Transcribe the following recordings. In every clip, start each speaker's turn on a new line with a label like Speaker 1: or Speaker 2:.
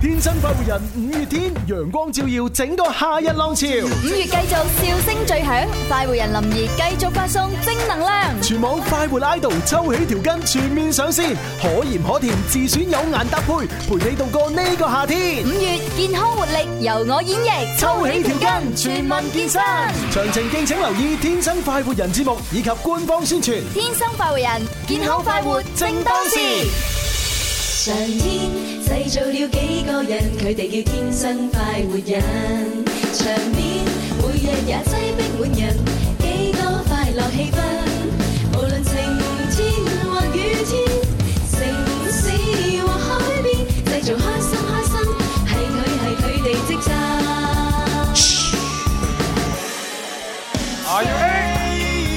Speaker 1: 天生快活人五月天，陽光照耀整個夏日浪潮。
Speaker 2: 五月繼續笑聲最響，快活人林怡繼續發送正能量。
Speaker 1: 全網快活 idol 抽起條筋全面上線，可鹽可甜自選有顏搭配，陪你度過呢個夏天
Speaker 2: 五。月健康活力由我演繹，
Speaker 1: 抽起條筋，全民健身。詳情敬請留意《天生快活人》節目以及官方宣傳。
Speaker 2: 天生快活人，健康快活正當時。
Speaker 3: 上天製造了幾個人，佢哋叫天生快活人。場面每日也擠逼滿人，幾多快樂氣氛。無論晴天或雨天，城市或海邊，製造開心開心，係佢係佢哋職責。
Speaker 4: Are you
Speaker 5: ready？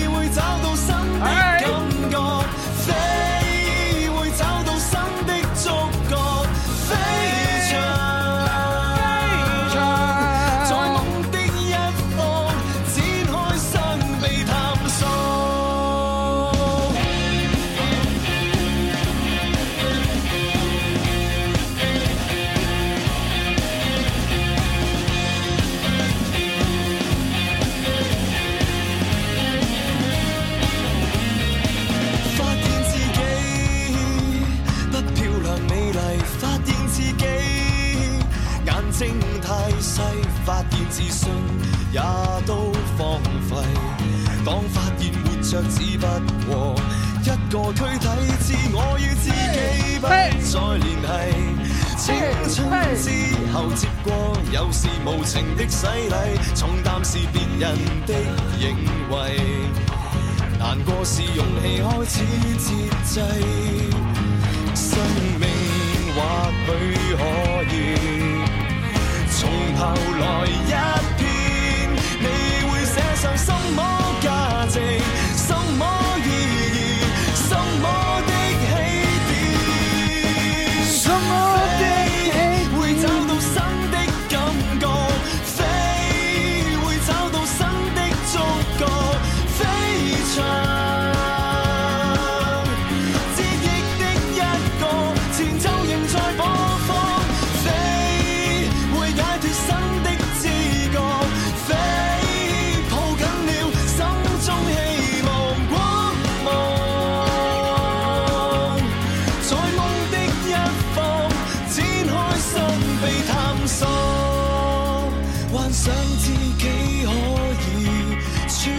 Speaker 5: 會找到新的感覺，飛會找到新的觸覺，飛翔，在夢的一方展開生命探索。發現自己不漂亮美麗，發現自己眼睛太細，發現自信也都荒廢。當發現活着只不過一個軀體，自我與自己不再聯繫。青春之後接過有時無情的洗禮，重擔是別人的認為。難過是勇氣開始節制，生命或許可以從頭來一遍。你會寫上什麼價值、什麼意義、什麼的起點？什麼的起會找到新的感覺，飛會找到新的觸覺，飛翔。折翼的一個前奏仍在播放，飛會解脱新的知覺，飛抱緊了心中希望光芒，在夢的一方展開心被探索，幻想自己可以。穿起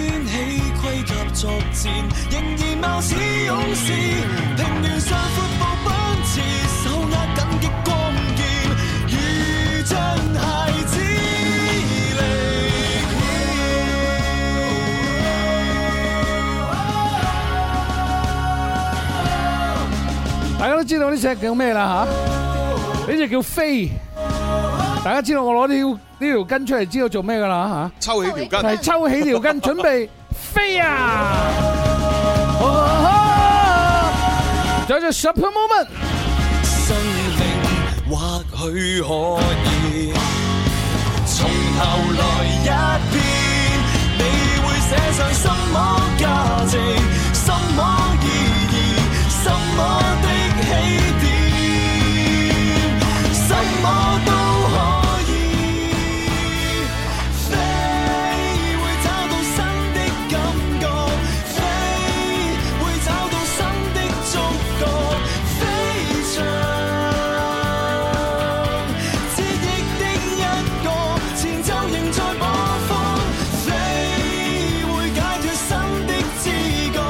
Speaker 5: 盔甲作戰，仍然貌似勇士。平原上闊步奔馳，手握緊激光劍，如像孩子力。
Speaker 4: 大家都知道呢只叫咩啦吓？呢只叫飛。大家知道我攞呢條呢條筋出嚟，知道做咩噶啦吓？
Speaker 6: 抽起條筋
Speaker 4: 係抽起條筋，準 備飛啊！仲有隻 Super Moment。
Speaker 5: 生命或許可以從頭來一遍，你會寫上什麼價值、什麼意義、什麼的起點，什麼都可以。飛會找到新的感覺，飛會找到新的觸覺，飛翔。折翼的一個前奏仍在播放，飛會解脱新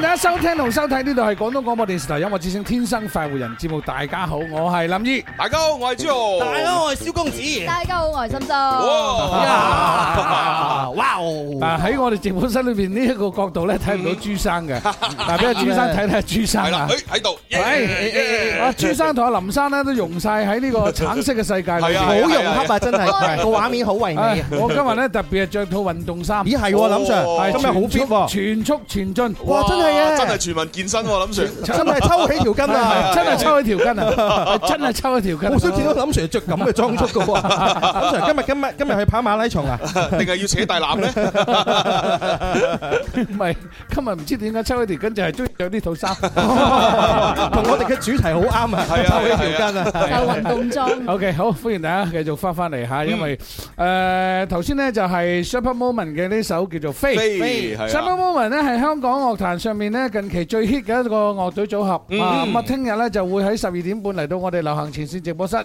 Speaker 4: 家收聽同收睇呢度係廣東廣播電視台音樂之聲《天生快活人》節目。大家好，我係林姨。
Speaker 7: 大家好，我係朱豪。
Speaker 8: 大家好，我係蕭公子。
Speaker 2: 大家好，我係心心。
Speaker 7: 啊
Speaker 8: 呀哇
Speaker 4: 嗱
Speaker 8: 哦！
Speaker 4: 啊喺我哋直播室裏邊呢一個角度咧，睇唔到朱生嘅。 嗱，俾阿朱生睇睇下朱生
Speaker 7: 嗯係啦
Speaker 4: 啊，。
Speaker 7: 誒喺度。
Speaker 4: 係，阿朱生同阿林生咧都融晒喺呢個橙色嘅世界裏
Speaker 7: 係啊
Speaker 8: 好
Speaker 4: 邊。
Speaker 8: 融洽啊，真 係
Speaker 4: 係
Speaker 8: 個畫面好唯美
Speaker 4: 唉
Speaker 8: 啊！
Speaker 4: 我今日咧特別係着套運動衫，
Speaker 8: 咦係喎，林 Sir，
Speaker 7: 係
Speaker 8: 今日好 fit 喎，
Speaker 4: 全速前進。
Speaker 8: 哇真係啊
Speaker 7: 真係全民健身喎，林 Sir。
Speaker 8: 真係抽起條筋啊！
Speaker 4: 真係抽一 條筋啊！真係抽一條筋啊。
Speaker 8: 好少見到林 Sir 着咁嘅裝束嘅喎。 林 Sir 今日今日今日去跑馬拉松啊？
Speaker 7: 定係要扯大攬 咧？
Speaker 4: 唔係，今日唔知點解抽一條筋就係中意着呢套衫。
Speaker 8: 同我哋嘅主題好啱啊！
Speaker 7: 係啊
Speaker 8: 抽起條筋啊！
Speaker 2: 就運動裝。
Speaker 4: OK，好，歡迎大家繼續翻翻嚟嚇，因為誒頭先咧就係 Super Moment 嘅呢首叫做《飛》。
Speaker 7: 飛係
Speaker 4: Super
Speaker 7: 啊，
Speaker 4: Moment 咧係香港樂壇上面咧近期最 hit 嘅一個樂隊組合啊！咁啊，聽日咧就會喺十二點半嚟到我哋流行前線直播室，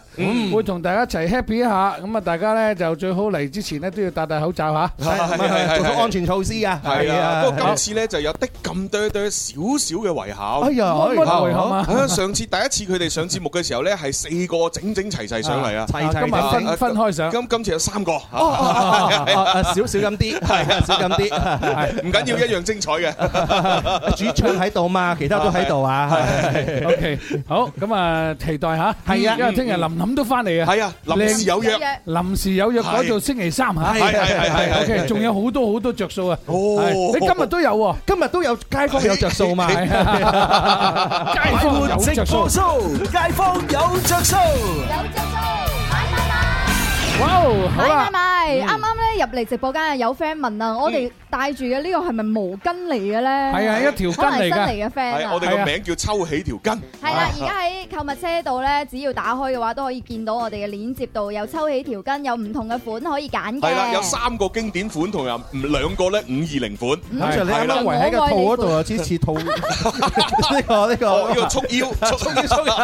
Speaker 4: 會同大家一齊 happy 一下。咁啊，大家咧就最好嚟之前咧都要戴戴口罩嚇。
Speaker 8: 係係係做好安全措施啊！
Speaker 7: 係啊。不過今
Speaker 8: 係
Speaker 7: 次咧就有的咁多多少少嘅遺
Speaker 8: 哎
Speaker 7: 憾。
Speaker 8: 呀，
Speaker 4: 乜乜
Speaker 8: 哎
Speaker 4: 遺憾啊？
Speaker 7: 啊！上次第一次佢哋上節目嘅時候咧，係四個整整齊齊上嚟啊。
Speaker 8: 齊
Speaker 4: 今
Speaker 8: 齊
Speaker 4: 日
Speaker 8: 整
Speaker 4: 分分開上。
Speaker 7: 今今次有三個，
Speaker 8: 哦哦哦哦 哦哦，少少咁啲，係啊，少咁啲。
Speaker 7: 唔緊要，一樣精彩嘅。
Speaker 8: 主唱喺度嘛，其他都喺度 啊。
Speaker 4: OK，好，咁啊，期待嚇。
Speaker 8: 係啊
Speaker 4: 因為聽日林林都翻嚟啊。
Speaker 7: 係啊，臨時有約。
Speaker 4: 臨時有約改到
Speaker 7: 係
Speaker 4: 星期三嚇。
Speaker 8: 係係係
Speaker 7: 係
Speaker 4: OK，仲有好多好多着數啊。
Speaker 7: 哦
Speaker 4: 係你今日都有喎。
Speaker 8: 今日都有街坊有着數 嘛。
Speaker 4: 係啊 街坊有着數。哇哦，好
Speaker 2: 買
Speaker 4: 啦
Speaker 2: 買。買！啱啱咧入嚟直播間啊，有 friend 問啊，我哋戴住嘅呢個係咪毛巾嚟嘅咧？
Speaker 4: 係啊，一條筋
Speaker 2: 可能係
Speaker 4: 嚟
Speaker 2: 新
Speaker 4: 㗎。
Speaker 2: 嚟嘅 friend
Speaker 7: 係，
Speaker 2: 啊
Speaker 7: 我。哋個名叫抽起條筋。
Speaker 2: 係啦，而家喺購物車度咧，只要打開嘅話，都可以見到我哋嘅鏈接度有抽起條筋，有唔同嘅款可以揀嘅。
Speaker 7: 係啦，有三個經典款同埋兩個咧五二零款。
Speaker 8: 咁就你啱啱圍喺個套嗰度啊，支持套呢個呢
Speaker 7: 哦，呢
Speaker 8: 個
Speaker 7: 個束腰，束腰，束腰。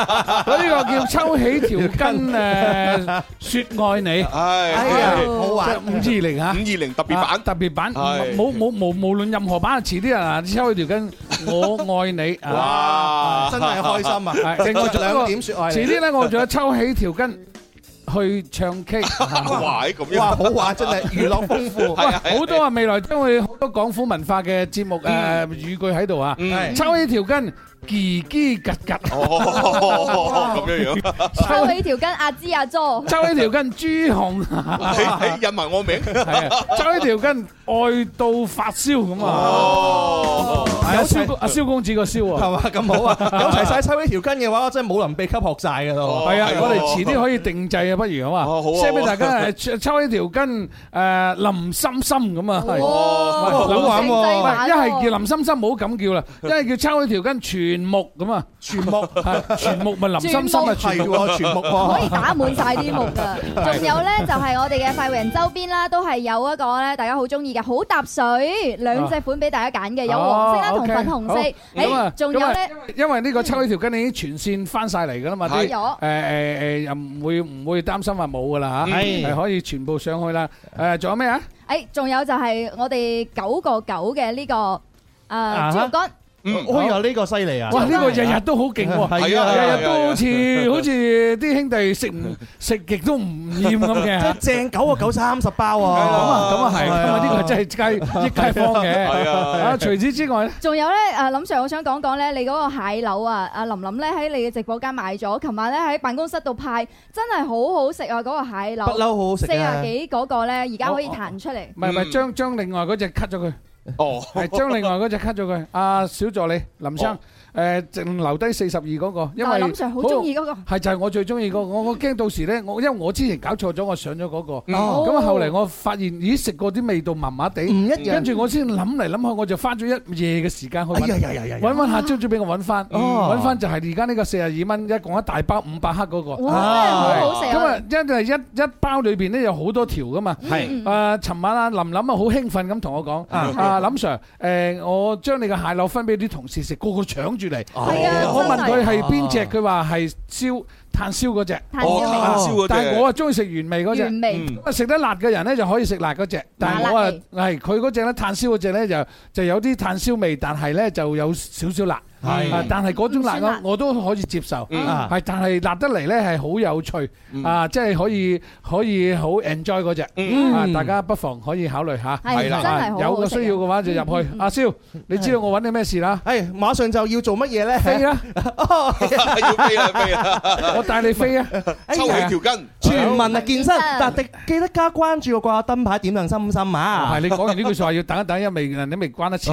Speaker 4: 呢個叫抽起條筋誒，説愛你
Speaker 8: 哎
Speaker 7: 係
Speaker 8: 呀，
Speaker 4: ờ,
Speaker 8: 好玩。
Speaker 4: 五二零嚇
Speaker 7: 五。二零特別
Speaker 4: 啊
Speaker 7: 版。
Speaker 4: 特別版，
Speaker 7: 係
Speaker 4: 冇冇無無論任何版，遲啲啊，抽起條筋，我愛你啊！
Speaker 7: 哇！
Speaker 8: 真係開心啊！
Speaker 4: 係
Speaker 8: 另外仲有
Speaker 4: 兩
Speaker 8: 兩
Speaker 4: 點
Speaker 8: 點説愛，
Speaker 4: 遲啲咧，我仲要抽起條筋去唱 K。
Speaker 7: 哇！咁
Speaker 8: 哇
Speaker 7: 樣
Speaker 8: 好玩，真係娛樂豐富。
Speaker 4: 喂，好多啊！未來將會好多港府文化嘅節目誒語句喺度啊！
Speaker 7: 嗯
Speaker 4: 抽起條筋，叽叽吉吉；
Speaker 7: 哦，咁樣樣，
Speaker 2: 抽
Speaker 4: 抽
Speaker 2: 起條筋，阿芝阿 Jo，
Speaker 4: 抽起條筋，朱紅；
Speaker 7: 你你印埋我名，
Speaker 4: 係啊，抽起條筋，愛到發燒咁啊！
Speaker 7: 哦，
Speaker 4: 有蕭阿蕭公子個燒啊！
Speaker 8: 係嘛咁好啊！有齊晒抽起條筋嘅話，我真係武林秘笈學晒㗎咯。
Speaker 4: 係啊，
Speaker 7: 係喎
Speaker 4: 我哋遲啲可以定制啊，不如好嘛
Speaker 7: 哦好啊
Speaker 4: ？send 俾
Speaker 7: 好
Speaker 4: 大
Speaker 7: 啊
Speaker 4: 家誒抽抽起條筋誒林心心咁啊！係
Speaker 2: 哇
Speaker 8: 好玩喎
Speaker 4: 喂一係
Speaker 2: 叫
Speaker 4: 叫林心心，唔好咁叫啦；一係叫抽起條筋全木咁啊！
Speaker 8: 全木
Speaker 4: 係全木咪林心心啊！全
Speaker 8: 係喎，全木
Speaker 2: 可以
Speaker 8: 喎。
Speaker 2: 打滿晒啲木噶。仲有咧就係我哋嘅快活人周邊啦，都係有一個咧大家好中意嘅好搭水兩隻款俾大家揀
Speaker 4: Ờ,
Speaker 2: 嘅，有黃色啦同粉紅色。
Speaker 4: 咁啊
Speaker 2: 誒，仲有咧
Speaker 4: 咁啊因為呢個抽起條筋已經全線翻晒嚟噶啦嘛，啲誒
Speaker 7: 係
Speaker 4: 誒誒又唔會唔會擔心話冇噶啦嚇，
Speaker 8: 係
Speaker 4: 係可以全部上去啦。誒，仲有咩啊？
Speaker 2: 誒，仲有就係我哋九個九嘅呢個
Speaker 8: 啊
Speaker 2: 誒豬肉乾。
Speaker 7: 嗯，
Speaker 8: 哎呀，呢個犀利啊！
Speaker 4: 哇！呢個日日都好 勁喎。
Speaker 8: 係啊，
Speaker 4: 日日都好似好似啲兄弟 食唔食極都唔厭咁嘅。咁
Speaker 8: 正九個九三十包喎。
Speaker 4: 啊咁啊係，咁啊呢個真係街益街坊嘅。
Speaker 7: 係啊，
Speaker 4: 啊，除此之外咧，
Speaker 2: 仲有咧，誒林 Sir，我想講講咧，你嗰個蟹柳啊，阿林林咧喺你嘅直播間買咗，琴晚咧喺辦公室度派，真係好好食啊！嗰個蟹
Speaker 8: 不嬲
Speaker 2: 柳，
Speaker 8: 好好食
Speaker 2: 四啊
Speaker 8: 啊！
Speaker 2: 幾嗰個咧，而家可以彈出嚟。
Speaker 4: 唔係唔係，
Speaker 7: 嗯
Speaker 4: 將將另外嗰只 cut 咗佢，
Speaker 7: 哦，
Speaker 4: 係將另外嗰只 cut 咗佢。阿小助理林生
Speaker 7: 哦，
Speaker 4: 誒淨留低四十二嗰個，因
Speaker 2: 但係
Speaker 4: 為
Speaker 2: 林 Sir 好中意嗰個，
Speaker 4: 係就係我最中意嗰個，我我驚到時咧，我因為我之前搞錯咗，我上咗嗰個，
Speaker 8: 嗯
Speaker 2: 哦
Speaker 4: 咁啊後嚟我發現，咦食過啲味道麻麻地，
Speaker 8: 唔一樣
Speaker 4: 跟住我先諗嚟諗去，我就花咗一夜嘅時間去
Speaker 8: 哎呀
Speaker 4: 揾，
Speaker 8: 呀呀呀！
Speaker 4: 揾揾下朝早俾我揾翻，
Speaker 8: 哦
Speaker 4: 揾翻就係而家呢個四十二蚊，一共一大包五百克嗰個。
Speaker 2: 哇，真係好好食
Speaker 4: 咁啊
Speaker 2: 啊！，嗯
Speaker 4: 因為一一包裏邊咧有好多條噶嘛。
Speaker 8: 係
Speaker 4: 誒，尋晚阿林林啊，好興奮咁同我講，
Speaker 8: 啊
Speaker 4: 啊林 Sir，誒，我將你嘅蟹
Speaker 8: 哦
Speaker 4: 柳分俾啲同事食，個個搶住嚟。
Speaker 2: 係啊，
Speaker 4: 我問
Speaker 2: 真係
Speaker 4: 佢係邊只，佢話係燒炭燒嗰只。
Speaker 2: 炭燒味
Speaker 7: 哦炭燒嗰隻
Speaker 4: 但係我啊中意食原味嗰只。
Speaker 2: 原味
Speaker 7: 嗯
Speaker 4: 啊食得辣嘅人咧就可以食辣嗰只，但係我
Speaker 2: 麻
Speaker 4: 啊
Speaker 2: 辣味
Speaker 4: 係佢嗰只咧炭燒嗰只咧就就有啲炭燒味，但係咧就有少少辣。
Speaker 8: 係
Speaker 4: 啊但係嗰種辣
Speaker 2: 唔算
Speaker 4: 我
Speaker 2: 辣
Speaker 4: 我都可以接受，
Speaker 7: 嗯
Speaker 4: 啊係但係辣得嚟咧係好有趣啊，即係可以可以好 enjoy 嗰只
Speaker 7: 嗯
Speaker 4: 啊，大家不妨可以考慮下。
Speaker 2: 係
Speaker 7: 係啦
Speaker 2: 真係好
Speaker 4: 有
Speaker 2: 好
Speaker 4: 個需要
Speaker 2: 食。啊嗯
Speaker 4: 嘅話就入去。阿蕭，你知道我揾你咩事啦？
Speaker 8: 係馬上就要做乜嘢咧？
Speaker 4: 飛 啦，
Speaker 7: 要飛啦飛啦，
Speaker 4: 我帶你飛啊！
Speaker 7: 抽起條筋。
Speaker 8: 全民啊健身，
Speaker 2: 健身
Speaker 8: 但係記得加關注個掛燈牌點亮心心啊！
Speaker 4: 係你講完呢句説話要等一等，因為你未關得切。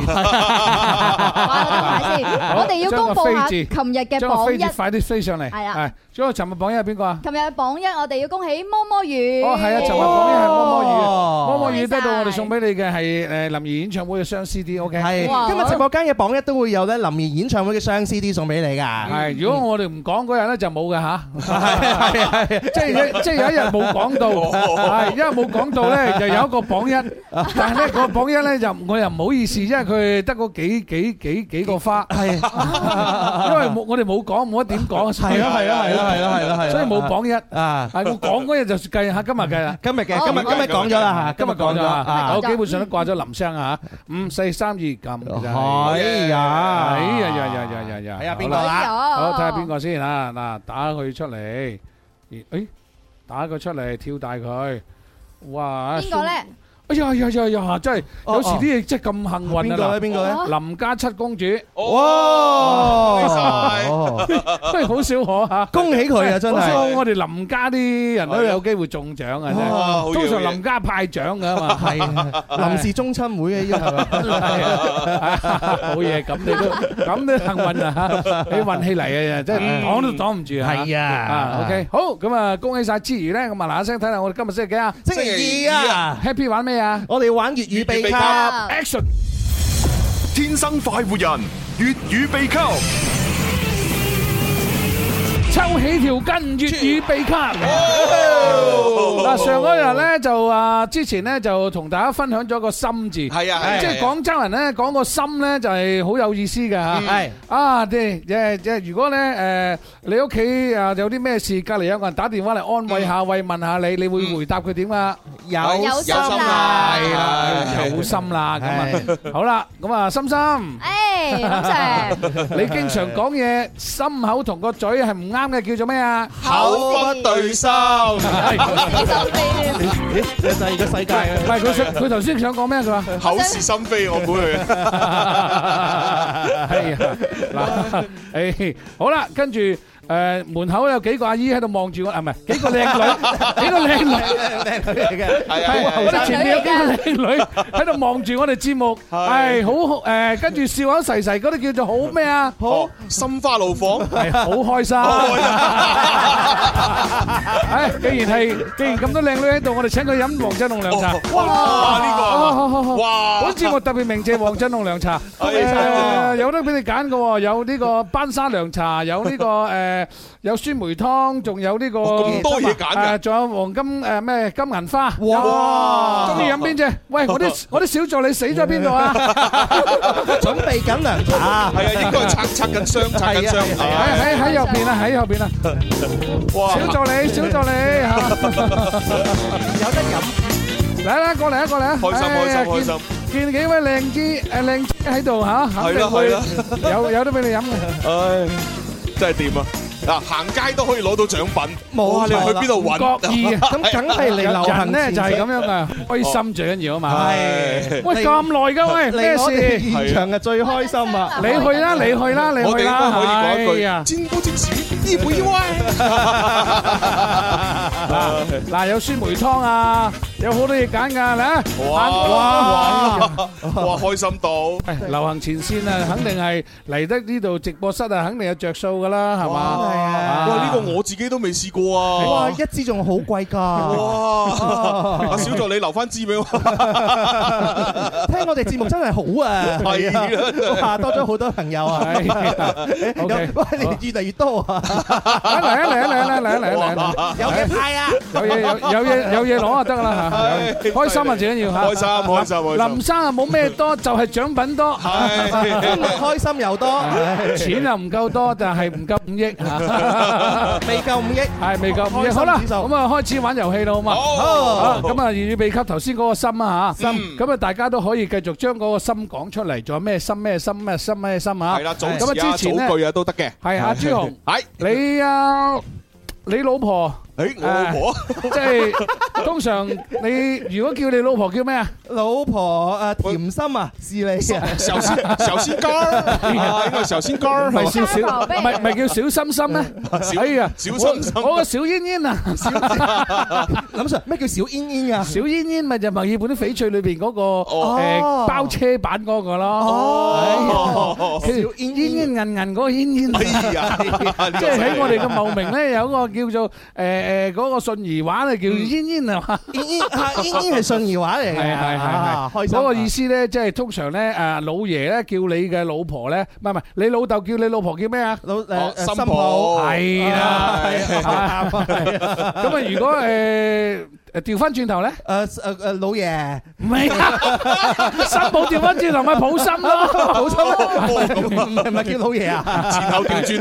Speaker 2: 哇我諗下先，
Speaker 4: 好
Speaker 2: 我哋要公佈下
Speaker 4: 將個飛字
Speaker 2: 琴日嘅
Speaker 4: 將個
Speaker 2: 榜
Speaker 4: 飛
Speaker 2: 一。
Speaker 4: 碟快啲飛上嚟。
Speaker 2: 係啦
Speaker 4: 係，仲有尋日榜一係邊個啊？
Speaker 2: 琴日嘅榜一，我哋要恭喜摸摸魚。
Speaker 4: 哦，係啊，尋日榜一係摸摸魚啊，摸摸魚得到我哋送俾你嘅係誒林怡演唱會嘅雙 CD，OK。
Speaker 8: 係
Speaker 2: 哇
Speaker 8: 今日直播間嘅榜一都會有咧林兒演唱會嘅雙 CD 送俾你㗎。
Speaker 4: 係，如果我哋唔講嗰日咧就冇嘅吓，
Speaker 8: 係 係係
Speaker 4: 即係即係有一日冇 講到，係因為冇講到咧就有一個榜一，但係咧個榜一咧就我又唔好意思，因為佢得嗰幾幾幾 幾個花，係， 因為冇我哋冇講冇得點講，
Speaker 8: 係咯係咯係咯係咯係咯係咯，
Speaker 4: 所以冇榜一，係
Speaker 8: 啊！
Speaker 4: 我講嗰日就計下今日計啦。
Speaker 8: 今日嘅
Speaker 2: 哦
Speaker 8: 今日今日講咗啦嚇，
Speaker 4: 今日講咗啊，
Speaker 8: 啊
Speaker 4: 我基本上都掛咗林聲啊，五四三二撳就係。
Speaker 8: 哎呀，
Speaker 4: 哎呀呀呀呀呀呀！
Speaker 8: 睇下邊個
Speaker 4: 好啦
Speaker 8: 啦，
Speaker 4: 好
Speaker 2: 好
Speaker 4: 睇下邊個先啊！嗱，打佢出嚟，咦誒，打佢出嚟，跳大佢，哇！
Speaker 2: 邊個咧？
Speaker 4: 哎呀呀呀呀！真係
Speaker 8: 哦
Speaker 4: 有時啲嘢真係咁幸
Speaker 8: 邊個
Speaker 4: 運啊！
Speaker 8: 咧邊個咧？
Speaker 4: 嗱林家七公主，
Speaker 7: 哇！
Speaker 8: 哇！
Speaker 4: 真係好少可嚇。
Speaker 8: 恭喜佢啊！真
Speaker 4: 好少可
Speaker 8: 係
Speaker 4: 我哋林家啲人都有機會中獎啊！真係
Speaker 7: 哇好
Speaker 4: 通
Speaker 7: 嘢好嘢
Speaker 4: 常林家派獎㗎嘛。
Speaker 8: 係臨時中親 會嘅呢個係咪？
Speaker 4: 冇嘢，咁你都咁都幸運啊！你運氣嚟啊，真係擋都擋唔住啊！
Speaker 8: 係啊
Speaker 4: 啊，OK，好 À, 咁啊，恭喜晒之餘咧，咁啊嗱嗱聲睇下我哋今日星期幾啊
Speaker 8: 星期二啊，
Speaker 4: ？Happy à. 玩咩啊
Speaker 8: 我哋玩粵語秘笈。
Speaker 2: 啊
Speaker 4: ？Action！
Speaker 9: 天生快活人，粵語秘笈。
Speaker 4: 抽起條筋，粵語秘笈。 嗱，上嗰日咧就啊，之前咧就同大家分享咗個心字，
Speaker 7: 係啊係啊
Speaker 4: 即
Speaker 7: 係
Speaker 4: 係
Speaker 7: 啊
Speaker 4: 廣州人咧講個心咧就係好有意思嘅嚇。
Speaker 8: 係
Speaker 4: 啊，即係即係即係，如果咧誒，你屋企啊有啲咩事，隔離有個人打電話嚟安慰下、慰問下你，你會回答佢點啊？
Speaker 8: 有
Speaker 2: 有心啦
Speaker 8: 係啦，
Speaker 4: 有心啦咁啊
Speaker 8: 係！
Speaker 4: 好啦，咁啊，心心，
Speaker 2: 誒，林 Sir，
Speaker 4: 你經常講嘢心口同個嘴係唔啱嘅，叫做咩啊？
Speaker 7: 口不對心，
Speaker 2: 你心地亂。
Speaker 8: 有第二個世界
Speaker 4: 唔係佢想佢頭先想講咩？佢話。
Speaker 7: 口是心非，我估佢。
Speaker 4: 係啊， 嗱，誒，好啦，跟住誒門口有幾個阿姨喺度望住我，啊唔係幾個 靚女，幾個靚女，
Speaker 8: 靚女嚟嘅，
Speaker 7: 係
Speaker 4: 係
Speaker 7: 啊，
Speaker 4: 我哋前面有幾個靚女喺度望住我哋節目，係好誒，跟住笑口噬噬嗰啲叫做好咩啊？
Speaker 7: 好心花怒放。
Speaker 4: 係好開心。誒，既然係，既然咁多靚女喺度，我哋請佢飲黃振龍涼茶。
Speaker 7: 哇！啊呢
Speaker 4: 好好好
Speaker 7: 個哇
Speaker 4: 本，節目特別鳴謝黃振龍涼 茶，
Speaker 7: 係
Speaker 4: 誒有得俾你揀嘅喎，有呢個班沙涼茶，有 呢個誒有酸梅湯，仲有呢個
Speaker 7: 咁多嘢揀嘅
Speaker 4: 誒仲有黃金誒咩金銀花，
Speaker 8: 哇
Speaker 4: 中意飲邊隻？喂， 我啲我啲小助理死咗邊度啊？
Speaker 8: 準備緊涼茶，
Speaker 7: 係啊，應該拆拆緊箱，拆緊箱。
Speaker 8: 係
Speaker 4: 喺喺喺右邊啊，喺右邊 啊，
Speaker 7: 哇！
Speaker 4: 小助理，小助理嚇，
Speaker 8: 有得飲，
Speaker 4: 嚟啦，過嚟啊，過嚟啊，
Speaker 7: 開心
Speaker 4: 哎呀
Speaker 7: 開心開心。
Speaker 4: 見見幾位靚啲誒靚姐喺度嚇，肯定會
Speaker 7: 係啦
Speaker 4: 有有得俾你飲嘅。
Speaker 7: 唉，真係掂啊！嗱，行街都可以攞到獎品。哇！
Speaker 8: 冇
Speaker 7: 你
Speaker 8: 錯啦
Speaker 7: 去邊度揾？
Speaker 4: 各意啊！
Speaker 8: 咁 梗係嚟流行
Speaker 4: 人咧就係
Speaker 8: 前
Speaker 4: 咁樣噶，開心最緊要啊嘛。
Speaker 8: 係
Speaker 4: 喂咁耐噶喂，咩
Speaker 8: 嚟我哋
Speaker 4: 事？
Speaker 8: 現場嘅最開心啊！
Speaker 4: 你去啦，你去啦，你
Speaker 7: 我哋
Speaker 4: 去
Speaker 7: 應
Speaker 4: 啦。
Speaker 7: 該可以講一
Speaker 4: 哎
Speaker 7: 句
Speaker 8: à?
Speaker 4: 呀：
Speaker 7: 尖刀尖鼠，意不意外？
Speaker 4: 嗱嗱，有酸梅湯啊，有好多嘢揀㗎嗱。
Speaker 7: 哇
Speaker 4: 哇！
Speaker 7: 哇！開心到
Speaker 4: 哎流行前線啊，肯定係嚟得呢度直播室啊，肯定有着數㗎啦，係嘛？
Speaker 8: 係啊
Speaker 4: À.
Speaker 7: 哇！呢個我自己都未試過
Speaker 8: 哇！
Speaker 7: 啊！
Speaker 8: 一支仲好貴㗎，
Speaker 7: 哇！阿小助理留翻支俾我。
Speaker 8: 聽我哋節目真係好啊，
Speaker 7: 係啊
Speaker 8: 哇多咗好多朋友啊，
Speaker 4: 哎呀
Speaker 8: 有
Speaker 4: OK，
Speaker 8: 喂你哋越嚟越多啊，
Speaker 4: 嚟啊嚟啊嚟啊嚟啊嚟啊嚟 啊！
Speaker 8: 有嘅派啊！
Speaker 4: 有嘢有有嘢有嘢攞就得啦
Speaker 7: 唉
Speaker 4: 嚇，開心啊最緊要嚇。
Speaker 7: 開心開心開心
Speaker 4: 林生啊冇咩多，就係獎品多。
Speaker 7: 係
Speaker 8: 開心又多，
Speaker 4: 錢啊唔夠多，但係唔夠五億嚇。
Speaker 8: 未夠五億，
Speaker 4: 系未夠五億，
Speaker 8: 開心
Speaker 4: 好啦，
Speaker 8: 指數
Speaker 4: 咁啊開始玩遊戲啦，好嘛？
Speaker 7: 好
Speaker 4: 啊咁啊，預備給頭先嗰個心啊嚇，心咁啊，大家都可以繼續將嗰個心講出嚟，仲有咩心咩心咩心咩心啊？
Speaker 7: 係啦，組
Speaker 4: 咁啊，之
Speaker 7: 詞啊、
Speaker 4: 前咧
Speaker 7: 組句啊都得嘅。
Speaker 4: 係阿朱 紅，
Speaker 7: 係，
Speaker 4: 你啊，你老婆
Speaker 7: 誒我
Speaker 4: À,
Speaker 7: 老 婆
Speaker 4: 即係通常你如果叫你老婆叫咩啊？
Speaker 8: 老婆啊，甜心啊，是你啊，
Speaker 7: 小仙小仙 哥儿，啊應該係小仙哥
Speaker 4: 唔
Speaker 7: 兒係
Speaker 4: 係
Speaker 7: 嘛
Speaker 4: 小小，
Speaker 2: 家婆
Speaker 4: 唔
Speaker 2: 咩
Speaker 4: 係唔係叫小心心咧？
Speaker 7: 小
Speaker 4: 哎呀，
Speaker 7: 小心心
Speaker 4: 我我個小煙煙啊！
Speaker 8: 林 Sir 咩叫小煙煙啊？
Speaker 4: 小煙煙咪就墨爾本啲翡翠裏邊嗰個
Speaker 7: 哦
Speaker 4: 誒包車版嗰個咯，哎呀
Speaker 8: 小煙
Speaker 4: 煙煙韌韌嗰個煙煙，
Speaker 7: 哎呀，
Speaker 4: 即係喺我哋嘅茂名咧有個叫做誒誒嗰個信宜話咧叫煙煙係嘛？
Speaker 8: 煙煙啊，煙煙係信兒話嚟嘅，
Speaker 4: 係係係
Speaker 8: 啊
Speaker 4: 係，
Speaker 8: 開心啊。
Speaker 4: 嗰個意思咧，即係通常咧誒老爺咧叫你嘅老婆咧，唔係唔係你老豆叫你老婆叫咩啊？
Speaker 8: 老
Speaker 7: 哦
Speaker 8: 誒誒
Speaker 7: 新
Speaker 8: 新
Speaker 7: 抱
Speaker 8: 抱
Speaker 4: 係啦，
Speaker 7: 係
Speaker 4: 係啊咁啊如果誒誒調翻轉頭咧？
Speaker 8: 誒誒誒老爺，
Speaker 4: 唔係啊，新抱調翻轉頭咪抱心咯，
Speaker 8: 老心唔係唔係叫老爺
Speaker 3: à?
Speaker 8: 啊？
Speaker 7: 前後調轉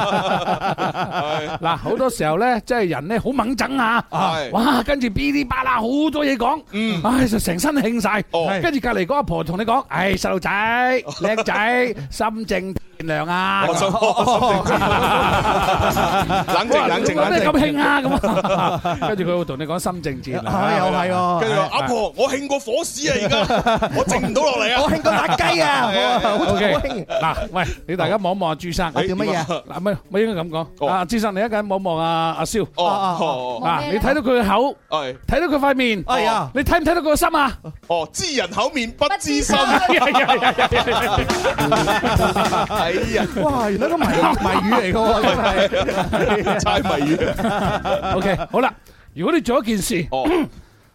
Speaker 7: 啦，原來。
Speaker 4: 嗱，好多時候咧，即係人咧好猛整啊！
Speaker 7: 係
Speaker 4: 哇，跟住噼哩啪啦好多嘢講，
Speaker 7: 嗯
Speaker 4: 唉就成身興晒
Speaker 7: 哦。
Speaker 4: 跟住隔離嗰阿婆同你講：，唉細路仔，靚仔，心靜善良啊！
Speaker 7: 我心我心 冷靜冷靜
Speaker 4: 哇
Speaker 7: 冷
Speaker 4: 你咁
Speaker 7: 靜。
Speaker 4: 興 啊咁啊，跟住佢會同你講心靜善良
Speaker 8: 啊
Speaker 4: 啊。
Speaker 8: 又係喎，
Speaker 7: 跟住話阿婆，我興過火屎啊！而家我靜唔到落嚟啊！
Speaker 8: 我興過打 雞啊，
Speaker 7: 係啊
Speaker 8: 我好
Speaker 4: O
Speaker 8: 好
Speaker 4: K，
Speaker 8: 興。
Speaker 4: 嗱，喂，你大家望一望阿朱生，
Speaker 8: 我叫乜嘢？
Speaker 4: 嗱，咪咪應該咁講，
Speaker 7: 哦
Speaker 4: 阿朱生你一間望一望阿阿蕭，
Speaker 7: 哦哦
Speaker 2: 望
Speaker 4: 嗱，
Speaker 2: 咩
Speaker 4: 你
Speaker 2: 咧
Speaker 4: 睇到佢嘅口。
Speaker 7: 哦，係
Speaker 4: 睇到佢塊面，
Speaker 8: 哎呀，
Speaker 4: 你睇唔睇到佢個心啊？
Speaker 7: 哦，知人口面不知心。 哎呀，
Speaker 8: 哇，原來個謎謎語嚟嘅 喎，真係。
Speaker 7: 猜謎語。
Speaker 4: OK，好啦，如果你做一件事， 誒、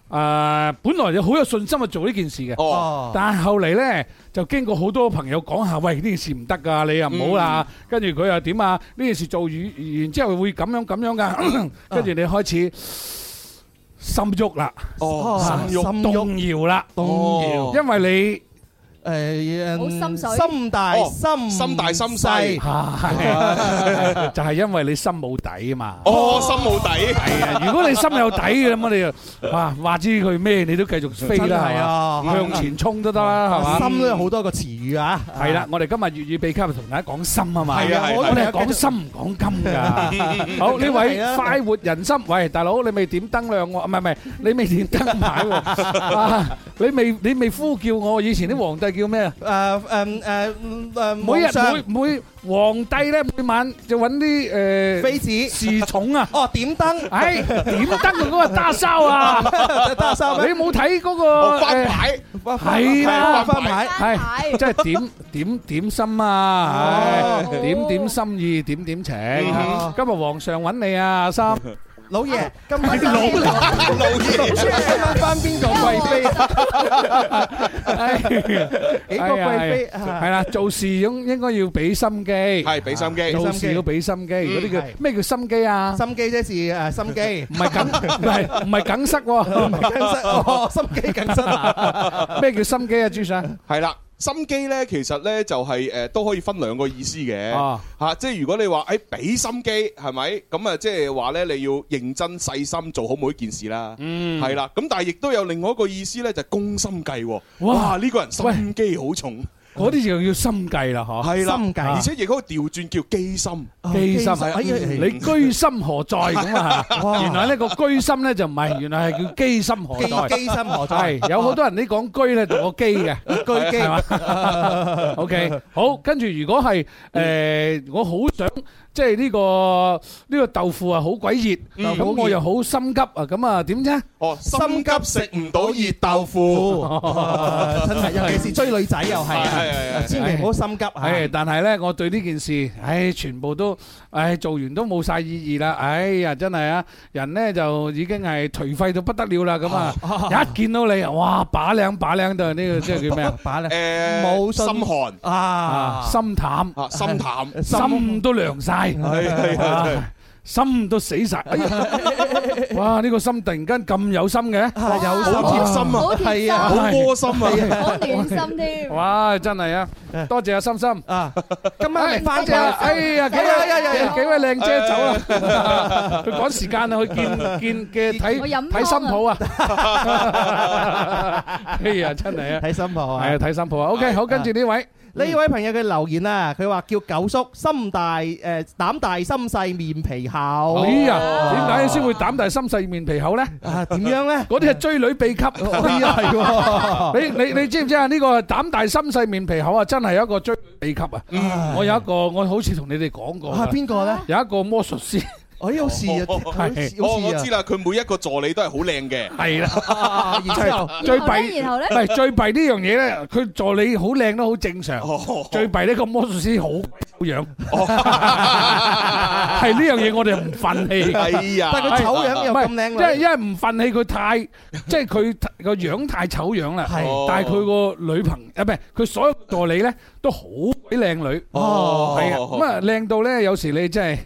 Speaker 7: 哦
Speaker 4: 本來你好有信心去做呢件事嘅，
Speaker 7: 哦。
Speaker 8: 哦，
Speaker 4: 但係後嚟咧就經過好多朋友講下，喂呢件事唔得㗎，你又唔好啦，跟住佢又點啊？呢件事做完然之後會咁樣咁 樣㗎，跟住你開始心喐啦，
Speaker 7: 哦，
Speaker 8: 心喐
Speaker 4: 動搖啦，
Speaker 7: 動搖
Speaker 4: 因為
Speaker 8: 誒，
Speaker 2: 好心水
Speaker 8: 心大
Speaker 7: 哦
Speaker 8: 嗯心啊
Speaker 7: 心大心細
Speaker 4: 你係啊 就係因為你心冇底啊嘛。
Speaker 7: 哦，心冇底。
Speaker 4: 係啊如果你心有底嘅咁，你就哇話知佢咩，你都繼續飛
Speaker 8: 真
Speaker 4: 啦，
Speaker 8: 係啊
Speaker 4: 係嘛向前衝都得啦，係嘛？
Speaker 8: 心都有好多個詞語啊。
Speaker 4: 係啦，我哋今日粵語秘笈同大家講心啊嘛，
Speaker 7: 係啊係啊
Speaker 4: 我哋係
Speaker 8: 係啊
Speaker 4: 講心唔講金 㗎。好呢
Speaker 8: 係
Speaker 4: 位
Speaker 8: 啊
Speaker 4: 快活人心，喂大佬你未點燈亮喎，唔係唔係，你未點燈牌 喎，啊你未你未呼叫我，以前啲皇帝叫咩啊？
Speaker 8: 誒誒誒誒，
Speaker 4: 每日
Speaker 8: 皇上
Speaker 4: 每每皇帝咧每晚就揾啲誒
Speaker 8: 妃子，
Speaker 4: 侍從啊，
Speaker 8: 哦點燈，
Speaker 4: 唉點燈佢嗰個打燒啊！
Speaker 8: 得收咩？
Speaker 4: 你冇睇嗰
Speaker 7: 哦，
Speaker 4: 個
Speaker 7: 翻
Speaker 4: 誒
Speaker 7: 牌。
Speaker 4: 係啦
Speaker 8: 翻牌。
Speaker 4: 係即係點點點心啊，
Speaker 2: 哦
Speaker 4: 係點點心意，點點情。
Speaker 7: 嗯
Speaker 4: 今日皇上揾你啊，阿三
Speaker 8: 老 爺，今晚
Speaker 2: 老爺
Speaker 7: 老爺，
Speaker 8: 今晚翻邊個貴妃？幾個貴
Speaker 4: à?
Speaker 8: 妃
Speaker 4: 係啦，做事應應該要俾心機，
Speaker 7: 係俾心機
Speaker 4: 做事要俾心機。
Speaker 8: Ừ,
Speaker 4: 嗰啲叫
Speaker 8: 係
Speaker 4: 咩叫心機啊？
Speaker 8: 心機啫，是誒心機
Speaker 4: 唔。係梗，唔係唔係梗塞喎？
Speaker 8: 緊塞 哦，心機緊塞啊！
Speaker 4: 咩叫心機啊？朱生
Speaker 7: 係啦。心機咧，其實咧就係、誒、呃都可以分兩個意思嘅嚇、
Speaker 4: 啊
Speaker 7: 啊即係如果你話誒俾心機係咪咁啊，即係話咧你要認真細心做好每一件事啦，係啦、咁但係亦都有另外一個意思咧，就係、攻心計喎。
Speaker 4: 嗯哇
Speaker 7: 哇！呢、個人心機好重，
Speaker 4: 嗰啲就叫心計啦，嗬。
Speaker 7: 係啦，
Speaker 8: 心計
Speaker 7: 而且亦可以調轉叫機心。嗯
Speaker 4: 機心，
Speaker 8: 哎呀
Speaker 4: 你居心何在咁 啊？
Speaker 8: 哇
Speaker 4: 原來呢個居心咧就唔係，原來係叫機心何
Speaker 8: 機
Speaker 4: 在。
Speaker 8: 機心何在？
Speaker 4: 係有好多人呢講居咧同個機嘅，
Speaker 8: 居機
Speaker 4: 係 嘛？OK，好，跟住如果係誒，我好想即係呢個呢個豆腐啊，好鬼熱，咁我又好心急啊，咁啊點啫？
Speaker 7: 哦，心急食唔到熱豆腐。
Speaker 8: 哦真係，尤其是追女仔又係
Speaker 7: 係係
Speaker 8: 啊
Speaker 7: 係，
Speaker 8: 千祈唔好心急啊！
Speaker 4: 唉，但係咧，我對呢件事，唉，全部都，唉，做完都冇晒意義啦。唉呀，真係啊，人咧就已經係頹廢到不得了啦。咁啊，一見到你，哇，把靚把靚到 呢個即係叫咩啊？
Speaker 8: 把咧
Speaker 7: 誒、
Speaker 8: 冇信
Speaker 7: 心寒
Speaker 8: 啊
Speaker 3: À.
Speaker 4: 啊，心淡，
Speaker 7: 啊，心淡。
Speaker 4: 心都涼晒。
Speaker 7: 係係係係
Speaker 4: 啊心 都死晒。哎呀哇！呢個心突然間咁有心 嘅，
Speaker 8: 有
Speaker 7: 好貼心
Speaker 4: à?
Speaker 7: 啊，
Speaker 2: 好貼心
Speaker 8: 係啊
Speaker 7: 好窩心
Speaker 8: à?
Speaker 7: 啊，
Speaker 2: 好暖心添。
Speaker 4: 哇！真係啊，多謝阿心心。
Speaker 8: 啊！今晚嚟翻
Speaker 4: 哎
Speaker 8: 隻
Speaker 4: 呀哎呀，幾
Speaker 8: 哎呀哎
Speaker 4: 位
Speaker 8: 呀
Speaker 4: 幾位靚姐走啦！佢趕時間啊，去見見嘅睇
Speaker 2: 我飲湯啊
Speaker 4: 睇新抱啊！哎呀，真係啊！
Speaker 8: 睇新抱啊！
Speaker 4: 係啊，睇新抱啊！OK，好，跟 à.
Speaker 8: À.
Speaker 4: 住呢位
Speaker 8: 呢位朋友嘅留言啊，佢話叫九叔，心大誒膽大心細面皮厚。
Speaker 4: 哎呀，點解先會膽大心細面皮厚咧？
Speaker 8: 啊點樣咧？
Speaker 4: 嗰啲係追女秘笈。
Speaker 8: 哎 呀係喎，
Speaker 4: 你你你知唔知啊？呢個膽大心細面皮厚啊，真係有一個追秘笈啊！我有一個，我好似同你哋講過
Speaker 8: 啊
Speaker 4: 㗎，
Speaker 8: 邊個咧？
Speaker 4: 有一個魔術師
Speaker 8: 哎好似啊，好似
Speaker 7: 哦，我
Speaker 8: 好
Speaker 7: 知
Speaker 8: 似
Speaker 7: 啦，佢每一個助理都係好靚嘅，
Speaker 4: 係啦。
Speaker 8: 啊，然之後
Speaker 4: 最
Speaker 2: 然後咧
Speaker 4: 弊
Speaker 2: 然後咧
Speaker 4: 唔係最弊呢樣嘢咧，佢助理好靚都好正常。
Speaker 7: 哦，
Speaker 4: 最弊呢個魔術師好醜樣，係呢樣嘢我哋唔憤氣。
Speaker 7: 哎呀，
Speaker 8: 但係佢醜樣又咁靚
Speaker 4: 因為
Speaker 8: 女，
Speaker 4: 因為唔憤氣佢太，即係佢個樣太醜樣啦。
Speaker 8: 係
Speaker 4: 但係佢個女朋啊，唔係佢所有助理咧都好鬼靚女，
Speaker 8: 哦
Speaker 4: 係啊，咁啊靚到咧有時你真係，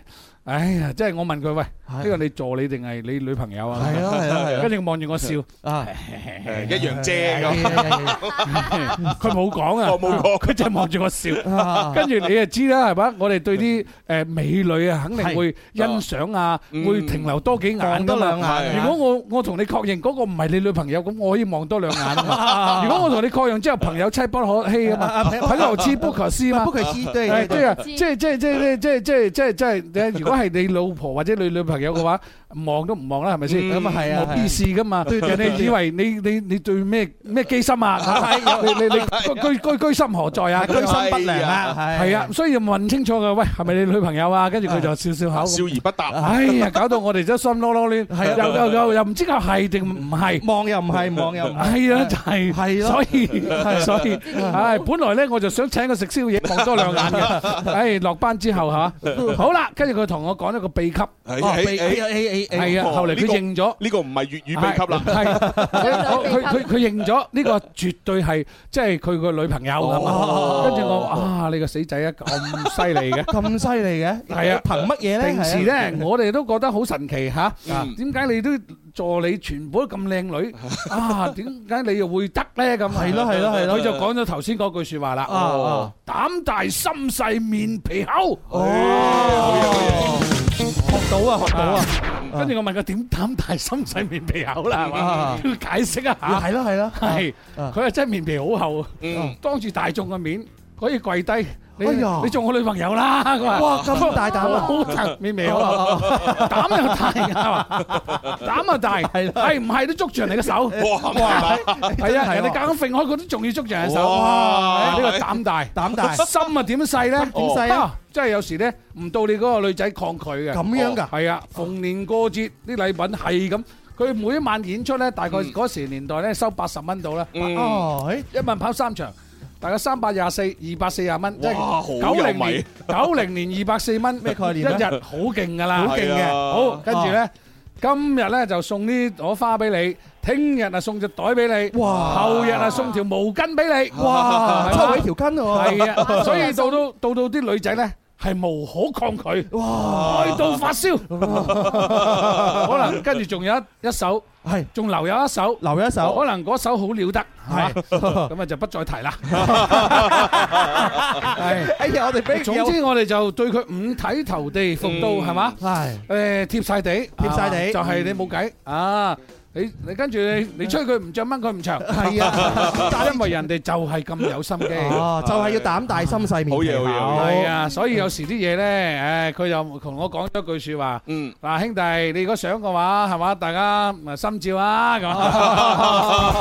Speaker 4: 哎呀，即係我問佢喂，呢個你助理定係你女朋友啊？
Speaker 8: 係咯係咯係
Speaker 4: 跟住佢望住我笑，
Speaker 8: 咯啊！
Speaker 7: 誒一樣啫咁。
Speaker 4: 佢冇講啊，
Speaker 7: 我冇講
Speaker 4: 佢就係望住我笑。
Speaker 8: 啊
Speaker 4: 跟住你就知啦，係嘛？我哋對啲誒美女啊，肯定會欣賞啊，
Speaker 7: 嗯
Speaker 4: 會停留多幾眼
Speaker 8: 望
Speaker 4: 噶
Speaker 8: 多
Speaker 4: 嘛
Speaker 8: 兩。眼
Speaker 4: 如
Speaker 8: 啊。
Speaker 4: 果我我同你確認嗰個唔係你女朋友，咁我可以望多兩眼啊嘛。如果我同你確認之後，朋友妻不可欺啊嘛，朋友之不可私嘛
Speaker 8: 不。過佢知對
Speaker 4: 係
Speaker 8: 對
Speaker 4: 即
Speaker 3: à.
Speaker 4: 係即係即係即係即係即係即係即係，如果係你老婆或者你女朋友 嘅話，望都唔望啦，係咪先？
Speaker 8: 咁啊係啊
Speaker 4: 冇必事噶嘛。
Speaker 8: 對對
Speaker 4: 人
Speaker 8: 對
Speaker 4: 哋以為你你你對咩咩機心 啊？你你你居居居心何在啊？
Speaker 8: 居心不良啊，
Speaker 4: 係啊，所以要問清楚嘅，喂，係咪你女朋友啊？跟住佢就笑笑口咁。
Speaker 7: 笑而不答，
Speaker 4: 哎呀，搞到我哋都心囉囉
Speaker 8: 係
Speaker 4: 攣，
Speaker 8: 啊
Speaker 4: 又又又又唔知佢係定唔係。
Speaker 8: 望又唔係，望又唔係。
Speaker 4: 係啊，就係，
Speaker 8: 係咯
Speaker 4: 所 以所以，唉，本來咧我就想請佢食宵夜，望多兩眼嘅。唉，落班之後嚇，好啦，跟住佢同我講咗個秘笈，
Speaker 7: 係
Speaker 8: 哦，
Speaker 7: 係係
Speaker 4: 係啊，
Speaker 7: 哦
Speaker 4: 後嚟佢
Speaker 7: 呢個
Speaker 4: 認咗。
Speaker 7: 呢個唔係粵語 秘笈啦。
Speaker 4: 係，係
Speaker 2: 有兩
Speaker 4: 我佢
Speaker 2: 秘笈
Speaker 4: 佢佢認咗呢個絕對係即係佢個女朋友咁啊
Speaker 7: 哦
Speaker 4: 跟住我話啊，你個死仔啊咁犀利嘅！
Speaker 8: 咁犀利嘅，
Speaker 4: 係啊
Speaker 8: 憑乜嘢咧？
Speaker 4: 平時
Speaker 8: 係啊
Speaker 4: 咧，我哋都覺得好神奇嚇，啊
Speaker 7: 嗯
Speaker 4: 點解你都助理全部都咁靚女啊？點解你又會得咧？咁啊
Speaker 8: 係咯係咯係咯
Speaker 4: 佢就講咗頭先嗰句説話啦。
Speaker 8: 啊啊，
Speaker 4: 膽大心細面皮厚，
Speaker 8: 哦，學到啊，學到啊，
Speaker 4: 跟住我問佢點膽大心細面皮厚啦，係嘛
Speaker 8: 啊？
Speaker 4: 要解釋一下，
Speaker 8: 係咯係咯，
Speaker 4: 係
Speaker 8: 啊
Speaker 4: 佢係真係面皮好厚，
Speaker 7: 嗯，
Speaker 4: 當住大眾嘅面可以跪低，你
Speaker 8: 哎呀
Speaker 4: 你做我女朋友啦！佢話
Speaker 8: 哇咁大膽啊！
Speaker 4: 好特面皮 好厚，膽又大係嘛？膽又大係啦，係唔係都捉住人哋嘅手？
Speaker 7: 哇，哇
Speaker 4: 係啊，人哋夾硬揈開佢都仲要捉住人嘅手。
Speaker 7: 哇
Speaker 4: 呢個膽大，
Speaker 8: 膽大
Speaker 4: 心啊點細咧？
Speaker 8: 點細啊
Speaker 4: 啊？即係有時咧，唔到你嗰個女仔抗拒嘅。
Speaker 8: 咁樣㗎，
Speaker 4: 係啊，逢年過節啲禮品係咁。佢每一晚演出咧，大概
Speaker 7: 嗯
Speaker 4: 嗰時年代咧收八十蚊到啦，
Speaker 7: 嗯，
Speaker 8: 哦，誒，
Speaker 4: 一晚跑三場，大概三百廿四、二百四廿蚊，即
Speaker 7: 哇好
Speaker 4: 係九
Speaker 7: 有
Speaker 4: 零
Speaker 7: 米
Speaker 4: 年九零年二百四蚊
Speaker 8: 咩概
Speaker 4: 一
Speaker 8: 念咧
Speaker 4: 日好勁㗎啦，
Speaker 8: 好勁嘅
Speaker 7: 係啊
Speaker 4: 好，跟住咧，今日咧就送呢朵花俾你，聽日啊送隻袋俾你，
Speaker 8: 哇
Speaker 4: 後日啊送條毛巾俾你，
Speaker 8: 哇，抽起條筋喎，
Speaker 4: 係啊，
Speaker 2: 哇
Speaker 4: 所以到到到到啲女仔咧係無可抗拒，
Speaker 8: 哇，
Speaker 4: 愛到 發燒，可能跟住仲有一一首，
Speaker 8: 係
Speaker 4: 仲留有一首。
Speaker 8: 留一
Speaker 4: 可
Speaker 8: 手，
Speaker 4: 能嗰首好了得，係嘛
Speaker 8: 係，
Speaker 4: 咁啊就不再提 啦。係
Speaker 8: 哎呀，我哋俾
Speaker 4: 總之我哋就對佢
Speaker 3: Ừ,
Speaker 4: 五體投地服到，
Speaker 7: 嗯
Speaker 4: 係嘛？
Speaker 8: 係
Speaker 4: 誒貼曬地，
Speaker 8: 貼晒地
Speaker 4: 就係你冇計啊！你你跟住你你吹佢唔着蚊佢唔長，
Speaker 8: 係啊，
Speaker 4: 因為人哋就係咁有心機。
Speaker 8: 哦，就係要膽大心細面皮
Speaker 7: 好嘢好
Speaker 4: 係
Speaker 8: 啊，
Speaker 4: 啊，所以有時啲嘢咧，誒佢又同我講咗句説話，
Speaker 7: 嗯，
Speaker 4: 嗱兄弟，你如果想嘅話，係嘛，大家咪心照啊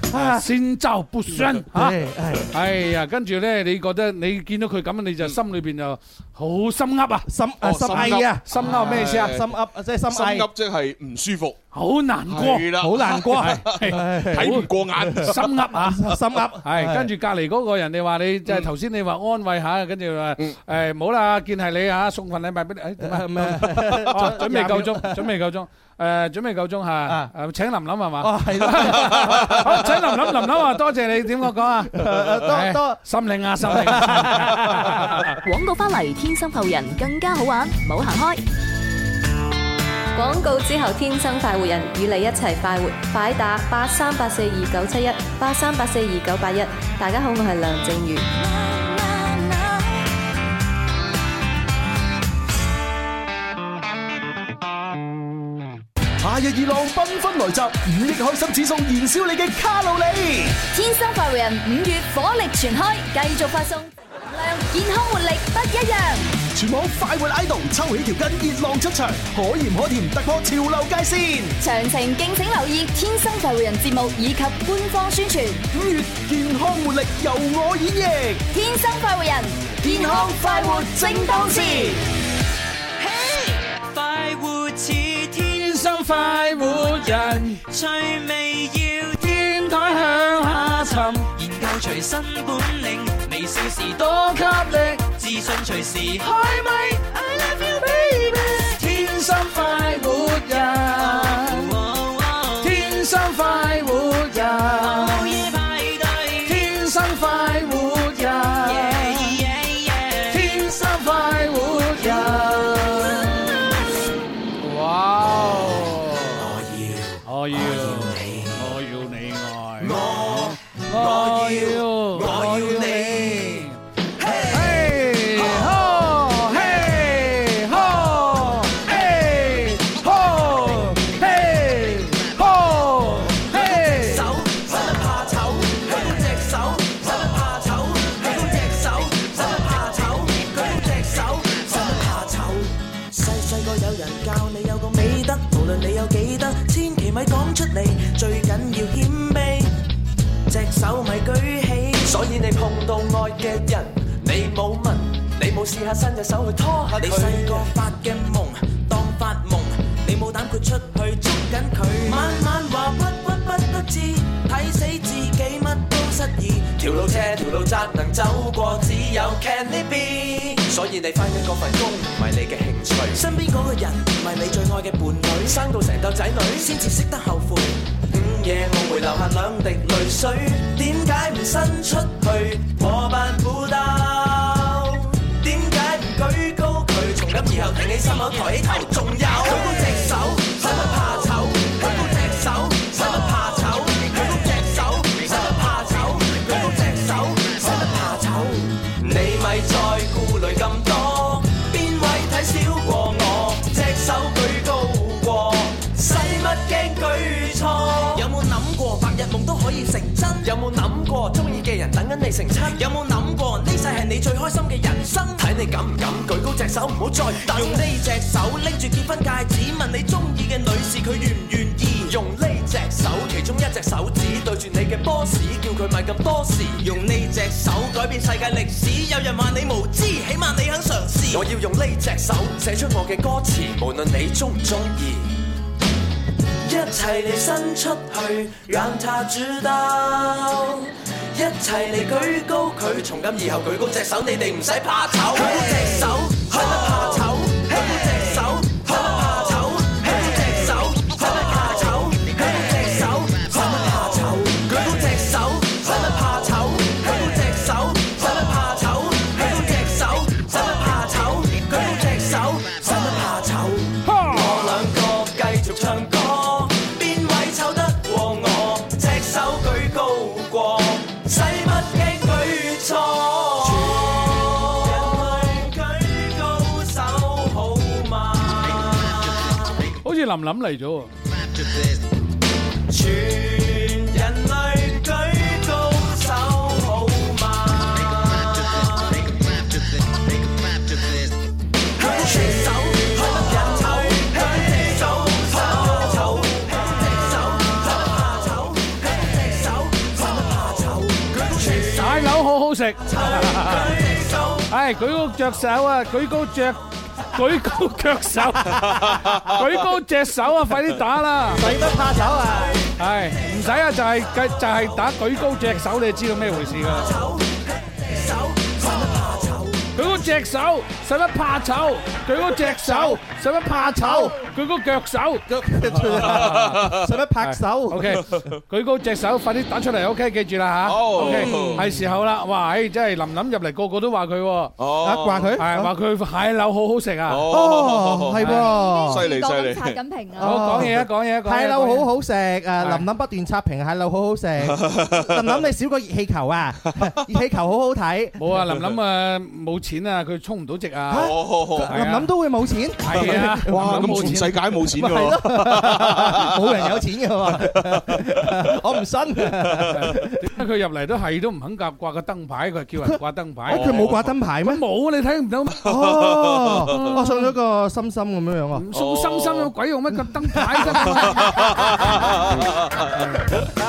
Speaker 4: 咁，先就不宣嚇。
Speaker 8: 係
Speaker 3: À.
Speaker 8: 係
Speaker 4: 哎呀，跟住咧，你覺得你見到佢咁，你就心裏邊就好心噏啊，
Speaker 8: 心啊心翳啊，
Speaker 4: 心噏咩意思啊？
Speaker 8: 心噏即係心
Speaker 7: 心
Speaker 8: 翳，
Speaker 7: 噏即係唔舒服，
Speaker 4: 好難過。
Speaker 7: 係啦，
Speaker 8: 好難過，
Speaker 7: 睇
Speaker 8: 係
Speaker 7: 唔過眼，
Speaker 4: 心噏啊！
Speaker 8: 心噏，
Speaker 4: 係，跟住隔離嗰個人，你話你即係頭先你話安慰下，跟住話誒冇啦，見係你啊，送份禮物俾你，誒點啊？
Speaker 8: 咁啊，
Speaker 4: 哦準備夠鐘，準備夠鐘，誒準備夠鐘嚇，
Speaker 8: 啊
Speaker 4: 誒請林林係嘛？
Speaker 8: 哦係啦，
Speaker 4: 好，請
Speaker 3: 林林林林啊，多謝你點我講啊？
Speaker 4: 呃多多
Speaker 3: 心靈啊，心 靈啊。
Speaker 2: 廣告翻嚟，天生後人更加好玩，唔好行開。廣告之後，天生快活人與你一齊快活，快打八三八四二九七一八三八四二九八一。大家好，我係梁靜茹。
Speaker 1: 夏日熱浪繽紛來襲，五億開心指數燃燒你嘅卡路里。
Speaker 2: 天生快活人五月火力全開，繼續發送量健康活力不一樣。
Speaker 1: 全網快活 idol 抽起條筋，熱浪出場，可鹽可甜，突破潮流界線。
Speaker 2: 詳情敬請留意《天生快活人》節目以及官方宣傳。
Speaker 1: 五月健康活力由我演
Speaker 2: 天生快活人，
Speaker 1: 繹，健康快活正當時。
Speaker 10: 快活似天，
Speaker 3: 天生快活人，
Speaker 10: 趣味要
Speaker 3: 天台向下沉，
Speaker 10: 研究隨身本領，微笑時
Speaker 3: 多給力，
Speaker 10: 自信隨時開。
Speaker 3: 開咪，I love you baby，天生快活人，天生快活人，天生快活人，天生快活人。哇哦！我要，我要，我要你愛我，我要，我要你。嘿吼，嘿吼，嘿吼，嘿吼，嘿。
Speaker 5: 細細個有人教你有個美德，無論你有幾得，千祈咪講出嚟，最緊要謙卑，隻手咪舉起。
Speaker 11: 所以你碰到愛嘅人，你冇問，你冇試下伸隻手去拖下
Speaker 5: 你
Speaker 11: 佢。
Speaker 5: 細個發嘅夢當發夢，你冇膽豁出去捉緊佢。晚晚話屈屈不得志，睇死自己乜都失意。
Speaker 11: 條路斜，條路窄，能走過只有 Can it be。所以你翻緊嗰份工唔係你嘅興趣，
Speaker 5: 身邊嗰個人唔係你最愛嘅伴侶，
Speaker 11: 生到成個仔女，
Speaker 5: 先至識得後悔。
Speaker 11: 午夜夢回流下兩滴淚水，點解唔伸出去我扮苦鬥？點解唔舉高佢？從今以後挺起心口，抬起頭，仲有舉高隻手，使乜怕醜？舉高隻手，使乜怕醜？舉高隻手，使乜怕醜？舉高隻手，使乜怕醜？你咪再顧慮咁多，邊位睇少過我？隻手舉高過，使乜驚舉錯？
Speaker 5: 有冇諗過白日夢都可以成真？
Speaker 11: 有冇諗過中意嘅人等緊你成親？
Speaker 5: 有冇諗過呢世係你最開心嘅人生？
Speaker 11: 睇你敢唔敢舉高隻手，唔好再等。
Speaker 5: 用呢隻手拎住結婚戒指，問你中意嘅女士佢願唔願意？
Speaker 11: 用呢隻手，其中一隻手指對住你嘅 boss，叫佢咪咁多事。
Speaker 5: 用呢隻手改變世界歷史，有人話你無知，起碼你肯嘗
Speaker 11: 我
Speaker 5: 試。
Speaker 11: 要用呢隻手寫出我嘅歌詞，無論你中唔中意。
Speaker 5: 一齊嚟伸出去，讓他主導。一齊嚟舉高佢，從今以後舉高隻手，你哋唔使怕醜。舉高隻手，使乜怕醜？舉高隻手，使乜怕醜？舉高隻手，使乜怕醜？舉高隻手，使乜怕醜？舉高隻手，使乜怕醜？舉高隻手，使乜怕醜？舉高隻手，使乜怕醜？舉高隻手，使乜怕醜？
Speaker 11: 我兩個繼續唱歌，邊位湊得過我？隻手舉高過，使乜驚舉錯？全人類舉高手好嗎？
Speaker 3: 好似林林嚟咗喎，
Speaker 11: 全人類舉高手好嗎？
Speaker 3: 奶柳好好食。係舉哎高隻手啊，舉高隻，舉高腳手， 舉高隻手啊，快啲打啦！
Speaker 4: 使乜怕醜啊？
Speaker 3: 係唔使
Speaker 4: à,
Speaker 3: 啊，就係計就係打舉高隻手，你就知道咩回事㗎啦。舉高隻
Speaker 4: 隻手，使乜怕醜？舉嗰隻手，使乜怕醜？舉嗰腳手，
Speaker 8: 使乜拍手
Speaker 4: ？OK，舉高隻手，快啲打出嚟。OK，記住啦嚇。
Speaker 7: 好
Speaker 4: OK，係時候啦。哇！唉，真係林林入嚟，個個都話佢喎。
Speaker 7: 哦
Speaker 8: 話佢
Speaker 4: 係話佢蟹柳好好食啊。
Speaker 7: 哦，
Speaker 8: 係喎。
Speaker 7: 犀利犀利，
Speaker 2: 刷緊屏
Speaker 8: Ờ,
Speaker 2: 啊！
Speaker 4: 好講嘢啊，講嘢啊，講嘢啊。
Speaker 8: 蟹柳
Speaker 4: 講嘢
Speaker 8: 好
Speaker 4: 啊
Speaker 8: 好食，誒林林不斷刷屏蟹柳好好食，林林你少個熱氣球啊，熱氣球好好睇，
Speaker 4: 冇啊， 林林啊冇錢啊，佢充唔到值啊。
Speaker 7: 哦，
Speaker 4: 係啊
Speaker 8: 林林都會冇錢，
Speaker 4: 係啊，
Speaker 8: 哇
Speaker 7: 咁全世界都冇錢
Speaker 8: 咪
Speaker 7: 㗎
Speaker 8: 係
Speaker 7: 喎，
Speaker 8: 咯，冇人有錢嘅 喎，我唔信，
Speaker 4: 點解佢入嚟都係都唔肯夾掛個燈牌，佢係叫人掛燈
Speaker 8: 哎
Speaker 4: 牌。
Speaker 8: 佢冇掛燈牌咩？
Speaker 4: 冇你睇唔到咩？
Speaker 8: 哦，我送咗個心心咁樣樣啊，
Speaker 4: 唔送心心 有鬼用乜咁燈牌啫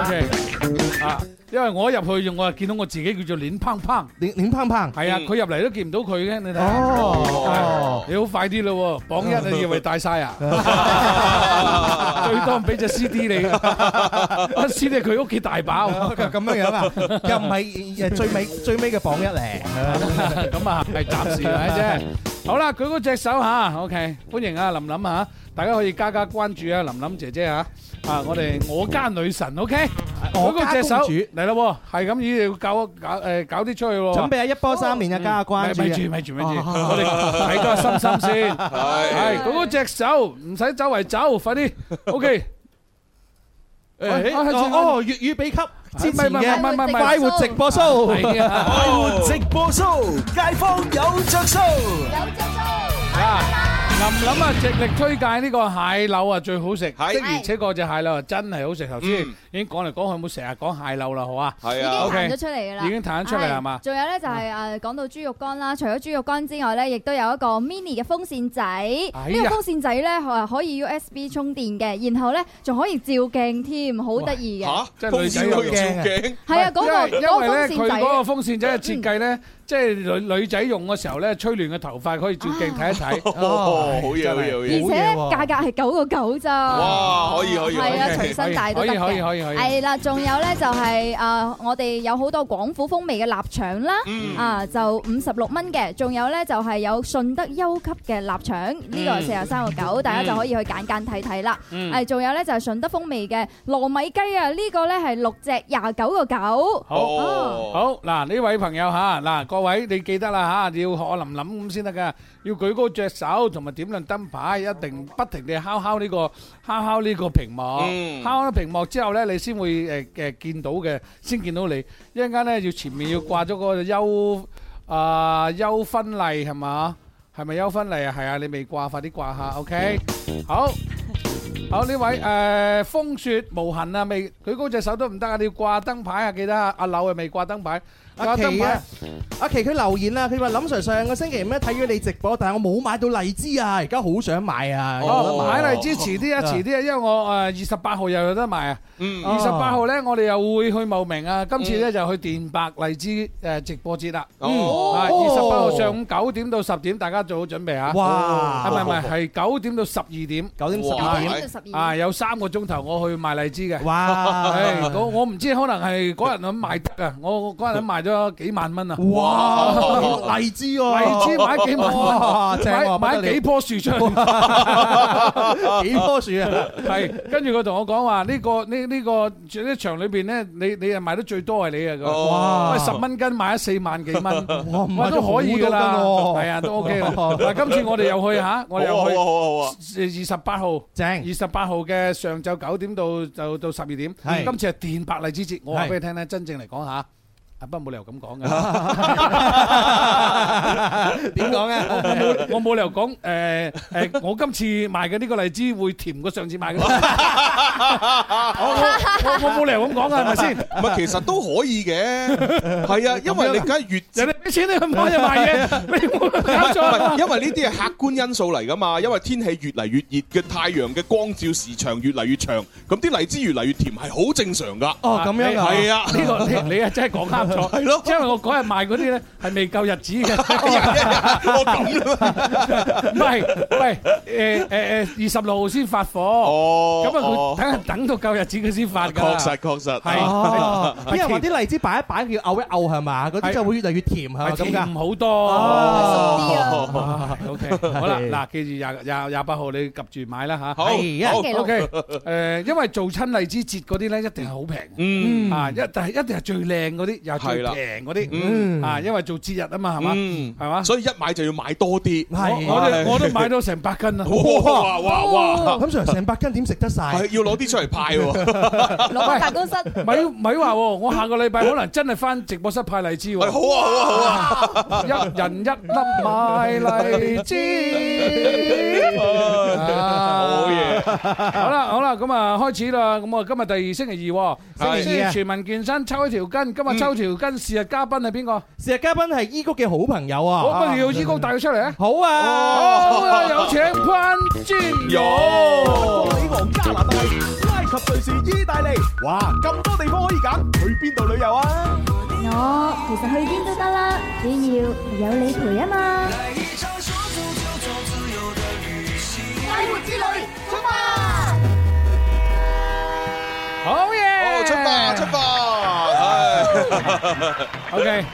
Speaker 4: ？OK 啊，因為我一入去我就見到我自己叫做臉砰砰，
Speaker 8: 臉臉砰砰，
Speaker 4: 係啊，佢入嚟都見唔到佢嘅，你睇下。
Speaker 8: 哦，
Speaker 4: 你好快啲咯喎，榜一啊，以為大晒啊？最多俾隻 CD 你，CD 佢屋企大把喎。
Speaker 8: 咁樣樣啊，又唔係誒最尾最尾嘅榜一嚟，
Speaker 4: 咁啊，係暫時嚟 啫。好啦，舉嗰隻手嚇，OK，歡迎啊林林嚇，大家可以加加關注啊林林姐姐嚇，啊我哋我家女神，OK，
Speaker 8: 我
Speaker 4: 舉嗰
Speaker 8: 家
Speaker 4: 隻手
Speaker 8: 公主
Speaker 4: 嚟啦喎，係咁依要搞搞誒搞啲出去喎。
Speaker 8: 準備啊一波三連啊加下關注
Speaker 4: 咪咪
Speaker 8: 啊
Speaker 4: 住。咪住咪住，我哋睇多心 心先，係嗰嗰隻手唔使周圍走，快啲，OK。誒
Speaker 8: 哦，粵語秘笈之前
Speaker 4: 唔係唔係唔係唔
Speaker 8: 嘅
Speaker 4: 係
Speaker 8: 快活直播 show，
Speaker 4: 係啊，
Speaker 1: 快活直播 show，街坊有着數。
Speaker 2: 有隻都
Speaker 4: 啊林林啊，極力推介呢個蟹柳啊，最好食。的
Speaker 7: 係
Speaker 4: 而且確隻蟹柳啊，真係好食。頭先
Speaker 7: 嗯
Speaker 4: 已經講嚟講去，冇成日講蟹柳啦，好啊。
Speaker 7: 係
Speaker 2: 已經
Speaker 7: 啊。
Speaker 2: 彈咗出嚟㗎啦，
Speaker 4: 已經彈咗出嚟係嘛啊
Speaker 2: 仲有咧就係誒講到豬肉乾啦，除咗豬肉乾之外咧，亦都有一個 mini 嘅風扇仔。
Speaker 4: 哎
Speaker 2: 呢
Speaker 4: 呀
Speaker 2: 個風扇仔咧可可以 USB 充電嘅，然後咧仲可以照鏡添，好得意嘅。
Speaker 7: 吓，
Speaker 4: 即係女仔
Speaker 7: 風扇
Speaker 4: 有
Speaker 7: 可以照
Speaker 8: 鏡啊
Speaker 7: 鏡，
Speaker 2: 係啊，嗰個
Speaker 4: 因為
Speaker 2: 嗰個
Speaker 4: 因為
Speaker 2: 風
Speaker 4: 咧，
Speaker 2: 扇
Speaker 4: 佢
Speaker 2: 仔
Speaker 4: 嗰
Speaker 2: 呢。
Speaker 4: 個風扇仔嘅設計咧，即係女女仔用嘅時候咧，吹亂個頭髮可以照鏡睇一睇。
Speaker 7: 哦，好嘢好嘢好
Speaker 2: 而
Speaker 7: 嘢，
Speaker 2: 且價格係九個九咋。
Speaker 7: 哇，可以可以，可以
Speaker 2: 係啊，
Speaker 4: OK，
Speaker 2: 隨身帶都得
Speaker 4: 可以可
Speaker 2: 嘅。
Speaker 4: 以可以可以可以。
Speaker 2: 係啦，仲有咧就係誒，我哋有好多廣府風味嘅臘腸啦，啊就五十六蚊嘅，仲有咧就係有順德優級嘅臘腸，呢個四十三個九，大家就可以去揀揀睇睇啦。誒，仲有咧就係順德風味嘅糯米雞啊，呢個咧係六隻廿九個九。
Speaker 4: 好。
Speaker 7: 哦，
Speaker 4: 好嗱，呢位朋友吓，嗱各位你記得啦吓，要學我林林咁先得噶，要舉高隻手同埋點亮燈牌，一定不停地敲敲呢個敲敲呢個屏幕，
Speaker 7: 嗯
Speaker 4: 敲咗屏幕之後咧，你先會誒誒見到嘅，先見到你。一陣間咧要前面要掛咗個優啊優婚禮係嘛？係咪優婚禮啊？係啊，你未掛，快啲掛下，OK？好。好呢位誒風雪無痕啊，未舉高隻手都唔得啊，你要掛燈牌啊，記得啊，阿柳啊未掛燈牌，
Speaker 8: 阿
Speaker 4: 掛燈
Speaker 8: 琪
Speaker 4: 牌
Speaker 8: 啊，阿琪佢留言啊，佢話林 Sir 上個星期五咧睇咗你直播，但係我冇買到荔枝啊，而家好想買啊，有
Speaker 4: 哦，
Speaker 8: 冇得買
Speaker 4: 買
Speaker 8: 啊
Speaker 4: 嚟支持啲啊，遲啲啊，因為我誒二十八號又有得賣啊，
Speaker 7: 嗯
Speaker 4: 二十八號咧我哋又會去茂名啊，今次咧就去電白荔枝誒直播節啦，
Speaker 7: 哦
Speaker 4: 啊二十八號上午九點到十點，大家做好準備啊，啊
Speaker 8: 哇
Speaker 4: 唔係唔係係九點到十二點
Speaker 8: 九點十
Speaker 7: 哇
Speaker 8: 二點，
Speaker 2: 九點到十二
Speaker 4: 啊，有三個鐘頭我去賣荔枝嘅。唉，
Speaker 8: 哇
Speaker 4: 我我唔知，可能係嗰日咁賣得啊！我我嗰日咁賣咗幾萬蚊啊！
Speaker 8: 哇 荔枝喎，
Speaker 4: 荔枝買幾萬
Speaker 8: 哇
Speaker 4: 蚊，
Speaker 8: 正
Speaker 4: 買
Speaker 8: 喎，
Speaker 4: 買幾棵樹出嚟，
Speaker 8: 幾棵樹啊，
Speaker 4: 係跟住佢同我講話呢個呢呢個呢場裏邊咧，你你係賣得最多係你啊！佢
Speaker 7: 哇
Speaker 4: 話喂十蚊斤賣咗四萬 幾蚊，
Speaker 8: 哇唔
Speaker 4: 我
Speaker 8: 係
Speaker 4: 都可以㗎啦，係
Speaker 8: 係
Speaker 4: 啊都 OK 啦。嗱今次我哋又去嚇，我哋
Speaker 7: 好啊好啊
Speaker 4: 又
Speaker 7: 好啊好啊，
Speaker 4: 去二十八號。
Speaker 8: 正
Speaker 4: 二十八號嘅上晝九點到就到十二點，
Speaker 8: 係
Speaker 4: 今次係電白荔枝節，我話
Speaker 8: 係
Speaker 4: 俾你聽咧，真正嚟講嚇，啊不過冇理由咁講 㗎，
Speaker 8: 點講
Speaker 4: 我
Speaker 8: 咧？
Speaker 4: 冇我冇理由講誒誒，我今次賣嘅呢個荔枝會甜過上次 賣嘅，我我我冇理由咁講㗎，係咪先？
Speaker 7: 唔係其實都可 以嘅，係啊，因為你梗係越
Speaker 4: 人哋俾錢你去幫人 賣嘢，你冇搞錯
Speaker 7: 唔係
Speaker 4: 啊！
Speaker 7: 因為呢啲係客觀因素嚟噶嘛，因為天氣越嚟越熱，嘅太陽嘅光照時長越嚟越長，咁啲荔枝越嚟越甜係好正常噶。
Speaker 8: 哦咁樣㗎，
Speaker 7: 係啊，
Speaker 4: 呢個你你啊真係講啱
Speaker 7: 錯 係咯，
Speaker 4: 因為我嗰日賣嗰啲咧係未夠日子 嘅。
Speaker 7: 我咁啦。
Speaker 4: 唔係，喂，誒誒誒，二十六號先發貨。
Speaker 7: 哦
Speaker 4: 咁啊，
Speaker 7: 哦
Speaker 4: 佢等係等到夠日子佢先發㗎。
Speaker 7: 確實確實
Speaker 4: 係
Speaker 8: 哦，
Speaker 4: 係
Speaker 8: 啲人話啲荔枝擺一擺要漚一漚係嘛，嗰啲就會越嚟越甜係嘛
Speaker 4: 係
Speaker 8: 咁
Speaker 4: 甜
Speaker 8: 㗎。
Speaker 4: 好多。
Speaker 7: 啊哦
Speaker 4: 啊 OK，好啦，嗱，記住廿廿廿八號你及住買啦嚇。
Speaker 7: 好，
Speaker 8: 係啊
Speaker 7: 好
Speaker 4: OK，誒，因為做親荔枝節嗰啲咧，一定係好平。
Speaker 7: 嗯，
Speaker 4: 啊，一但係一定係最靚嗰啲，又係
Speaker 7: 係啦
Speaker 4: 最平嗰啲。
Speaker 8: 嗯
Speaker 4: 啊，因為做節日啊嘛，係嘛，
Speaker 7: 嗯
Speaker 4: 係嘛。
Speaker 7: 所以一買就要買多啲。
Speaker 4: 我
Speaker 8: 係
Speaker 4: 我
Speaker 8: 啊
Speaker 4: 都我都買到成百斤啊！哦
Speaker 7: 哇哇哇！
Speaker 8: 咁 Sir 成百斤點食得晒？
Speaker 7: 係要攞啲出嚟 派喎，
Speaker 2: 攞去辦公室。
Speaker 4: 咪咪話喎，我下個禮拜可能真係翻直播室派荔枝
Speaker 7: 係
Speaker 4: 喎，
Speaker 7: 好啊好啊好 啊！
Speaker 4: 一人一粒買荔枝。
Speaker 7: 好嘢，
Speaker 4: 好啦好啦，咁啊開始啦，咁我今日第二星期二喎，
Speaker 7: 係
Speaker 4: 星期二全民健身抽一條筋，今日抽條筋，是日嘉賓係邊個？
Speaker 8: 事實嘉賓係醫谷嘅好朋友啊！
Speaker 4: 好，不如要醫高帶佢出嚟啊！
Speaker 8: 好啊！
Speaker 4: 好啊，有請潘尊勇。
Speaker 7: 有
Speaker 11: 比
Speaker 3: 哦
Speaker 11: 昂加拿大、埃及、瑞士、意大利，哇！咁多地方可以揀，去邊度旅遊啊？
Speaker 12: 我其實去邊都得啦，只要有你陪啊嘛。快活之旅，出發！
Speaker 4: 好
Speaker 7: 哦
Speaker 4: 嘢！
Speaker 7: 出發出哦發，
Speaker 4: OK，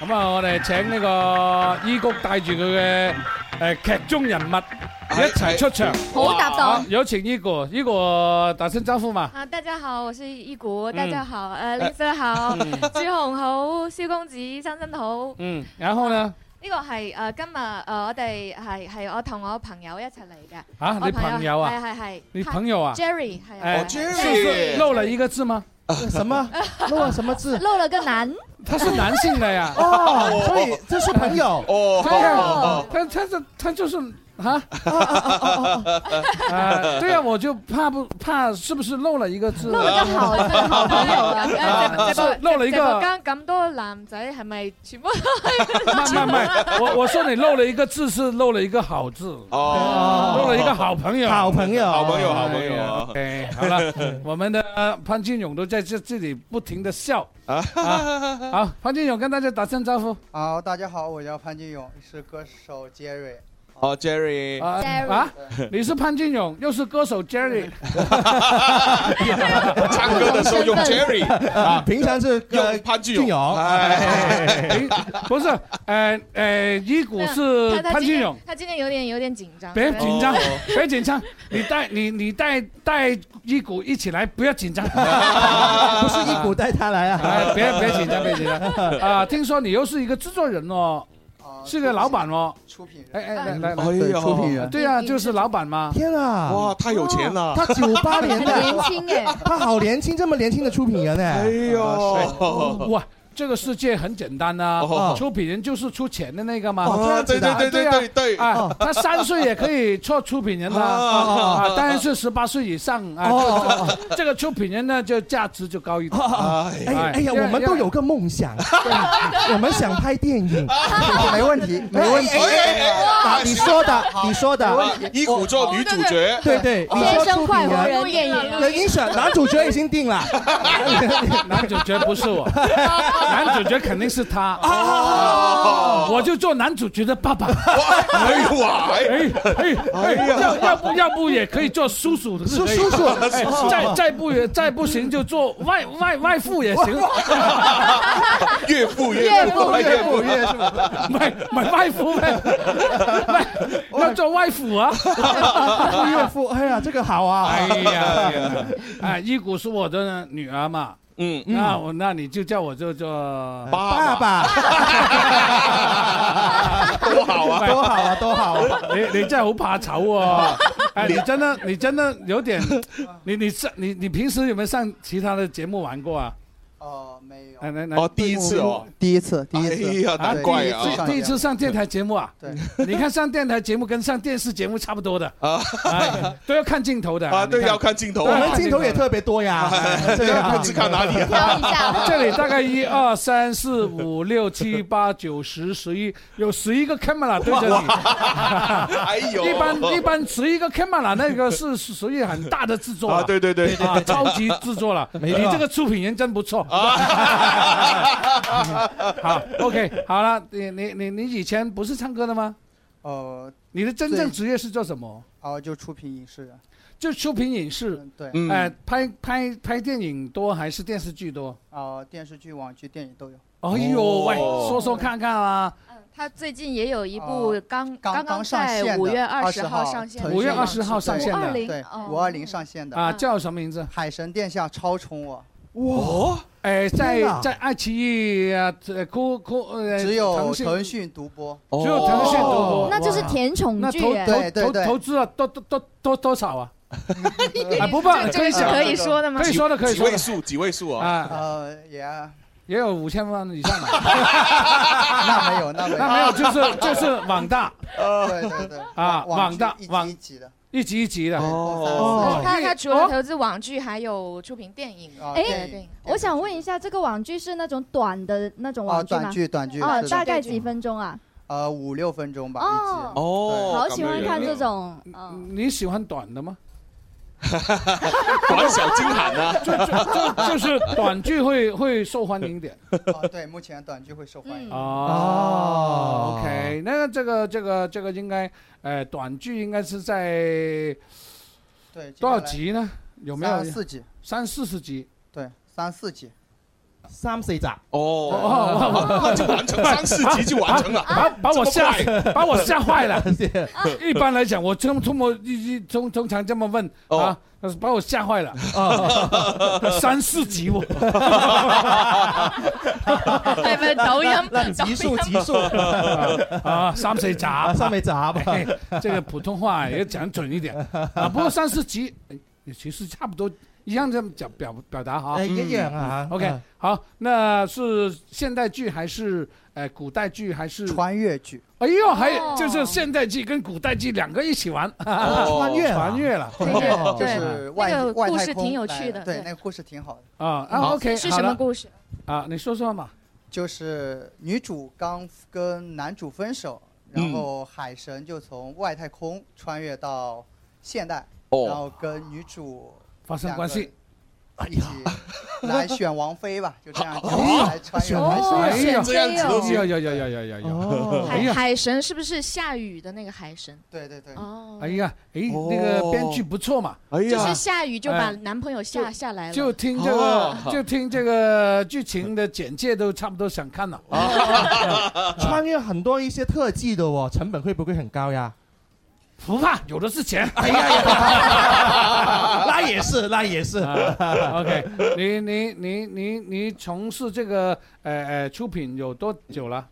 Speaker 4: 咁啊，我哋請呢個醫谷帶住佢嘅誒劇中人物一齊出場。
Speaker 2: 好搭檔。
Speaker 4: 好，有請一果，一果打聲招呼 嘛。
Speaker 12: 啊，大家好，我是一谷，
Speaker 4: 嗯
Speaker 12: 大家好，誒，
Speaker 4: 呃
Speaker 12: 李生好，朱紅好，蕭公子生生好。
Speaker 4: 嗯，然後呢？
Speaker 12: 呢個係誒今日誒我哋係係我同我朋友一齊嚟嘅。
Speaker 4: 啊，
Speaker 12: 我
Speaker 4: 你朋友啊，
Speaker 12: 係係係。
Speaker 4: 你朋友啊，
Speaker 12: Jerry
Speaker 7: 哦
Speaker 12: 係啊係
Speaker 4: 哎
Speaker 12: 啊。
Speaker 4: 是漏了一個字 嗎？
Speaker 8: 什麼？漏了什麼字？
Speaker 2: 漏了個男。
Speaker 4: 他是男性的 呀。
Speaker 8: 哦，所以這是朋友。
Speaker 7: 哦，
Speaker 4: 他他他他就是啊 啊！对呀，我就怕不怕是不是漏了一個字？
Speaker 2: 漏了個好， 真係好朋友啊。
Speaker 12: 誒直
Speaker 4: 啊
Speaker 12: 直
Speaker 4: 漏
Speaker 12: 播
Speaker 4: 了一
Speaker 12: 直
Speaker 4: 個
Speaker 12: 播間咁多男仔係咪全部？
Speaker 4: 唔係唔係，我我說你漏了一個字是漏了一個好字。
Speaker 7: 哦，
Speaker 4: 做了一个好朋友，
Speaker 8: 好朋友，
Speaker 7: 好朋友，好朋友啊！
Speaker 4: 哎，好了，我们的潘金勇都在这这里不停的笑啊。好，潘金勇跟大家打声招呼
Speaker 11: 好，大家好，我叫潘金勇，是歌手 Jerry。
Speaker 7: 哦，Jerry，
Speaker 4: 啊
Speaker 2: Jerry
Speaker 4: 啊！你是潘金勇，又是歌手 Jerry，
Speaker 7: 唱歌的時候用 Jerry，
Speaker 8: 啊，平常是
Speaker 7: 用潘俊
Speaker 8: 俊
Speaker 7: 勇，
Speaker 8: 勇
Speaker 7: 哎
Speaker 4: 哎不是，呃呃，一股是
Speaker 12: 他他
Speaker 4: 潘
Speaker 12: 今
Speaker 4: 金
Speaker 12: 天
Speaker 4: 勇，
Speaker 12: 他今天有点有点紧张。
Speaker 4: 别
Speaker 12: 对
Speaker 4: 紧张
Speaker 7: 哦，
Speaker 4: 别紧张，你带你你带带一股一起来，不要紧张，
Speaker 8: 不是一股带他来啊。
Speaker 4: 哎，别别紧张，别紧张啊！听说你又是一个制作人哦，
Speaker 11: 啊
Speaker 4: 是个老板哦，
Speaker 11: 出品人，
Speaker 4: 哎哎，来来来。
Speaker 7: 哎
Speaker 11: 对
Speaker 7: 呀，
Speaker 11: 出品人，
Speaker 4: 对呀、就是老板嘛。
Speaker 8: 天啊！
Speaker 7: 哇，太有錢
Speaker 8: 哦
Speaker 7: 啦！
Speaker 8: 他九八 年 的，
Speaker 2: 很年輕耶。
Speaker 8: 他好年輕，這麼年輕的出品人
Speaker 7: 哎
Speaker 8: 呢。
Speaker 7: 呦，
Speaker 4: 哇，这个世界很简单呐、
Speaker 7: 哦
Speaker 4: 出品人就是出钱的那个嘛。
Speaker 8: 哦
Speaker 7: 啊，
Speaker 8: 这
Speaker 7: 对
Speaker 8: 樣子
Speaker 7: 對
Speaker 8: 的啊
Speaker 7: 對對對對，
Speaker 4: 啊，他三岁也可以做出品人啦，
Speaker 7: 啊
Speaker 4: 啊，当然是十八岁以上啊。这这个出品人呢，就价值就高一点。
Speaker 7: 哦哎
Speaker 8: 哎哎呀，我們都有個夢 想，我們想拍電影。
Speaker 11: 没问题，没问
Speaker 4: 哎
Speaker 11: 题。
Speaker 8: 啊，你說的，你說的，
Speaker 7: 伊古做女主角，
Speaker 8: 對對，你說出品
Speaker 2: 天生快
Speaker 8: 人。
Speaker 2: 活人電影。
Speaker 8: 人影選男主角已經 定了，
Speaker 4: 男主角不是我，男主角肯定是他，哦我就做男主角的爸爸。
Speaker 7: 哇，哎呦哇，
Speaker 4: 哎哎哎，要要不要不也可以做叔叔的，叔叔叔，再再不也再不行就做外外外父也 行，
Speaker 7: 岳父
Speaker 2: 岳父
Speaker 7: 哎岳父岳
Speaker 4: 买买 外父呗，外要做外父啊！
Speaker 8: 岳父， 哎呀，這個好啊，
Speaker 4: 哎呀，哎，一谷是我的女儿嘛，
Speaker 7: 嗯，
Speaker 4: 那我那你就叫我就做
Speaker 7: 爸
Speaker 8: 爸
Speaker 7: 爸，
Speaker 8: 爸，
Speaker 7: 多好 啊！
Speaker 8: 多好啊，多好啊。
Speaker 4: 你你真係好怕醜喎、 哎，你真的你真的有點，你你上你你平時有沒有上其他的節目玩過啊？
Speaker 11: 哦，没有
Speaker 4: 哎，来来
Speaker 7: 哦，第一次哦，
Speaker 11: 第一次，第
Speaker 7: 哎呀，難怪啊！
Speaker 4: 第一次上电台节目啊？
Speaker 11: 对，
Speaker 4: 你看上电台节目跟上电视节目差不多的
Speaker 7: 啊
Speaker 4: 啊，哎都要看镜头的
Speaker 7: 啊，
Speaker 4: 你
Speaker 7: 對，
Speaker 4: 看
Speaker 7: 要看鏡頭
Speaker 8: 我
Speaker 7: 啊，
Speaker 8: 們鏡頭也特別多 呀，對
Speaker 7: 要
Speaker 8: 啊
Speaker 7: 看是看哪裡啊？
Speaker 2: 挑一下。
Speaker 4: 这里大概一二三四五六七八九十十一，有十一个 camera 对着你。
Speaker 7: 哎呦，
Speaker 4: 一般一般十一个 camera 那个是是属于很大的制作
Speaker 7: 啊，
Speaker 4: 了
Speaker 7: 對對對，
Speaker 4: 啊，超级制作了。你这个出品人真不错 好，OK，好了，你你你你以前不是唱歌的吗？
Speaker 13: 哦，
Speaker 4: 你的真正职业是做什么？
Speaker 13: 哦，就出品影视的，
Speaker 4: 就出品影视。
Speaker 13: 嗯对
Speaker 7: 嗯
Speaker 4: 哎、拍拍拍电影多还是电视剧多？
Speaker 13: 哦，电视剧、网剧、电影都有。
Speaker 4: 哎呦
Speaker 13: 哦
Speaker 4: 喂，说说看看啊！
Speaker 12: 他最近也有一部
Speaker 13: 哦
Speaker 12: 刚
Speaker 13: 刚
Speaker 12: 刚
Speaker 13: 上线
Speaker 12: 在
Speaker 13: 的，
Speaker 12: 五月二十
Speaker 13: 20
Speaker 12: 号上线的，
Speaker 4: 5月20号上线的
Speaker 13: 对
Speaker 12: 哦，
Speaker 13: 五二零上线的
Speaker 4: 啊，叫什么名字？
Speaker 13: 海神殿下超宠我，哦
Speaker 4: 哇！哎，在
Speaker 13: 天哪
Speaker 4: 在爱奇艺啊，呃，酷酷呃，
Speaker 13: 啊只有
Speaker 4: 腾哦
Speaker 13: 腾讯独播，
Speaker 4: 只有腾讯独播，
Speaker 2: 哦那就是
Speaker 4: 哇
Speaker 2: 甜宠
Speaker 4: 那
Speaker 2: 剧
Speaker 4: 投
Speaker 2: 耶
Speaker 4: 投
Speaker 13: 对对
Speaker 4: 投
Speaker 13: 对
Speaker 4: 投资了啊多多多多多少啊？ 啊，不报
Speaker 13: 这这
Speaker 4: 可以
Speaker 13: 是
Speaker 4: 讲
Speaker 13: 可以说的吗
Speaker 4: 可以说的，可以
Speaker 7: 几
Speaker 4: 说
Speaker 7: 位
Speaker 4: 的
Speaker 7: 数，几位数啊？
Speaker 4: 啊，
Speaker 13: 呃，也
Speaker 4: 也有五千万以上 吧？
Speaker 13: 那没有，那没有，
Speaker 4: 那没有，就是就是网大
Speaker 13: 对对对，
Speaker 4: 啊，
Speaker 13: 网
Speaker 4: 网大
Speaker 13: 剧
Speaker 4: 网
Speaker 13: 一集的，
Speaker 4: 一级一级的
Speaker 12: 他他他除了
Speaker 4: 哦
Speaker 12: 投资网剧，还有出品电影。
Speaker 13: 哦
Speaker 2: 哎
Speaker 12: 对对，
Speaker 2: 我想问一下，这个网剧是那种短的那种网剧吗？
Speaker 13: 哦短剧短剧
Speaker 2: 哦
Speaker 13: 是，的
Speaker 2: 大概几分钟啊？
Speaker 13: 呃，五六分钟吧，一集
Speaker 2: 哦。
Speaker 7: 哦
Speaker 2: 好喜欢看这种，嗯
Speaker 4: 你喜欢短的吗？
Speaker 7: 短小精悍啊！
Speaker 4: 就就就是短剧会会受欢迎一点。
Speaker 13: 哦，对，目前短剧会受
Speaker 4: 嗯
Speaker 13: 欢迎。嗯
Speaker 4: 啊哦，OK，那这个这个这个应该，呃，短剧应该是在
Speaker 13: 对，
Speaker 4: 多少集呢？有没有
Speaker 13: 三四集？
Speaker 4: 三四十集。
Speaker 13: 对，三四集。
Speaker 8: 三四集。
Speaker 7: 哦，就完成三四集就完成了，
Speaker 4: 把把我吓
Speaker 7: 这么快，
Speaker 4: 把我吓坏了。一般来讲，我通通过一一通通常这么问啊，把我吓坏了。三四集我，
Speaker 12: 对对，抖音
Speaker 8: 那那
Speaker 12: 抖音
Speaker 8: 集数集数
Speaker 4: 啊，三四集，
Speaker 8: 三四集吧
Speaker 4: 哎这个普通话也讲准一点啊。不过三四集，哎其实差不多一样这么讲表表达哈。
Speaker 8: 哎一样啊
Speaker 4: 嗯 OK，
Speaker 8: 嗯
Speaker 4: 好，那是现代剧还是呃古代剧还是？
Speaker 13: 穿越剧，
Speaker 4: 哎呦，还
Speaker 12: 哦
Speaker 4: 就是现代剧跟古代剧两个一起玩，
Speaker 7: 哦
Speaker 8: 穿越了
Speaker 4: 穿越了
Speaker 12: 对对对
Speaker 13: 就是外
Speaker 12: 那个
Speaker 13: 外
Speaker 12: 故
Speaker 13: 太
Speaker 12: 事
Speaker 13: 空
Speaker 12: 挺有
Speaker 13: 来
Speaker 12: 趣的
Speaker 13: 对
Speaker 12: 对，
Speaker 13: 那个故事挺好的。
Speaker 4: 啊
Speaker 7: 嗯
Speaker 4: 啊，OK，
Speaker 12: 是
Speaker 4: 好
Speaker 12: 什么
Speaker 4: 了
Speaker 12: 故事？
Speaker 4: 啊？你说说嘛。
Speaker 13: 就是女主刚跟男主分手，
Speaker 4: 嗯
Speaker 13: 然后海神就从外太空穿越到现代，
Speaker 7: 哦
Speaker 13: 然后跟女主
Speaker 4: 发生关系
Speaker 13: 两个人一起来选王妃吧，就 这样就
Speaker 7: 哦
Speaker 13: 来穿越
Speaker 4: 哎
Speaker 13: 来
Speaker 4: 呀
Speaker 13: 选。
Speaker 4: 哎呀
Speaker 7: 这样子都
Speaker 4: 呀
Speaker 7: 行。
Speaker 4: 呀呀呀呀呀呀！
Speaker 8: 哦
Speaker 4: 哎
Speaker 12: 海
Speaker 4: 呀，
Speaker 12: 海神是不是下雨的那个海神？
Speaker 13: 对对对，
Speaker 12: 哦
Speaker 4: 哎，呀，哎，
Speaker 7: 哦
Speaker 4: 那个编剧不错嘛，
Speaker 7: 哎
Speaker 12: 就是
Speaker 7: 呀，
Speaker 12: 下雨就把
Speaker 4: 哎
Speaker 12: 男朋友吓下来了。
Speaker 4: 就听这个
Speaker 7: 哦
Speaker 4: 就听这个剧情的简介都差不多想看了。
Speaker 8: 穿越很多一些特技的哦，成本会不会很高呀？
Speaker 4: 不怕，有的是钱。
Speaker 8: 哎呀 呀，那也是，那也是。
Speaker 4: 啊 OK，你你你你你从事这个呃呃出品有多久了？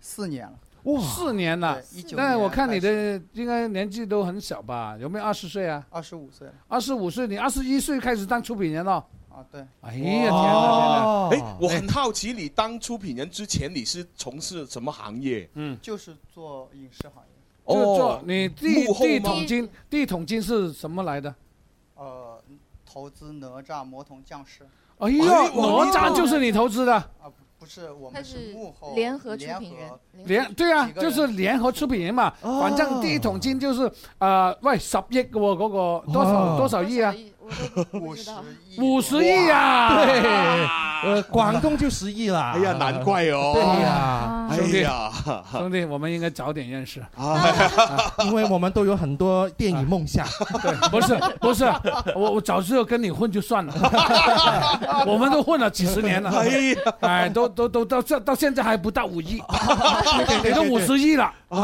Speaker 13: 四年了，
Speaker 8: 哇，
Speaker 4: 四年了。
Speaker 13: 对，一九
Speaker 4: 那
Speaker 13: 年。
Speaker 4: 我看你的应该年纪都很小吧？有没有二十岁啊？
Speaker 13: 二十五岁了
Speaker 4: 二十五岁，你二十一岁开始当出品人了。
Speaker 13: 啊，对，
Speaker 4: 哎呀，天哪，
Speaker 13: 哦
Speaker 7: 哎，我很好奇，你当出品人之前你是从事什么行业？
Speaker 13: 就是做影视行业，
Speaker 4: 天哪！就
Speaker 13: 哦
Speaker 4: 做你第
Speaker 7: 幕后吗
Speaker 4: 第一桶金，第一桶金是什么来的？
Speaker 13: 呃，投资哪吒魔童降世
Speaker 4: 哎呦，
Speaker 7: 哎我
Speaker 4: 哪吒就是你投资的，
Speaker 13: 啊，不不是我
Speaker 12: 他
Speaker 13: 们
Speaker 12: 是
Speaker 13: 幕后
Speaker 12: 联合出
Speaker 13: 哦联
Speaker 12: 品人
Speaker 13: 合，
Speaker 12: 联合
Speaker 4: 联对啊，
Speaker 13: 几个
Speaker 4: 就
Speaker 13: 人
Speaker 4: 是联合出品人嘛。
Speaker 8: 哦
Speaker 4: 反正第一桶金就是啊，喂十亿嘅喎，嗰個多少
Speaker 8: 哦
Speaker 4: 多少億啊？？
Speaker 12: 我都不
Speaker 13: 五
Speaker 12: 知
Speaker 13: 十
Speaker 12: 道。
Speaker 13: 亿
Speaker 4: 五十亿啊！
Speaker 8: 对，呃，广东就十亿啦。
Speaker 7: 哎呀，难。怪哦。
Speaker 8: 对呀，
Speaker 7: 哎
Speaker 4: 兄弟
Speaker 7: 呀，
Speaker 4: 兄弟，我们应该早点认识。
Speaker 8: 因为我们都有很多电影梦想。
Speaker 4: 对，不是不是，我我早知道跟你混就算了，我们都混了几十年了，
Speaker 7: 哎呀，
Speaker 4: 哎，都都都到这到现在还不到五亿，给都五十亿了，哎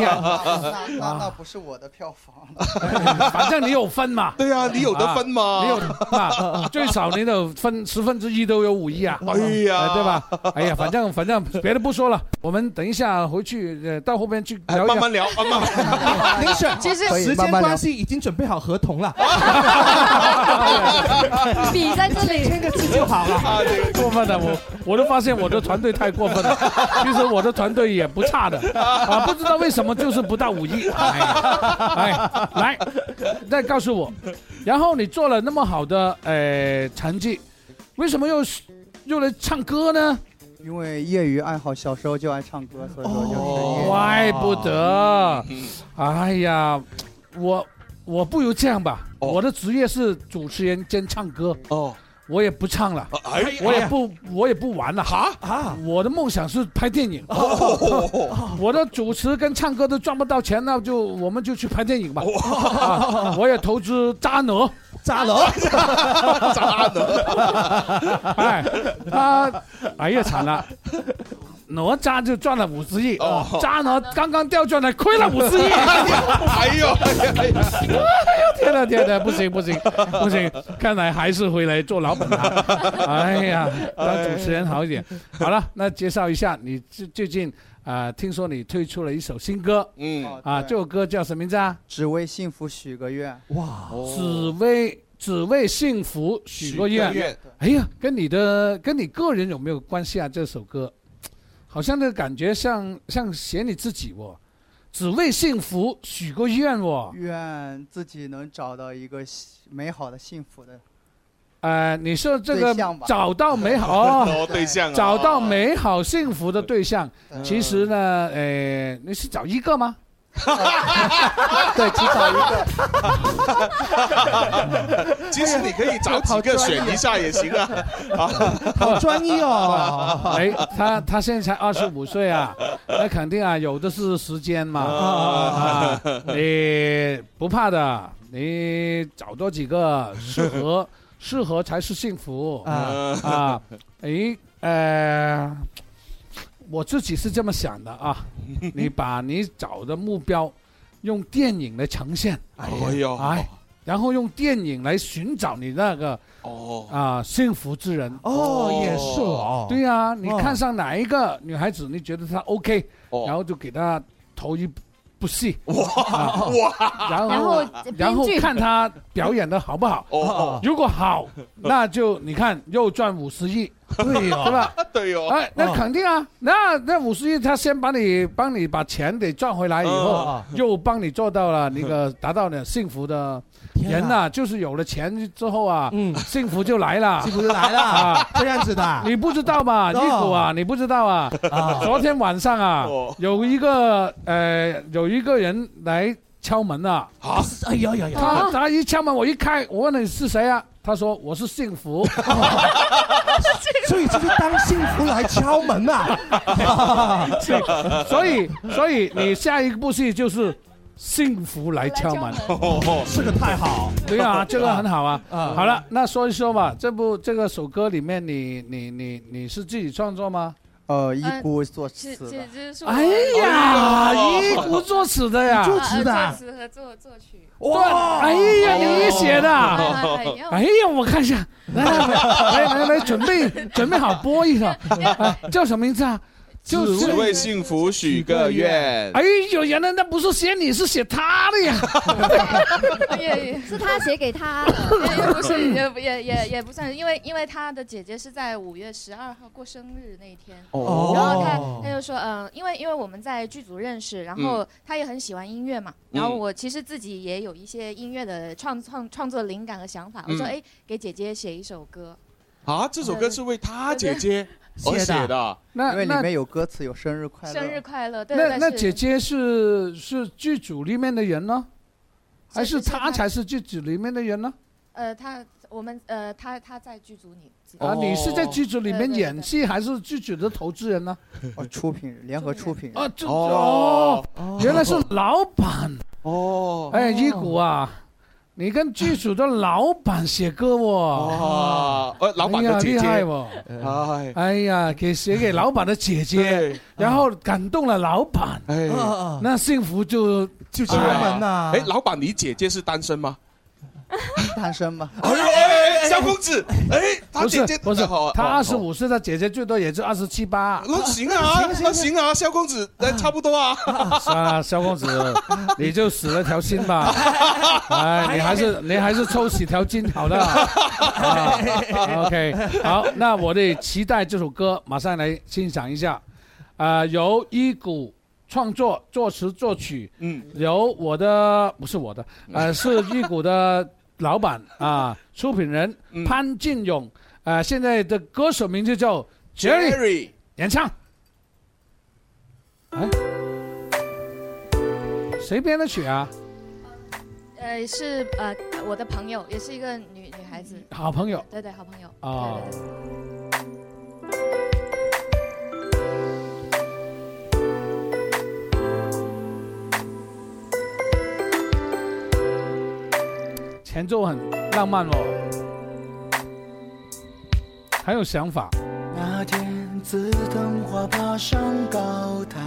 Speaker 4: 呀，
Speaker 13: 那那
Speaker 4: 啊
Speaker 13: 那不是我的票房，
Speaker 4: 反正你有分嘛，
Speaker 7: 对呀，你有得分吗？
Speaker 4: 你有啊，最少你有分十分之一都有五亿啊，
Speaker 7: 哎呀
Speaker 4: 哎对吧？哎呀，反正反正别的不说了，我们等一下回去呃到后边去
Speaker 7: 哎，
Speaker 4: 聊一
Speaker 7: 慢
Speaker 4: 下。
Speaker 7: 慢聊，啊慢慢 聊。
Speaker 8: 林 Sir，其实
Speaker 13: 可以
Speaker 8: 时间
Speaker 13: 慢慢聊
Speaker 8: 关系已经准备好合同了，
Speaker 2: 比在这里
Speaker 8: 签个字就好 了。
Speaker 7: 啊，这
Speaker 4: 过分了，我我都发现我的团队太过分了。其实我的团队也不差的，啊，不知道为什么就是不到五亿。哎呀，哎来，再告诉我，然后你做了那么好的呃成绩，为什么又又来唱歌呢？
Speaker 13: 因为业余爱好，小时候就爱唱歌，所以说
Speaker 7: 哦
Speaker 13: 就是业
Speaker 4: 哦
Speaker 13: 余。
Speaker 4: 怪不得
Speaker 7: 嗯，
Speaker 4: 哎呀，我我不如这样吧，
Speaker 7: 哦
Speaker 4: 我的职业是主持人兼唱歌。
Speaker 7: 哦，
Speaker 4: 我也不唱了，
Speaker 7: 哎
Speaker 4: 我也不我也不玩了。哈啊！我的梦想是拍电影，
Speaker 7: 哦
Speaker 4: 我的主持跟唱歌都赚不到钱，那就我们就去拍电影吧。啊我也投资渣男，渣男，
Speaker 7: 渣
Speaker 4: 男。 哎，他哎呀惨了。哪吒就赚了五十亿，渣男刚刚掉转来亏了五十 亿，
Speaker 7: 哎呦，哎呦
Speaker 4: 哎呦天哪天哪，不行不行 不行，看来还是回来做老本 行。哎呀，当主持人好一点。好了，那介绍一下，你最最近啊、呃听说你推出了一首新歌，嗯啊，这首歌叫什么名字啊？
Speaker 13: 哦只为幸福许个愿。
Speaker 4: 哇，
Speaker 13: 哦
Speaker 4: 只为只为幸福许个愿。
Speaker 13: 许个愿
Speaker 4: 哎呀，跟你的跟你个人有没有关系啊？这首歌，好像这感觉像像写你自己哦，只为幸福许个愿哦。
Speaker 13: 愿自己能找到一个幸美好的、幸福的。
Speaker 4: 呃，你说这个
Speaker 13: 对象吧
Speaker 4: 找到美好
Speaker 7: 哦对象啊
Speaker 4: 找到美好幸福的对象。
Speaker 13: 嗯
Speaker 4: 其实呢，呃，你是找一个吗？
Speaker 13: 对，只找一个。
Speaker 7: 其实你可以找几个选一下也行啊。
Speaker 4: 好专一哦！哎，他他现在才二十五岁啊，那肯定啊，有的是时间嘛。啊
Speaker 7: 啊，
Speaker 4: 你不怕的，你找多几个适 合，适合才是幸福啊
Speaker 7: 啊
Speaker 4: 啊！哎呃，我自己是这么想的啊，你把你找的目标用电影来呈现，哎
Speaker 7: 哎呦
Speaker 4: 哎，然后用电影来寻找你那个。
Speaker 7: 哦
Speaker 4: 啊，幸福之人
Speaker 7: 哦也是哦
Speaker 4: 对呀、你看上哪一个女孩子，你觉得她 OK，、然
Speaker 7: 哦
Speaker 4: 后就给她投一部戏，哇
Speaker 7: 哇
Speaker 4: 然
Speaker 2: 然后
Speaker 4: 后然后
Speaker 2: 编剧
Speaker 4: 看她表演的好不好，
Speaker 7: 哦
Speaker 4: 如果好，那就你看又赚五十亿，对
Speaker 7: 哦
Speaker 4: 对吧？
Speaker 7: 对哦，
Speaker 4: 哎，那肯定啊，那那五十亿他先帮你帮你把钱得赚回来以后
Speaker 7: 哦，
Speaker 4: 又帮你做到了那个达到了幸福的人呐，就是有了钱之后啊，幸福就来了，
Speaker 8: 嗯幸福就来了
Speaker 4: 啊
Speaker 8: 这样子的
Speaker 4: 你不知道
Speaker 8: 哦
Speaker 4: 嘛，一股啊，你不知道啊
Speaker 8: 啊，
Speaker 4: 昨天晚上啊
Speaker 8: 哦，
Speaker 4: 有一个呃有一个人来敲门啊，
Speaker 8: 哎呀呀呀
Speaker 4: 他他一敲门我一开，我问你是谁啊？他说我是幸福。
Speaker 8: 所以就是当幸福来敲门啊！
Speaker 4: 是 所以所以你下一部戏就是幸福来敲门，
Speaker 8: 这个太好，
Speaker 4: 对啊，这个很好啊。
Speaker 8: 啊
Speaker 4: 好了，那说一说吧，这部这个首歌里面你，你你你是自己创作吗？
Speaker 13: 呃，一
Speaker 12: 嗯
Speaker 13: 姑作
Speaker 12: 其
Speaker 13: 词
Speaker 12: 其
Speaker 13: 的。
Speaker 12: 实是我
Speaker 4: 哎呀，一鼓作词的
Speaker 7: 哦
Speaker 4: 呀，
Speaker 12: 呃呃
Speaker 8: 啊
Speaker 12: 作词和作作曲。
Speaker 4: 哇！哎呀，
Speaker 7: 哦
Speaker 3: 哦
Speaker 4: 你写
Speaker 12: 哦
Speaker 4: 的啊？哎呀，我看一下，来来来来来，准备准备好播 一首，啊叫什么名字啊？就
Speaker 7: 只
Speaker 4: 是
Speaker 7: 为幸福许个愿。
Speaker 4: 哎呦，原来那不是写你，是写他的呀。
Speaker 2: 是他写给他
Speaker 12: 也哎不
Speaker 2: 的，
Speaker 12: 是，也不也也也不算是，因为因为他的姐姐是在五月十二号过生日那一天，
Speaker 2: 哦
Speaker 12: 然后他他就说，嗯、因为因为我们在剧组认识，然后
Speaker 2: 嗯
Speaker 12: 他也很喜欢音乐嘛，
Speaker 2: 嗯
Speaker 12: 然后我其实自己也有一些音乐的创创创作灵感和想法，我说，
Speaker 7: 嗯
Speaker 12: 哎，给姐姐写一首歌，
Speaker 7: 啊，这首歌是为他姐姐而写的。
Speaker 4: 那
Speaker 13: 因为
Speaker 4: 那
Speaker 13: 里面有歌词，有生日快 乐。
Speaker 12: 生日快乐，对，
Speaker 4: 那
Speaker 12: 但
Speaker 4: 那
Speaker 12: 是
Speaker 4: 姐姐是是剧组里面的人呢，还是她才是剧组里面的人呢？
Speaker 12: 呃，他我们呃，他他在剧组里自己
Speaker 4: 啊，你是在剧组里面
Speaker 12: 对对
Speaker 4: 演戏，还是剧组的投资人呢？
Speaker 13: 哦，出品人联合出品人。
Speaker 4: 啊，这哦，原来是老板
Speaker 7: 哦。
Speaker 4: 哎，一谷啊，你跟剧组的老板写歌哦。
Speaker 7: 啊，呃，老板的姐
Speaker 4: 哎
Speaker 7: 姐，
Speaker 4: 呀厉害哦
Speaker 7: 哎，
Speaker 4: 哎呀，给写给老板的姐姐
Speaker 7: 对，
Speaker 4: 然后感动了老板，
Speaker 7: 哎
Speaker 4: 那幸福就就
Speaker 7: 对啊哎，老板，你姐姐是单身吗？
Speaker 13: 单身吧。
Speaker 7: 哎呦，哎哎萧公子，哎，他
Speaker 4: 不
Speaker 7: 姐
Speaker 4: 是
Speaker 7: 姐
Speaker 4: 不是
Speaker 7: 好，，
Speaker 4: 他
Speaker 7: 好
Speaker 4: 二十。五岁，他姐姐最多也就二十七八。
Speaker 7: 那行啊，那行啊，萧公子，那差不多啊。
Speaker 4: 算了，萧公子，你就死了条心吧。哎，你还是你还是抽死条筋好了。啊 OK，好，那我得期待这首歌，马上来欣赏一下。啊、由一谷创作、作词、作曲，
Speaker 7: 嗯，
Speaker 4: 由我的不是我的，呃，是一谷的老板啊、出品人潘进勇。啊，现在的歌手名字叫 Jerry，,
Speaker 7: Jerry
Speaker 4: 演唱。哎，谁编的曲啊？
Speaker 12: 呃是呃我的朋友，也是一个女女孩子，
Speaker 4: 好朋友
Speaker 12: 对对，好朋友。
Speaker 4: 哦，前奏很浪漫哦，很有想法。
Speaker 5: 那天紫藤花爬上高台，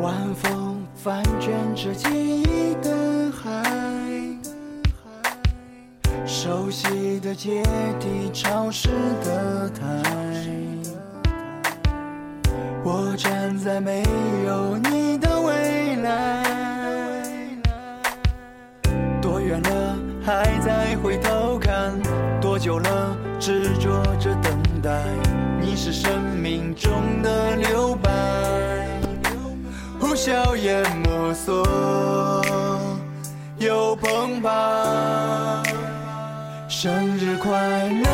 Speaker 5: 晚风翻卷着记忆的海，熟悉的阶梯，潮湿的台，我站在没有你的未来，多远了还在回头看，多久了执着着等待，你是生命中的留白，呼啸淹没所有澎湃。生日快乐，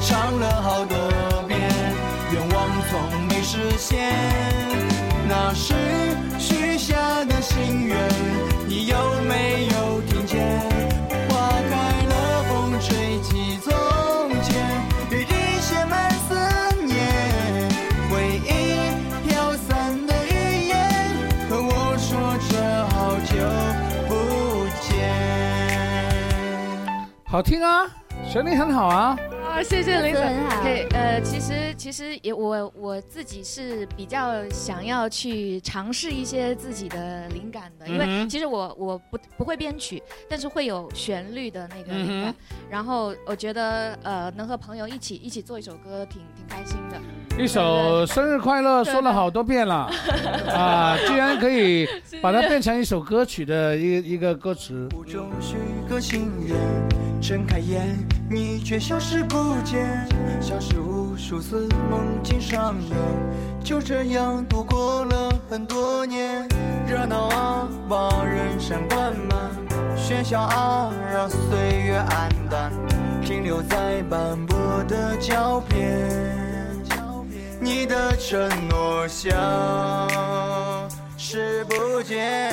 Speaker 5: 唱了好多遍，愿望从没实现，那时许下的心愿，你有没有听见？花开了，风吹起从前，雨滴写满思念，回忆飘散的语言，和我说着好久不见。
Speaker 4: 好听啊，旋律很好啊。
Speaker 12: 啊，谢谢林
Speaker 2: 真的很
Speaker 12: 总。
Speaker 2: 好
Speaker 12: 对，呃，其实其实也我我自己是比较想要去尝试一些自己的灵感的，因
Speaker 14: 嗯
Speaker 12: 为
Speaker 14: 哼
Speaker 12: 其实我我不不会编曲，但是会有旋律的那个灵
Speaker 4: 嗯
Speaker 12: 感
Speaker 4: 哼。
Speaker 12: 然后我觉得呃，能和朋友一起一起做一首歌，挺挺开心的。
Speaker 4: 一首生日快乐说了好多遍 了，啊，居然可以把它变成一首歌曲的一个一个歌词。
Speaker 5: 中许个信任，睁开眼，你却消失不见，像是无数次梦境上演，就这样度过了很多年。热闹啊，把人生灌满，喧嚣啊，让岁月黯淡，停留在斑驳的胶片，你的承诺消失不见。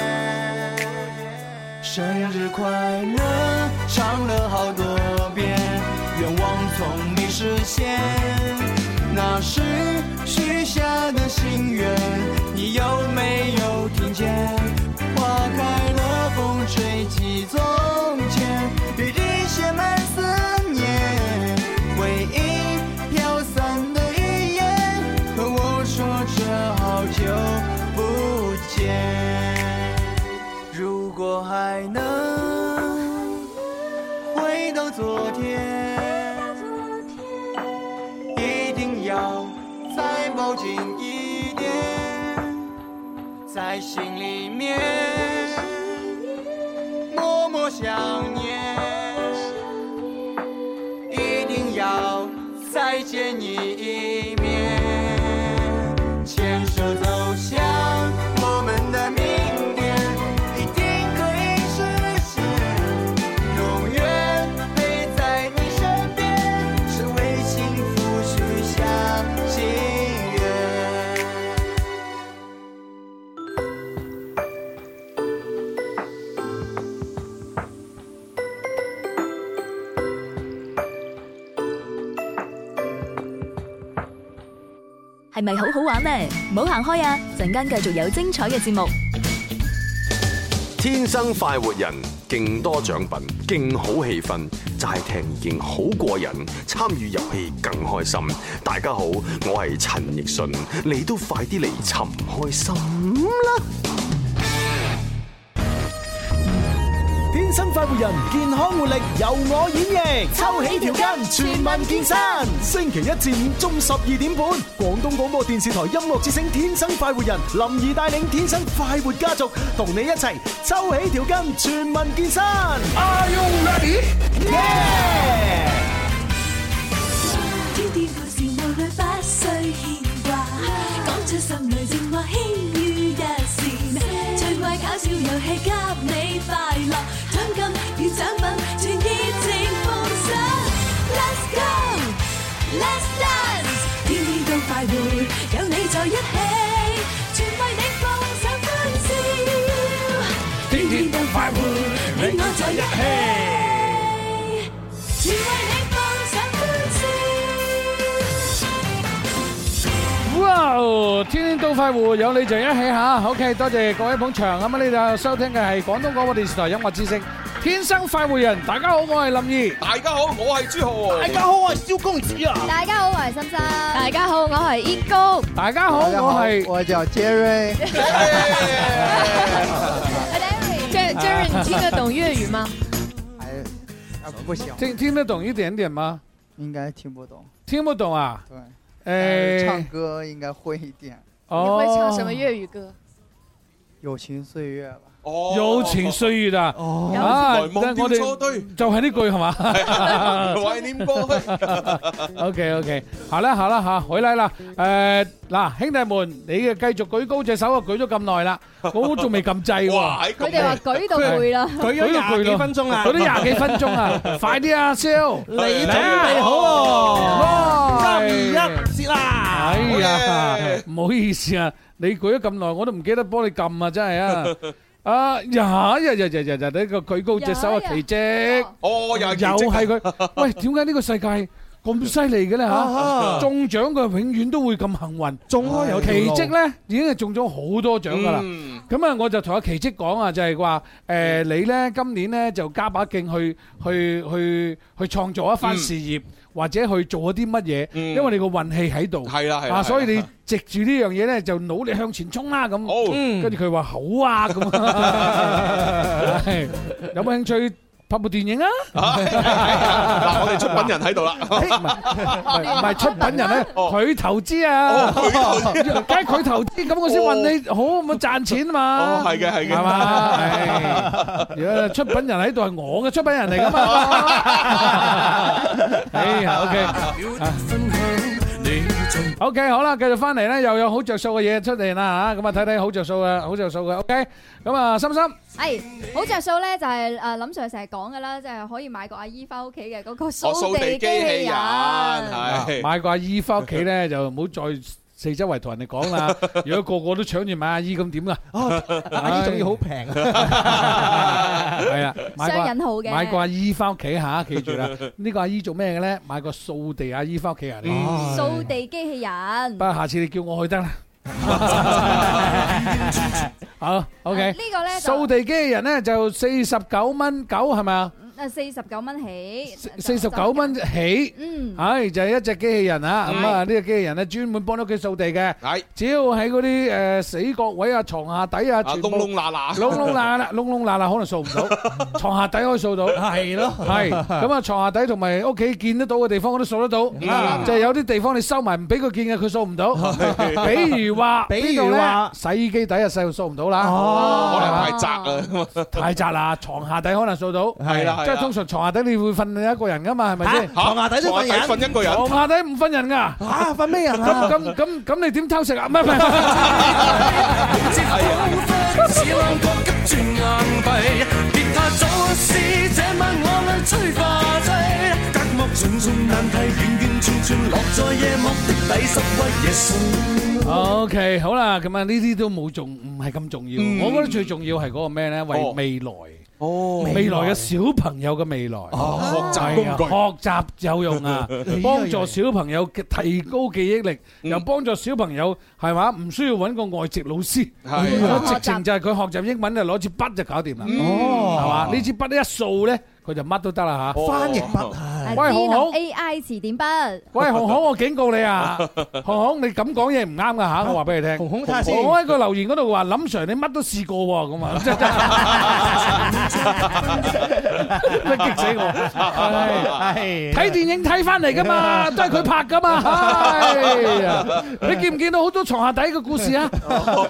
Speaker 5: 生日快乐，唱了好多遍，愿望从没实现。那时许下的心愿，你有没有听见？花开了，风吹起从前，雨滴写满思念，回忆飘散的语言，和我说着好久不见。如果还能回到昨天，一定要再抱紧一点，在心里面默默想念，一定要再见你一面。牵手走向我们的明天，一定可以实现。永远陪在你身边，是为幸福许下心愿。
Speaker 15: 系咪好好玩呢？唔好行开啊！阵间继续有精彩嘅节目。
Speaker 16: 天生快活人，勁多獎品，勁好氣氛，齋聽已經好過癮，參與遊戲更開心。大家好，我係陳奕迅，你都快啲嚟尋開心啦！
Speaker 1: 天生快活人，健康活力由我演繹。抽起條筋，全民健身。星期一至五中午十二點半，廣東廣播電視台音樂之聲《天生快活人》，林怡帶領天生快活家族，同你一齊抽起條筋，全民健身。Are you ready? Yeah!
Speaker 3: 天天故事無慮不需牽掛，講出心裏情話，輕於一線。趣味搞笑遊戲給你快樂，獎金與獎品全熱情奉上。Let's go，Let's dance，天天都快活，有你在一起，全為你放上歡笑。天天都快活。
Speaker 5: 一起。
Speaker 3: 全為你放上歡笑。
Speaker 4: 哇！天天都快活，有你就一起吓。OK，多謝各位捧場。咁啊，呢度收聽嘅係廣東廣播電視台音樂之聲《天生快活人》。大家好，我係林怡。
Speaker 7: 大家好，我係朱浩。
Speaker 4: 大家好，我係蕭公子啊。
Speaker 2: 大家好，我係心心。大
Speaker 12: 家好，我係 E 高。
Speaker 4: 大家好，我係
Speaker 13: 我叫 Jerry。
Speaker 12: Jerry Jerry，你听得懂粵語 嗎？
Speaker 13: 啊，不行，
Speaker 4: 聽聽得懂一點點嗎？
Speaker 13: 應該聽不懂。
Speaker 4: 聽不懂啊？
Speaker 13: 呃
Speaker 4: 對
Speaker 13: 唱歌應該會一點。
Speaker 4: 哦你會唱什麼
Speaker 12: 粵語歌？
Speaker 13: 友情歲月吧。
Speaker 4: 友情歲月啊！
Speaker 13: 哦
Speaker 4: 啊，
Speaker 13: 來忘掉
Speaker 4: 我哋
Speaker 13: 錯
Speaker 4: 就係呢句係 嘛？
Speaker 7: 懷念過 去。
Speaker 4: OK OK，好啦好啦吓，回嚟啦。誒嗱，兄弟們，你嘅繼續舉高隻手啊，舉咗咁耐啦，我都仲未撳掣喎。
Speaker 2: 佢哋話舉到攰啦，
Speaker 4: 舉咗廿幾分鐘啊！舉咗廿幾分鐘啊！快啲啊， 蕭！你準
Speaker 5: 備
Speaker 4: 好
Speaker 5: 喎三二
Speaker 4: 一，接啦！哎呀，唔好意思啊，你舉咗咁耐，我都唔記得幫你撳啊，真係啊！啊呀呀呀呀呀！呢個舉高隻手啊，奇蹟！又
Speaker 7: 哦，又係奇蹟啊
Speaker 4: 係佢。喂，點解呢個世界咁犀利嘅咧嚇
Speaker 7: 啊？
Speaker 4: 中獎嘅永遠都會咁幸運，Ờ, 中
Speaker 7: 開有條
Speaker 4: 奇
Speaker 7: 路
Speaker 4: 蹟咧，已經係中咗好多獎噶啦
Speaker 7: 嗯。
Speaker 4: 咁啊，我就同阿奇蹟講啊，就係話誒你咧今年咧就加把勁去去去去創造一番事業，或者去做一啲乜嘢，因為你個運氣喺度。
Speaker 7: 係啦係啦
Speaker 4: 啊，所以
Speaker 7: 係
Speaker 4: 你
Speaker 7: 啦。
Speaker 4: 藉住呢樣嘢咧，就努力向前衝啦咁。
Speaker 7: 嗯
Speaker 4: 跟住佢話好啊 咁。係有冇興趣拍部電影啊？ 哎
Speaker 7: 嗱，我哋出品人喺度啦。
Speaker 4: 唔係出品人咧，佢投資啊，
Speaker 7: 哦哦佢投資
Speaker 4: 梗係佢投資，咁我先問你好咁咪賺錢啊嘛。
Speaker 7: 哦係嘅係嘅
Speaker 4: 係嘛？係如果出品人喺度係我嘅出品人嚟㗎 嘛。哎呀，OK 啊。OK，好啦，繼續翻嚟咧，又有好着數嘅嘢出嚟啦嚇，咁啊睇睇好着數嘅，好着數嘅，OK，咁啊，心心。
Speaker 2: 係哎好着數咧，就係誒林 Sir 成日講嘅啦，就係可以買個阿姨翻屋企嘅嗰 個掃地機器人。
Speaker 7: 係
Speaker 4: 買個阿姨翻屋企咧，就唔好再四周圍同人哋講啦。如果個個都搶住買阿姨，咁點啊？
Speaker 8: 阿姨仲要好平
Speaker 4: 係啦，買個
Speaker 2: 雙人號嘅
Speaker 4: 買個阿姨翻屋企嚇，記住啦。呢個阿姨做咩嘅咧？買個掃地阿姨翻屋企啊！你
Speaker 2: 掃地機器人
Speaker 4: 不。過下次你叫我去得啦。好，OK。
Speaker 2: 呢個咧就
Speaker 4: 掃地機器人咧就四十九蚊九係咪啊？
Speaker 2: 誒嗯呃四十九蚊起，呃
Speaker 4: 四十九蚊起，
Speaker 2: 嗯
Speaker 4: 係就係一隻機器人啊，咁啊呢個機器人咧專門幫屋企掃地嘅，
Speaker 7: 係
Speaker 4: 只要喺嗰啲誒死角位啊、床下底啊，
Speaker 7: 啊
Speaker 4: 全部
Speaker 7: 窿窿罅罅
Speaker 4: 窿窿罅罅、窿窿罅罅可能掃唔到，床下底可以掃到，
Speaker 8: 係咯
Speaker 4: 係咁啊床下底同埋屋企見得到嘅地方我都掃得到，啊就係有啲地方你收埋唔俾佢見嘅，佢掃唔到，比如話，
Speaker 8: 比
Speaker 4: 邊
Speaker 8: 如
Speaker 4: 度
Speaker 8: 話
Speaker 4: 呢洗衣機底啊細路掃唔到啦，
Speaker 7: 可
Speaker 4: 係
Speaker 7: 能
Speaker 4: 嘛
Speaker 7: 太窄啊，
Speaker 4: 太窄啦，床下底可能掃到，
Speaker 7: 係啦係啦
Speaker 4: 即係通常床下底你會瞓一個人噶嘛，係咪先？
Speaker 7: 嚇床下底都瞓人床下底瞓一個人
Speaker 4: 床下底唔瞓人噶，
Speaker 8: 嚇瞓咩人
Speaker 4: 咁
Speaker 8: 啊
Speaker 4: 咁咁咁你點偷食啊？唔係唔係，
Speaker 5: 是冷角急轉硬幣，別太早是這晚我裏催化劑。隔膜重重難題，完完全全落在夜幕的底，十威夜信。
Speaker 4: OK，好啦，咁啊呢啲都冇重，唔係咁重要。
Speaker 5: 嗯
Speaker 4: 我覺得最重要係嗰個咩咧？為
Speaker 5: 哦
Speaker 4: 未來。
Speaker 7: 哦
Speaker 4: 未來嘅小朋友嘅未來，
Speaker 7: 哦學習
Speaker 4: 係啊
Speaker 7: 工具，
Speaker 4: 學習有用啊 幫助小朋友嘅提高記憶力，又幫助小朋友係嘛，唔需要揾個外籍老師，
Speaker 7: 係啊
Speaker 4: 直情就係佢學習英文就攞支筆就搞掂啦，係嘛？呢支筆一掃咧，佢就乜都得啦嚇。
Speaker 8: 翻譯筆
Speaker 2: 誒
Speaker 4: 喂，紅紅。
Speaker 2: AI 詞典筆。
Speaker 4: 喂，紅紅，我警告你 啊！紅紅，你咁講嘢唔啱噶嚇，我話俾你聽。紅紅
Speaker 8: 睇下先
Speaker 4: 我喺個留言嗰度話林 Sir 你乜都試過喎，咁啊， 真真激死
Speaker 3: 哎
Speaker 4: 我！係睇電影睇翻嚟噶嘛，都係佢拍噶嘛。係啊你見唔見到好多床下底嘅故事啊？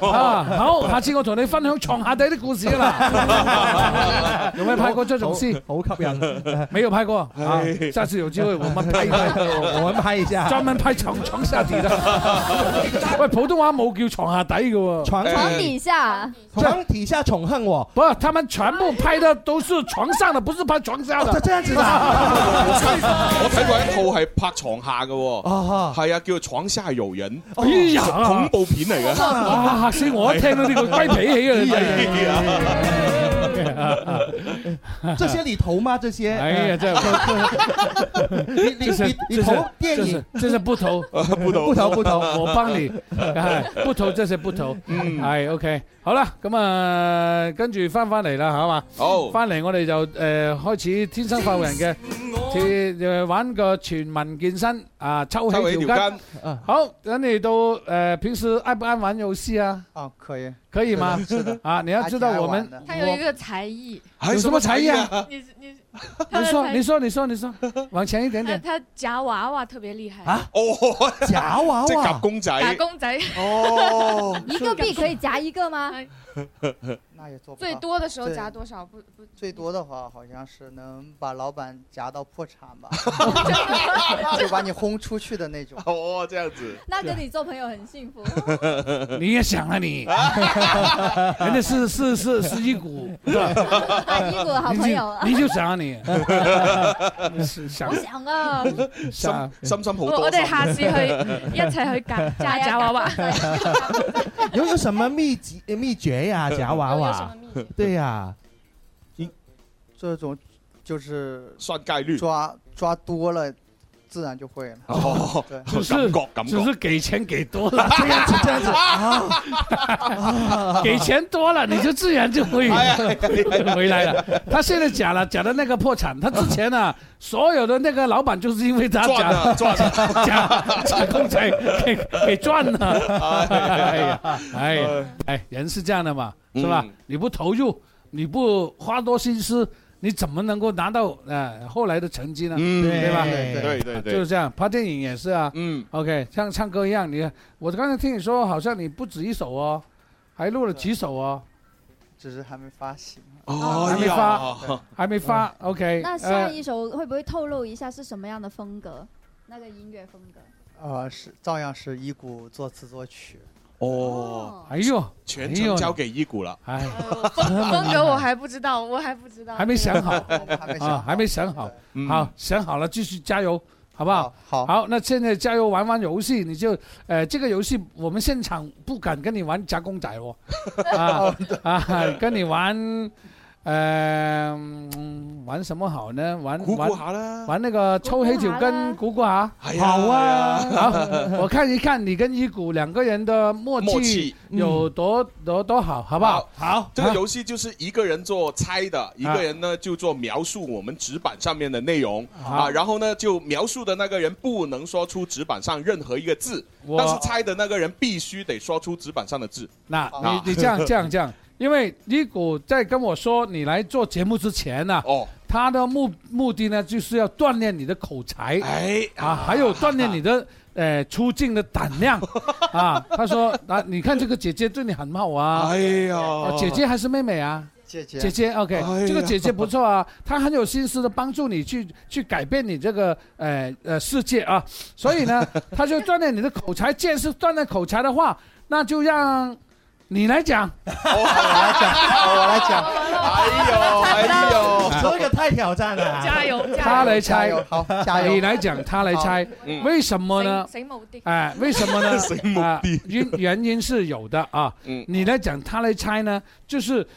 Speaker 4: 啊，好，下次我同你分享床下底啲故事啊啦。有冇拍過張仲師？
Speaker 8: 好吸引，
Speaker 4: 沒有 拍過啊！下次有機會我們拍一拍，
Speaker 8: 我們拍一下
Speaker 4: 專門拍床 床下底的。喂，普通話冇叫床下底嘅喎，
Speaker 8: 床
Speaker 2: 床底
Speaker 4: 哎
Speaker 2: 下，
Speaker 8: 床底下重恨我。
Speaker 4: 不，他們全部拍的都是床上的，不是拍床下的。
Speaker 8: 哦這樣子的，
Speaker 7: 我睇過一套係拍床下嘅喎，係啊，哦叫做《床下遊人》，
Speaker 4: 哎呀
Speaker 7: 恐怖片嚟嘅，
Speaker 4: 哇嚇死我！一聽到呢個雞皮起啊！
Speaker 8: 这
Speaker 4: 真係
Speaker 8: 些里头吗？这些？
Speaker 4: 哎呀这
Speaker 8: 你你
Speaker 4: 这是
Speaker 8: 你你
Speaker 4: 这是
Speaker 8: 投电
Speaker 4: 这
Speaker 8: 影
Speaker 4: 是？这是不 投，
Speaker 8: 不投
Speaker 4: 不投，不投，我帮你，哎不投这是不投，系 OK，好啦，咁啊，跟住翻翻嚟啦，好嘛？
Speaker 7: 好
Speaker 4: 翻嚟我哋就诶开始天生發育人嘅，切誒玩個全民健身啊，抽
Speaker 7: 抽起
Speaker 4: 起
Speaker 7: 條
Speaker 4: 條
Speaker 7: 筋
Speaker 4: 筋。 好，咁你都诶平時愛不愛玩遊戲啊？
Speaker 13: 啊，可以，
Speaker 4: 可以嗎
Speaker 13: 是的是的？
Speaker 4: 啊，你要知道我们
Speaker 12: 他有一个才艺，
Speaker 4: 有什么才艺啊？
Speaker 12: 你你
Speaker 4: 你
Speaker 12: 他的
Speaker 4: 说，
Speaker 12: 才
Speaker 4: 你说，你说，你说， 往前一点
Speaker 12: 他
Speaker 4: 点。
Speaker 12: 他夹娃娃特别厉害，
Speaker 4: 啊
Speaker 7: 哦，
Speaker 8: 假娃娃
Speaker 7: 即係夾公仔，
Speaker 12: 打公仔
Speaker 7: 哦
Speaker 2: 一个币可以夹一个吗？
Speaker 13: 那也做不到
Speaker 12: 哎最多的时候
Speaker 13: 对
Speaker 12: 夹多少？不不，
Speaker 13: 最多的话，好像是能把老板夹到破产 吧，就把你轰出去的那种。
Speaker 7: 哦，这样子。
Speaker 2: 那跟你做朋友很幸福。
Speaker 4: 你也想啊你，人家是是是是一股，是吧
Speaker 2: 一股好朋友啊
Speaker 4: 你就你就想啊你，是想
Speaker 2: 我想啊，
Speaker 7: 心心心好
Speaker 12: 我
Speaker 7: 多。
Speaker 12: 我哋下次去一齊去夾
Speaker 2: 係啊
Speaker 12: 夾夾娃娃。
Speaker 8: 有有什么秘籍秘诀 呀？假娃娃？对呀，
Speaker 13: 这种就是
Speaker 7: 算概率，
Speaker 13: 抓抓多了，自然就会了。
Speaker 7: 哦
Speaker 13: 对，
Speaker 4: 只是
Speaker 7: 感覺感覺
Speaker 4: 只是给钱给多了，这样
Speaker 8: 子这 样子
Speaker 4: 啊，给钱多了你就自然就会
Speaker 7: 哎呀哎呀哎呀
Speaker 4: 回来了。 他现在假了，假的那个破产，他之前 呢，所有的那个老板就是因为他
Speaker 7: 赚
Speaker 4: 假
Speaker 7: 了赚了
Speaker 4: 假假公仔给给赚了，
Speaker 7: 哎
Speaker 4: 哎
Speaker 7: 呀
Speaker 4: 呀，哎呀哎，人是这样的嘛，是吧
Speaker 7: 嗯？
Speaker 4: 你不投入，你不花多心思。你怎么能够拿到呃后来的成绩呢？
Speaker 7: 嗯
Speaker 4: 对吧？啊
Speaker 7: 对对对对对
Speaker 4: 就是这样。拍电影也是啊，
Speaker 7: 嗯
Speaker 4: ，OK，像唱歌一样，你我刚才听你说，好像你不止一首哦，还录了几首哦，
Speaker 13: 只是还没发行。
Speaker 7: 哦
Speaker 4: 还没
Speaker 7: 哎呀
Speaker 4: 发，还没发，OK。
Speaker 2: 那下
Speaker 4: 呃
Speaker 2: 一首会不会透露一下是什么样的风格？那个音乐风格？
Speaker 13: 呃，是照样是一股作词作曲。
Speaker 7: 哦，
Speaker 4: 哎呦，
Speaker 7: 全程交给一股了。
Speaker 4: 哎，
Speaker 12: 风格我还不知道，我还不知道，
Speaker 4: 还没想 好
Speaker 13: 没想好
Speaker 4: 啊，还没想好，好，想好了继续加油。好不好？
Speaker 13: 好，
Speaker 4: 好，那现在加油玩玩游戏，你就，呃，这个游戏我们现场不敢跟你玩夹公仔哦， 啊啊，跟你玩，呃，嗯玩什么好呢？玩
Speaker 7: 估估
Speaker 4: 玩
Speaker 7: 下啦
Speaker 4: 玩那个抽黑条根，估估下，
Speaker 7: 係啊
Speaker 4: 好啊，
Speaker 7: 係啊
Speaker 4: 好，我看一看你跟一谷两个人的默
Speaker 7: 默
Speaker 4: 契
Speaker 7: 契
Speaker 4: 有多多多好，好不好？哎好啊
Speaker 7: 这个游戏就是一个人做猜的，一个人呢就做描述我们纸板上面的内容
Speaker 4: 好
Speaker 7: 啊，然后呢就描述的那个人不能说出纸板上任何一个字，
Speaker 4: 我
Speaker 7: 但是猜的那个人必须得说出纸板上的字。
Speaker 4: 那
Speaker 7: 啊
Speaker 4: 你你这 样这样这样，因为一谷在跟我说你来做节目之前呢、
Speaker 7: 哦，
Speaker 4: 他的目目的呢就是要锻炼你的口才，
Speaker 7: 哎
Speaker 4: 啊，还有锻炼你 的。呃，出镜的胆量啊！他说啊，你看这个姐姐对你很好啊。
Speaker 7: 哎呀
Speaker 4: 啊姐姐还是妹妹啊？
Speaker 13: 姐姐
Speaker 4: 姐姐，OK，、
Speaker 7: 哎呀
Speaker 4: 这个姐姐不错 啊，她很有心思的帮助你去去改变你这个呃呃世界啊，所以 呢，她就锻炼你的口才，见识锻炼口才的话，那就让你来讲，
Speaker 13: 我哦来讲，
Speaker 7: 哎呦，哎呦，
Speaker 8: 这个太挑战啊了。
Speaker 12: 加 油！加油
Speaker 4: 她来
Speaker 13: 加
Speaker 4: 猜
Speaker 13: 油，好，加油
Speaker 4: 你来讲，她来猜，为什么呢？
Speaker 12: 醒目啲。
Speaker 3: À,
Speaker 4: 哎，为什 么呢？
Speaker 7: 醒目啲
Speaker 4: 啊原原因是有的啊。
Speaker 7: 嗯
Speaker 4: 你来讲，他来猜呢，就是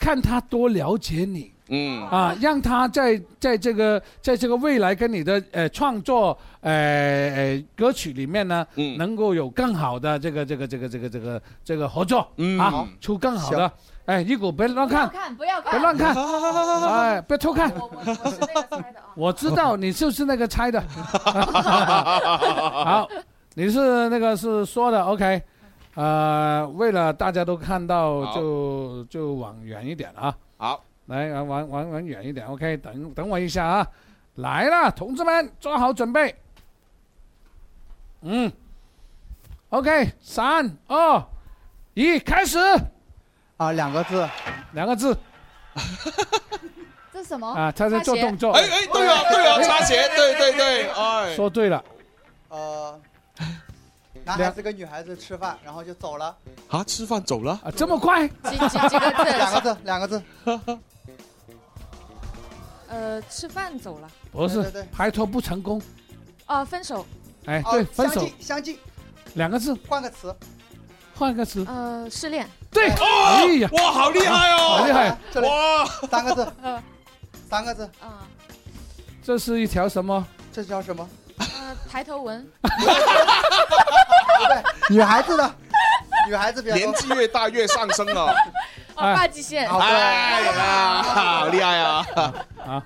Speaker 4: 看他多了解你
Speaker 7: 嗯，
Speaker 4: 啊，让他在在这个在这个未来跟你的呃创作呃呃歌曲里面呢，
Speaker 7: 嗯
Speaker 4: 能够有更好的这个这个这个这个这个这个合作
Speaker 7: 嗯
Speaker 4: 啊，出更好的。哎，一股别乱
Speaker 2: 不要
Speaker 4: 看，
Speaker 2: 看，不要
Speaker 4: 别
Speaker 2: 看，
Speaker 4: 乱看，
Speaker 7: 啊
Speaker 4: 哎，别偷看。
Speaker 12: 我我我是那个猜的啊，
Speaker 4: 我知道你就是那个猜的，好，你是那个是说的，OK，呃，为了大家都看到，
Speaker 7: 好
Speaker 4: 就就往远一点啊，
Speaker 7: 好，
Speaker 4: 来，往往往往远一点，OK，等等我一下啊，来了，同志们，做好准备，嗯，OK，三二一，开始，
Speaker 13: 啊，两个字，
Speaker 4: 两个字
Speaker 2: 这是什
Speaker 13: 哦
Speaker 2: 么？
Speaker 4: 啊，他在做动作
Speaker 7: 哎，哎，对啊，对啊，擦鞋，
Speaker 13: 哎
Speaker 7: 对对对，哎，
Speaker 4: 说对了，
Speaker 13: 呃，男孩子跟女孩子吃饭，然后就走了，
Speaker 7: 啊，吃饭走了，
Speaker 4: 啊，这么快，
Speaker 12: 几 几几个
Speaker 13: 两
Speaker 12: 字？
Speaker 13: 个字，两个字，
Speaker 12: 呃，吃饭走了。
Speaker 4: 不
Speaker 13: 对
Speaker 4: 是
Speaker 13: 对对
Speaker 4: 排头不成功。
Speaker 12: 哦，分手。
Speaker 4: 哎，
Speaker 13: 哦
Speaker 4: 对，分手
Speaker 13: 相近，相近，
Speaker 4: 两个字，
Speaker 13: 换个词，
Speaker 4: 哦换个词。
Speaker 13: 嗯
Speaker 12: 呃，失恋。
Speaker 4: 对，
Speaker 13: 哦
Speaker 4: 哎呀哇好厉害哦好厉害
Speaker 13: 这里三个字，
Speaker 12: 呃
Speaker 13: 三个字，
Speaker 4: 这是一条什么？
Speaker 13: 这叫什么？
Speaker 12: 呃，抬头纹。
Speaker 13: 女孩子的，女孩子比较多
Speaker 7: 年纪越大越上升了，
Speaker 12: 哦，
Speaker 4: 哎
Speaker 12: 发际线。
Speaker 7: 哎呀，好厉害啊！
Speaker 4: 啊，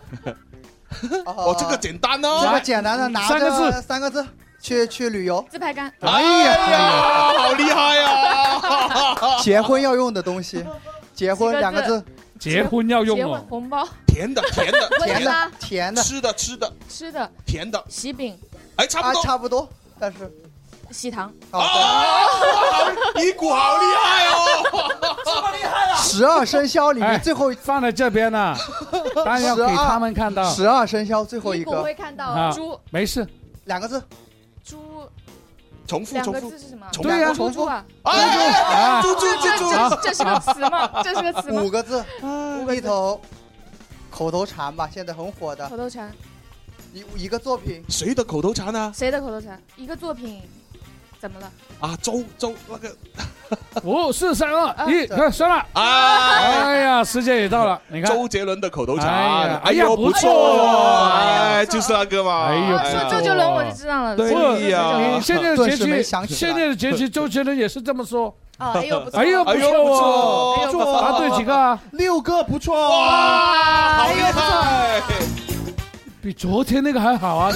Speaker 7: 哦，这个简单哦，
Speaker 13: 这个简单的拿
Speaker 7: 三个
Speaker 13: 着
Speaker 7: 字
Speaker 13: 三个字去去旅游，
Speaker 12: 自拍杆。
Speaker 7: 哎呀，好厉害 啊！
Speaker 13: 结婚要用的东西，结婚两个字，
Speaker 4: 结婚要 用
Speaker 12: 结婚
Speaker 4: 哦，
Speaker 12: 红包，
Speaker 7: 甜的，甜的，
Speaker 12: 温
Speaker 7: 甜
Speaker 12: 莎
Speaker 7: 的，
Speaker 13: 甜的，
Speaker 7: 吃的，吃的，
Speaker 12: 吃的，
Speaker 7: 甜的，
Speaker 12: 喜饼，
Speaker 7: 哎，差不多，
Speaker 13: 啊差不多，但是哦
Speaker 12: 喜糖。
Speaker 7: 尼古啊好厉害 哦！
Speaker 13: 十二生 肖里面最后
Speaker 4: 哎放在这边 呢，当然要给他们看到。
Speaker 13: 十二生肖最后一
Speaker 12: 尼姑
Speaker 13: 个
Speaker 12: 会看到
Speaker 4: 啊
Speaker 12: 猪，
Speaker 4: 没事，
Speaker 13: 两个字，
Speaker 12: 猪
Speaker 7: 重
Speaker 12: 两个字是什么？
Speaker 4: 对呀，
Speaker 12: 重复啊！
Speaker 13: 啊
Speaker 7: 哎猪猪
Speaker 12: 这
Speaker 13: 猪
Speaker 12: 这
Speaker 13: 猪
Speaker 12: 这是个词 吗？这是个词吗？
Speaker 13: 五个字，一头口头禅吧，现在很火的
Speaker 12: 口头禅，
Speaker 13: 一一个作品，
Speaker 7: 谁的口头禅啊呢？
Speaker 12: 谁的口头禅？一个作品怎么了？
Speaker 7: 啊，周周那个
Speaker 4: 五哦四三
Speaker 12: 啊
Speaker 4: 二一，快算了。哎呀，时间也到了，你看。
Speaker 7: 啊周杰伦的口头
Speaker 4: 哎
Speaker 7: 禅
Speaker 4: 呀，
Speaker 7: 哎
Speaker 4: 哎呀
Speaker 7: 呦
Speaker 4: 不
Speaker 7: 不
Speaker 4: 错啊
Speaker 7: 错，哎，就是那个嘛，哎
Speaker 4: 呦
Speaker 12: 说周杰伦我就知道了。
Speaker 7: 对呀
Speaker 4: 你，现在的
Speaker 13: 顿
Speaker 4: 结
Speaker 13: 时没
Speaker 4: 局，
Speaker 13: 想起来
Speaker 4: 现在的结局，周杰伦也是这么说。
Speaker 12: 哦，哎呦不错，
Speaker 4: 哎呦不
Speaker 7: 哎呦不
Speaker 4: 错
Speaker 7: 错
Speaker 4: 哦，
Speaker 7: 哎呦不错
Speaker 4: 答对几个啊？
Speaker 8: 六个不错，
Speaker 7: 哇，好厉害！
Speaker 4: 比昨天那个还好啊！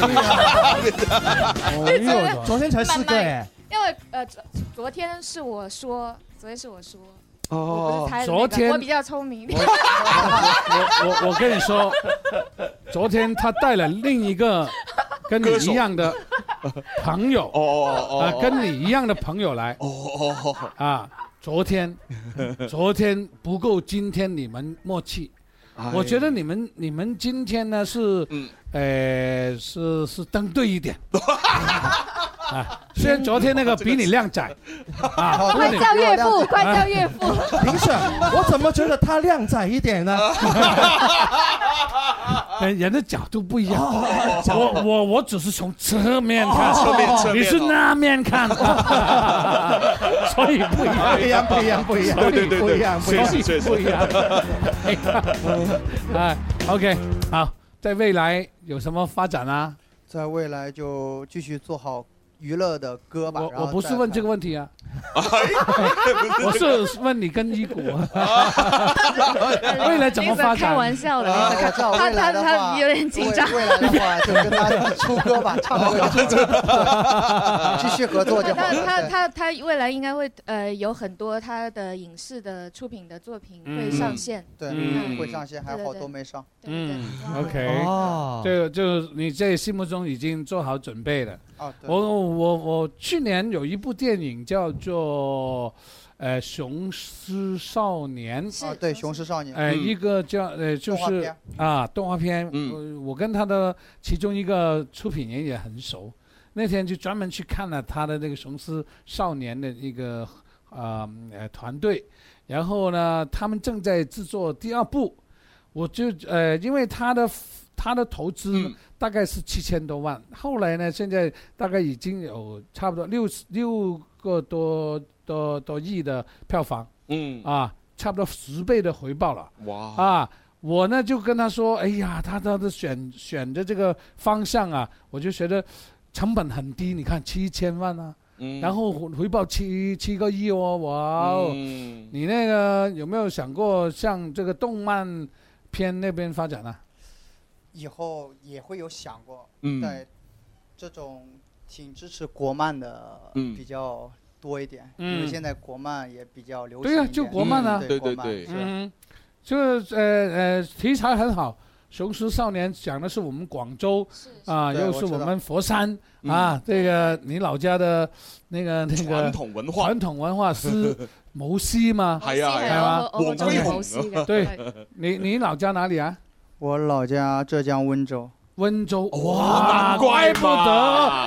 Speaker 4: 你哎呦，
Speaker 8: 昨天才四个哎，
Speaker 12: 因为呃，昨昨天是我说，昨天是我说，我不
Speaker 4: 哦
Speaker 12: 是猜的那个
Speaker 4: 昨天
Speaker 12: 我比较聪明。
Speaker 4: 我我跟你说，昨天他带了另一个跟你一样的朋友，
Speaker 7: 哦哦
Speaker 4: 啊，跟你一样的朋友来，
Speaker 7: 哦哦
Speaker 4: 啊，昨天，昨天不够今天你们默契。
Speaker 7: 哎嗯
Speaker 4: 我觉得你们你们今天呢是，呃，是是登对一 点，啊，虽然昨天那个比你靓仔，啊，不过
Speaker 2: 哦快
Speaker 4: 你
Speaker 2: 叫
Speaker 4: 啊
Speaker 2: 岳父，快叫岳父！
Speaker 8: 评审，我怎么觉得他靓仔一点 呢？
Speaker 4: 人哎人的角度不一样，
Speaker 8: 啊哦
Speaker 4: 我我我只是从侧面看，
Speaker 7: 哦侧面侧
Speaker 4: 你
Speaker 7: 面
Speaker 4: 是那 面看，所以不一样，
Speaker 8: 不一样不一样不一样
Speaker 4: 所以
Speaker 8: 对对对
Speaker 4: 不一样，
Speaker 8: 确实
Speaker 4: 所以
Speaker 7: 确实
Speaker 4: 不一样。哎，OK，好，在未来有什么发展啊？
Speaker 13: 在未来就继续做好娱乐的歌吧。
Speaker 4: 我
Speaker 13: 然后
Speaker 4: 我不
Speaker 13: 再
Speaker 4: 是问
Speaker 13: 看
Speaker 4: 这个问题啊， 我是问你跟 一股啊， 未来怎么
Speaker 12: Lisa
Speaker 4: 发
Speaker 12: 开
Speaker 4: 展？
Speaker 12: 玩笑的，
Speaker 13: 啊
Speaker 12: Lisa
Speaker 13: 我
Speaker 12: 开
Speaker 13: 知
Speaker 12: 他他
Speaker 13: 道未来的话
Speaker 12: 他有点紧张。
Speaker 13: 未未来的话就跟他出歌吧，唱 歌就出 歌，继续合作就好
Speaker 12: 他他
Speaker 13: 了。
Speaker 12: 他他未来应该会呃有很多他的影视的出品的作品会上线。
Speaker 13: 对，
Speaker 4: 嗯
Speaker 13: 对会上线，还好多没上。
Speaker 4: 嗯，OK，
Speaker 8: 哦
Speaker 4: 就就你在心目中已经做好准备了。
Speaker 13: 哦，对，
Speaker 4: 我我我去年有一部电影叫做呃《雄狮少年》，
Speaker 13: 啊，对，雄狮少年，
Speaker 4: 呃，
Speaker 13: 嗯
Speaker 4: 一个叫呃就
Speaker 13: 动画
Speaker 4: 是
Speaker 13: 片
Speaker 4: 啊动画片，
Speaker 7: 嗯
Speaker 4: 我我跟他的其中一个出品人也很熟，那天就专门去看了他的那个《雄狮少年》的一个啊呃团队，然后呢，他们正在制作第二部，我就呃因为他的。他的投
Speaker 7: 嗯
Speaker 4: 资大概是七千多万，后来呢，现在大概已经有差不多六十六个多多多亿的票房，
Speaker 7: 嗯
Speaker 4: 啊，差不多十倍的回报了。
Speaker 7: 哇，
Speaker 4: 啊，我呢就跟他说，哎呀，他他的选选的这个方向啊，我就觉得成本很低，你看七千万啊，
Speaker 7: 嗯
Speaker 4: 然后回报七七个亿哦，哇哦，
Speaker 7: 嗯
Speaker 4: 你那个有没有想过向这个动漫片那边发展呢、啊
Speaker 13: 以后也会有想过，
Speaker 4: 嗯
Speaker 13: 对，这种挺支持国漫的
Speaker 7: 嗯
Speaker 13: 比较多一点，
Speaker 4: 嗯
Speaker 13: 因为现在国漫也比较流行
Speaker 4: 对
Speaker 13: 一
Speaker 4: 呀、
Speaker 13: 点。
Speaker 4: 就国漫啊，
Speaker 13: 对
Speaker 7: 对
Speaker 13: 国
Speaker 7: 对
Speaker 13: 漫
Speaker 7: 对
Speaker 13: 是
Speaker 4: 嗯，就是呃呃，题材很好，《雄狮少年》讲的是我们广州啊，
Speaker 13: 对
Speaker 4: 又
Speaker 13: 我
Speaker 4: 是
Speaker 13: 知
Speaker 4: 我
Speaker 13: 道
Speaker 4: 们佛山
Speaker 7: 嗯
Speaker 4: 啊，这个你老家的那个那
Speaker 7: 传
Speaker 4: 个
Speaker 7: 统文化
Speaker 4: 传统文化 是某哦西嘛？
Speaker 7: 系啊系
Speaker 4: 係
Speaker 7: 啊，
Speaker 4: 嘛
Speaker 12: 我我
Speaker 7: 黃飛鴻
Speaker 12: 冇事嘅。
Speaker 4: 對你你老家哪里啊？
Speaker 13: 我老家浙江温州，
Speaker 4: 温州
Speaker 7: 哦
Speaker 4: 哇，
Speaker 7: 难怪
Speaker 4: 怪不
Speaker 7: 嘛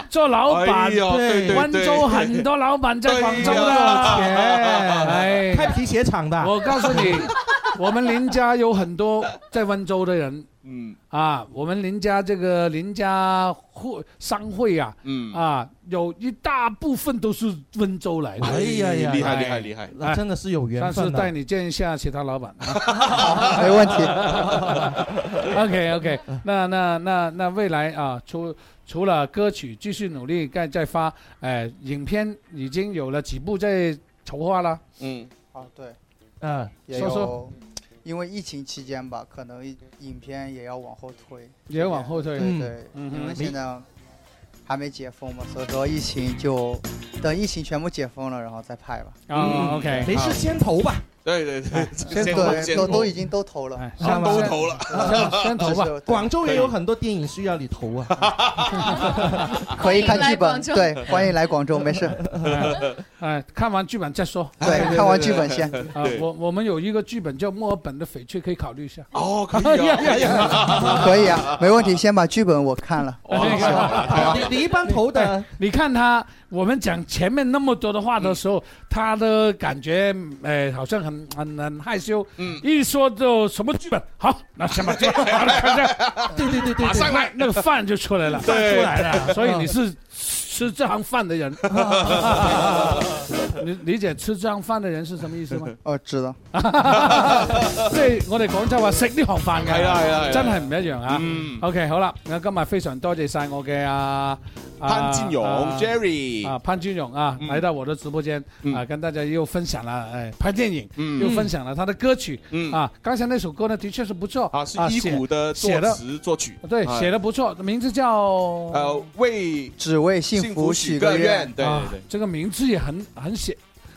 Speaker 4: 得做老
Speaker 7: 哎
Speaker 4: 板，
Speaker 7: 呀对对
Speaker 4: 温
Speaker 7: 对
Speaker 4: 州很多老板在广州
Speaker 7: 对
Speaker 4: 的，
Speaker 7: 呀
Speaker 4: 哎
Speaker 8: 开皮鞋厂的，
Speaker 4: 我告诉你，我们邻家有很多在温州的人，
Speaker 7: 嗯
Speaker 4: 啊，我们邻家这个邻家会商会啊，
Speaker 7: 嗯
Speaker 4: 啊，有一大部分都是温州来的。
Speaker 8: 哎呀呀
Speaker 7: 厉害厉害厉害
Speaker 8: 那真的是有缘分啊
Speaker 4: 上次带你见一下其他老板，
Speaker 8: 没问 题
Speaker 4: OK OK，那那那那未来啊，除除了歌曲继续努力，再再发，哎、影片已经有了几部在筹划了。
Speaker 7: 嗯，
Speaker 13: 啊，对，
Speaker 4: 嗯
Speaker 13: 也
Speaker 4: 说说
Speaker 13: 有，因为疫情期间吧，可能影片也要往后推，
Speaker 4: 也要往后推
Speaker 13: 对
Speaker 4: 嗯
Speaker 13: 对，
Speaker 4: 嗯哼
Speaker 13: 因为现在还没解封嘛，所以说疫情就等疫情全部解封了，然后再拍吧。
Speaker 4: 啊，OK，没事好先投吧。哎
Speaker 7: 对对对，先投
Speaker 13: 对，
Speaker 7: 先
Speaker 13: 都
Speaker 7: 投
Speaker 13: 都已经都投
Speaker 8: 哎
Speaker 13: 了，
Speaker 7: 啊都投了
Speaker 8: 先先投吧
Speaker 13: 就是
Speaker 8: 广州也有很多电影需要你投 啊。
Speaker 13: 可以看
Speaker 8: 欢
Speaker 13: 剧
Speaker 8: 迎来
Speaker 13: 本，
Speaker 8: 广州
Speaker 13: 对，欢迎来广 州，没事。
Speaker 4: 哎，看完剧本再说。
Speaker 13: 对看完剧本先
Speaker 4: 对啊
Speaker 13: 对，
Speaker 4: 我我们有一个剧本叫《墨尔本的翡翠》，可以考虑一下。
Speaker 7: 哦，
Speaker 4: 可
Speaker 7: 以 啊
Speaker 13: 可以啊，没问题，先把剧本我看了。
Speaker 7: 哦
Speaker 4: 哎你你一般投的，你看他，我们讲前面那么多的话的时候，他的感觉，哎，好像很很很害羞。嗯，一说就什么剧本，好，那先把剧本好了看一下。对对对
Speaker 7: 对马上来
Speaker 4: 那个饭就出来了，
Speaker 7: 对
Speaker 4: 饭出来了。所以你是吃这行饭的人，你理解吃这行饭的人是什么意思吗？
Speaker 13: 哦，知道。
Speaker 4: 即係我哋廣州話食呢行飯嘅，
Speaker 7: 係啊係啊係啊
Speaker 4: 真係唔一樣啊
Speaker 7: 嗯。
Speaker 4: OK，好啦，我今日非常多謝晒我嘅啊啊
Speaker 7: 潘金勇
Speaker 4: 啊
Speaker 7: Jerry
Speaker 4: 啊潘金勇啊，
Speaker 7: 嗯
Speaker 4: 來到我的直播間啊，跟大家又分享了哎拍電影，
Speaker 7: 嗯
Speaker 4: 又分享了他的歌曲啊。剛才那首歌呢，的確是不錯
Speaker 7: 啊，是伊
Speaker 4: 寫
Speaker 7: 谷的作
Speaker 4: 寫得
Speaker 7: 词作曲，
Speaker 4: 对
Speaker 7: 啊
Speaker 4: 寫得不錯，名字叫
Speaker 7: 呃为
Speaker 13: 只为幸福许个愿
Speaker 7: 对
Speaker 4: 啊
Speaker 7: 对对。
Speaker 4: 这个名字也很很写。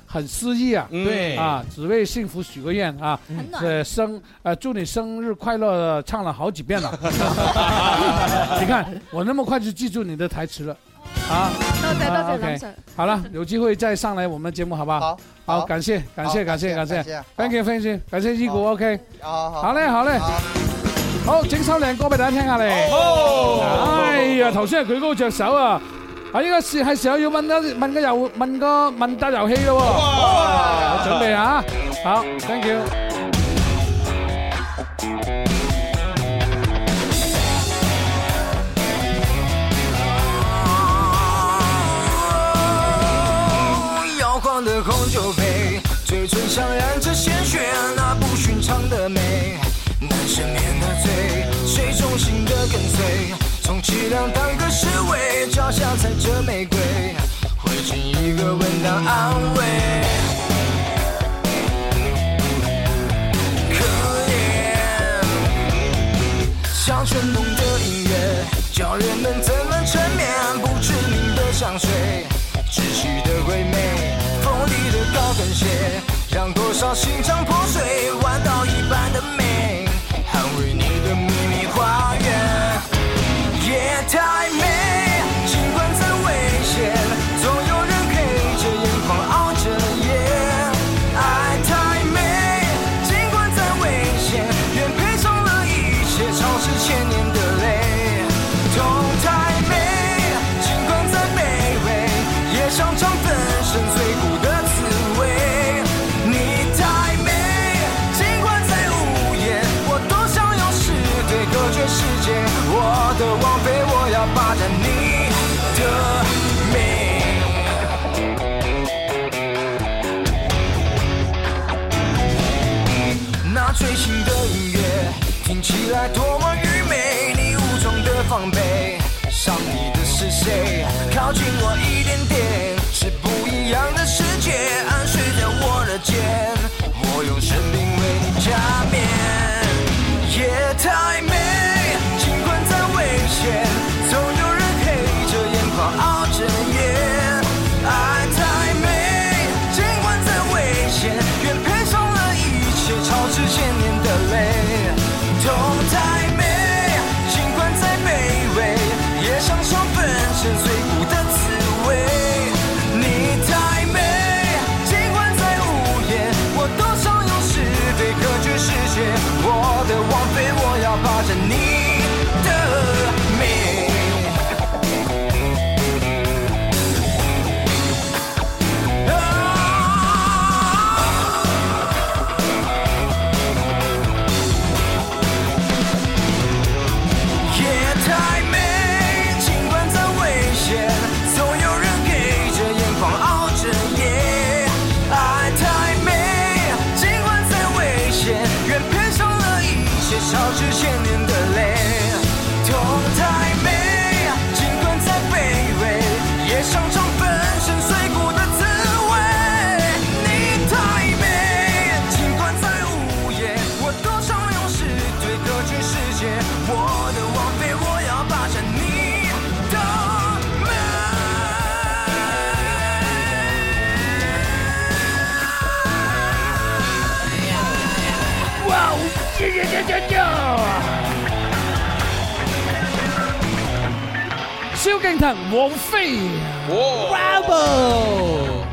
Speaker 4: 很诗意啊，
Speaker 7: 嗯对
Speaker 4: 啊，只为幸福许个愿啊，呃，生呃，祝你生日快乐，唱了好几遍 了。 你看我那么快就记住你的台词了，啊，
Speaker 12: 多谢
Speaker 4: 啊
Speaker 12: 多谢
Speaker 4: OK
Speaker 12: 林 Sir
Speaker 4: 好了，有机会再上来我们节目好不好？好，
Speaker 13: 好
Speaker 4: 感谢感谢
Speaker 13: 好
Speaker 4: 感谢感
Speaker 13: 感
Speaker 4: 谢
Speaker 13: 谢感谢
Speaker 4: ，thank you thank you，感谢依谷 OK，
Speaker 13: 好好
Speaker 4: 好嘞好嘞，好整首靚歌俾大家聽下嚟。哎呀，頭先係舉高着手啊！啊，依家是係時候要問個問個遊問個問答遊戲咯喎，準備啊！好，thank you。
Speaker 5: 摇晃的红酒杯，嘴唇上染着鲜血，那不寻常的美，难赦免的罪，谁忠心的跟随？从凄凉当个侍卫，脚下踩着玫瑰，挥进一个吻当安慰。可怜，像泉动的音乐，叫人们怎么沉眠？不知名的香水。窒息的鬼魅，锋利的高跟鞋，让多少心肠破碎，玩到一半的美，捍卫你的秘密花园。夜太美，尽管再危险，总有人黑着眼眶熬着夜。爱太美，尽管再危险，愿赔偿了一切，潮湿千年的泪。痛太美，尽管再卑微，也想尝粉身碎骨的滋味。你太美，尽管再无言，我多想用诗对隔绝世界。我的王妃，我要霸占你的美。那最新的音乐听起来多么愚昧，你无从的防备。上帝的是谁？靠近我一点点，是不一样的世界，安睡在我的肩，我用生命为你加冕。夜太美，尽管再危险，总有人黑着眼眶熬着夜。爱太美，尽管再危险，愿赔偿了一切潮湿千年的泪。痛太美，尽管再卑微，也想尝粉身碎骨的滋味。你太美，尽管再无言，我多想用是非隔绝世界。我的王妃，我要霸占你的美。
Speaker 14: 些消失千年的泪。痛太美，尽管再卑微，也想尝粉身碎骨的滋味。你太美，尽管再无言，我多想用诗对歌曲世界。我的王妃，我要霸占你的美。哇哦，谢谢谢谢谢。
Speaker 4: 萧敬腾、王菲，哇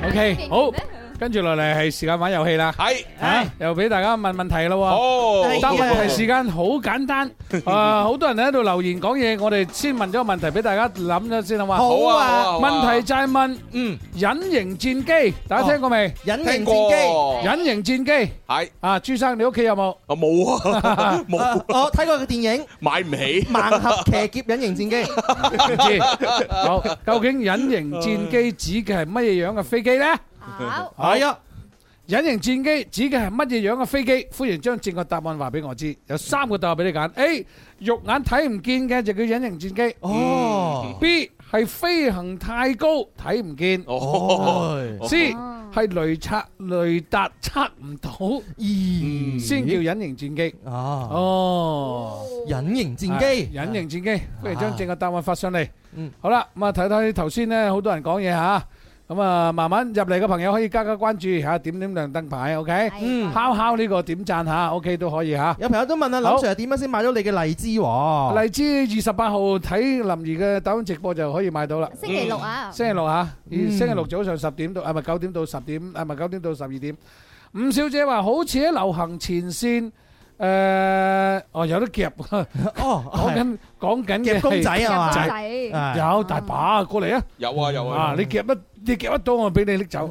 Speaker 4: ，Bravo，OK，好。跟住落嚟係時間玩遊戲啦，
Speaker 7: 係
Speaker 4: 嚇又俾大家問問題啦
Speaker 7: 哦
Speaker 4: 喎，答問題時間好簡單，啊好多人喺度留言講嘢，我哋先問咗個問題俾大家諗咗先好嘛？
Speaker 8: 好啊好啊好啊
Speaker 4: 問題就係問，嗯，隱形戰機，大家聽過未？隱
Speaker 8: 形戰機聽過
Speaker 4: 隱形戰機
Speaker 7: 係
Speaker 4: 啊，朱生你屋企有冇？
Speaker 7: 啊 冇啊，冇
Speaker 8: 啊我睇過個電影
Speaker 7: 買唔起
Speaker 8: 《盲俠騎劫隱形戰機》。
Speaker 4: 唔知。好，究竟隱形戰機指嘅係乜嘢樣嘅飛機呢？係啊。隱形戰機指嘅係乜嘢樣嘅飛機？歡迎將正確答案話俾我知。有三個答案俾你揀。A. 肉眼睇唔見嘅就叫隱形戰機。
Speaker 8: 哦
Speaker 4: B 係飛行太高睇唔見。
Speaker 8: 哦
Speaker 4: C 係雷測雷達測唔到，先叫隱形戰機。哦，
Speaker 8: 啊隱形戰機嗯
Speaker 4: 係隱形戰機，不如將正確答案發上嚟。好啦，咁啊睇睇頭先咧，好多人講嘢嚇。咁啊，慢慢入嚟嘅朋友可以加加關注嚇，點點亮燈牌，OK？嗯，敲敲呢個點讚嚇，OK 都可以嚇。
Speaker 8: 有朋友都問啊，林
Speaker 4: 好
Speaker 8: Sir 點樣先買到你嘅荔枝喎？
Speaker 4: 荔枝二十八號睇林怡嘅抖音直播就可以買到啦。
Speaker 2: 星期六啊
Speaker 4: 星期六嚇，而
Speaker 2: 嗯
Speaker 4: 星期六早上十點到啊，唔係九點到十點，啊唔係九點到十二點。吳小姐話好似喺流行前線。誒，哦有得夾，
Speaker 8: 哦
Speaker 4: 講緊講緊嘅係
Speaker 8: 夾公仔啊嘛
Speaker 4: 夾
Speaker 8: 夾公仔
Speaker 4: 有大把過嚟啊！
Speaker 7: 有啊有啊
Speaker 4: 啊你夾得你夾得到，我俾你拎走。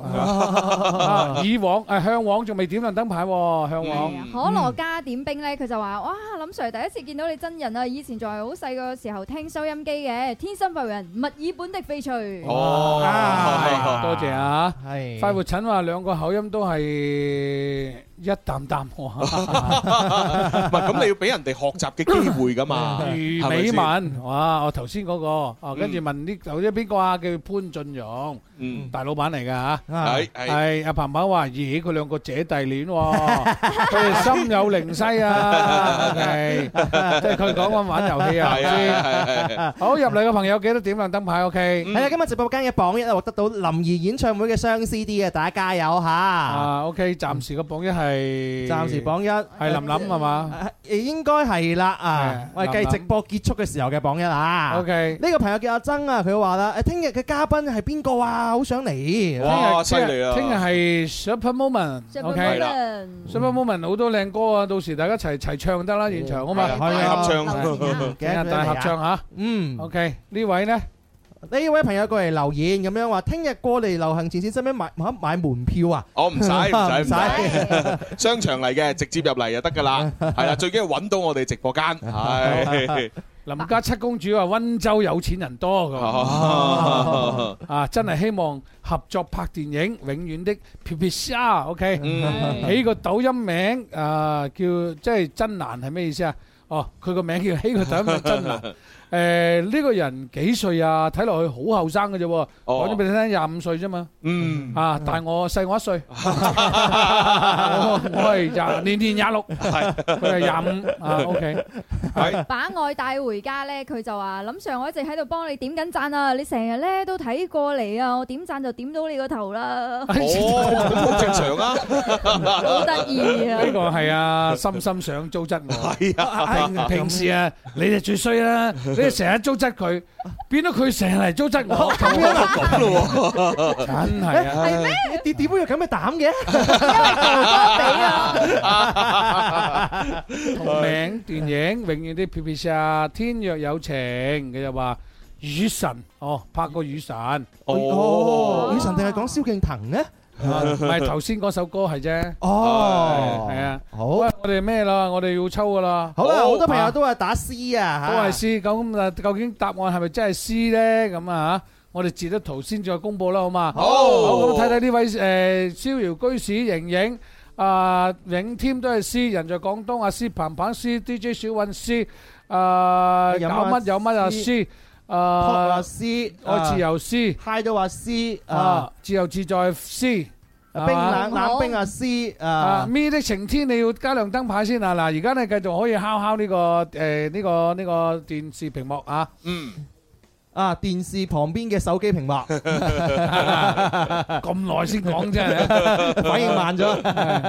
Speaker 4: 啊以往誒向往仲未點亮燈牌喎，向往嗯
Speaker 2: 可樂加點冰咧，佢就話：哇，林嗯 Sir 第一次見到你真人啊！以前仲係好細個時候聽收音機嘅，天生快活人，墨爾本的翡翠。
Speaker 4: 哦，
Speaker 8: 啊
Speaker 4: 多謝啊！
Speaker 8: 係
Speaker 4: 快活診話兩個口音都係一啖啖
Speaker 7: 唔係咁，你要俾人哋學習嘅機會 㗎嘛？
Speaker 4: 余
Speaker 7: 係咪
Speaker 4: 美
Speaker 7: 先
Speaker 4: 敏，哇！我頭先嗰個，哦，跟住問呢頭先邊個啊？叫潘俊勇，
Speaker 7: 嗯，
Speaker 4: 大老闆嚟㗎嚇，
Speaker 7: 係係
Speaker 4: 係阿彭彭話：咦，佢兩個姐弟戀 喎，佢哋心有靈犀啊！係，即係佢講緊玩遊戲啊，
Speaker 8: 係係係係係
Speaker 4: 知？好入嚟嘅朋友記得點亮燈牌，OK。
Speaker 8: 係啦，今日直播間嘅榜一啊，獲得到林怡演唱會嘅雙 CD 嘅，大家加油嚇！
Speaker 4: 啊，OK，暫時個榜一係
Speaker 8: 暫時榜一
Speaker 4: 係林林係嘛？
Speaker 8: 誒應該係啦啊！我哋計
Speaker 4: 林林
Speaker 8: 直播結束嘅時候嘅榜一啊
Speaker 4: OK
Speaker 8: 呢個朋友叫阿曾啊，佢話啦：誒，聽日嘅嘉賓係邊個啊？好想嚟！
Speaker 4: 聽
Speaker 7: 哇
Speaker 4: 日
Speaker 7: 犀利啊
Speaker 4: 聽日係 Super Moment，OK，
Speaker 7: 係啦
Speaker 4: Super Moment 好多靚歌啊，到時大家齊齊唱得啦，現場啊嘛，
Speaker 7: 係啊大合唱啊
Speaker 4: 聽日大合唱嚇。
Speaker 8: 嗯
Speaker 4: ，OK，呢位呢？
Speaker 8: 呢位朋友過嚟留言咁樣話，聽日過嚟流行前線，使唔使買買買門票啊？
Speaker 7: 我哦唔使唔使唔
Speaker 8: 唔使
Speaker 7: 使， 商場嚟嘅，直接入嚟就得 㗎啦。係啊啦，最緊要揾到我哋直播間。係。
Speaker 4: 林家七公主話温州有錢人多
Speaker 7: 哦
Speaker 4: 咁， 啊真係希望合作拍電影《永遠的皮皮蝦》，OK，
Speaker 7: 嗯
Speaker 4: 起個抖音名啊叫即係真難係咩意思啊？哦，佢個名叫起個抖音名 真難。誒呢個人幾歲啊？睇落去好後生嘅啫喎，講咗俾你聽廿五歲啫嘛。
Speaker 7: 嗯，
Speaker 4: 啊，大我細我一 歲，我我係廿年年廿六，佢係廿五啊。OK，係。
Speaker 2: 把愛帶回家咧，佢就話：林 Sir，我一直喺度幫你點緊讚啊！你成日咧都睇過嚟啊，我點讚就點到你個頭啦。
Speaker 4: 哎
Speaker 7: 好正常啊，
Speaker 2: 好得意啊
Speaker 4: 呢個係啊，心心想糟質我。
Speaker 7: 係
Speaker 4: 啊，平時啊，你哋最衰啦，你哋成日糟質佢，變咗佢成日嚟糟質我，咁樣
Speaker 7: 咁咯喎，
Speaker 4: 真係啊，
Speaker 8: 係咩？你點會有咁嘅膽嘅？
Speaker 4: 同名電影《永遠的 P P 啊，天若有情》，佢就話雨神哦，拍過雨神
Speaker 8: 哦，雨神定係講蕭敬騰呢？
Speaker 4: 啊唔係頭先嗰首歌係啫。
Speaker 8: 哦
Speaker 4: 係係啊。
Speaker 8: 好，
Speaker 4: 喂我哋咩啦？我哋要抽噶啦。
Speaker 8: 好啦，好多朋
Speaker 4: 啊
Speaker 8: 友都話打 C 啊，
Speaker 4: 都係 C，咁啊，究竟答案係咪真係 C 咧？咁啊嚇，我哋截咗圖先再公佈啦，好嘛？
Speaker 8: 好
Speaker 4: ờ, 好咁睇睇呢位誒逍遙居士盈盈。啊啊永添都係 C，人在廣東啊 C，彭彭 C，DJ 小韻 C，啊
Speaker 8: 飲
Speaker 4: 搞
Speaker 8: 啊
Speaker 4: 乜有乜啊
Speaker 8: C
Speaker 4: C，
Speaker 8: Pop
Speaker 4: 啊
Speaker 8: 啊 C，
Speaker 4: 我自由 C，
Speaker 8: 嗨都話 C 啊
Speaker 4: 啊，自由自在 C。
Speaker 8: 冰
Speaker 4: 係嘛
Speaker 8: 冷冷冰啊 C
Speaker 4: 啊
Speaker 8: 啊，
Speaker 4: 咪的晴天你要加亮燈牌先啊！嗱，而家你繼續可以敲敲呢個誒呢個呢個電視屏幕啊。
Speaker 7: 嗯。
Speaker 8: 啊電視旁邊嘅手機屏幕，
Speaker 4: 咁耐先講啫，
Speaker 8: 反應慢咗。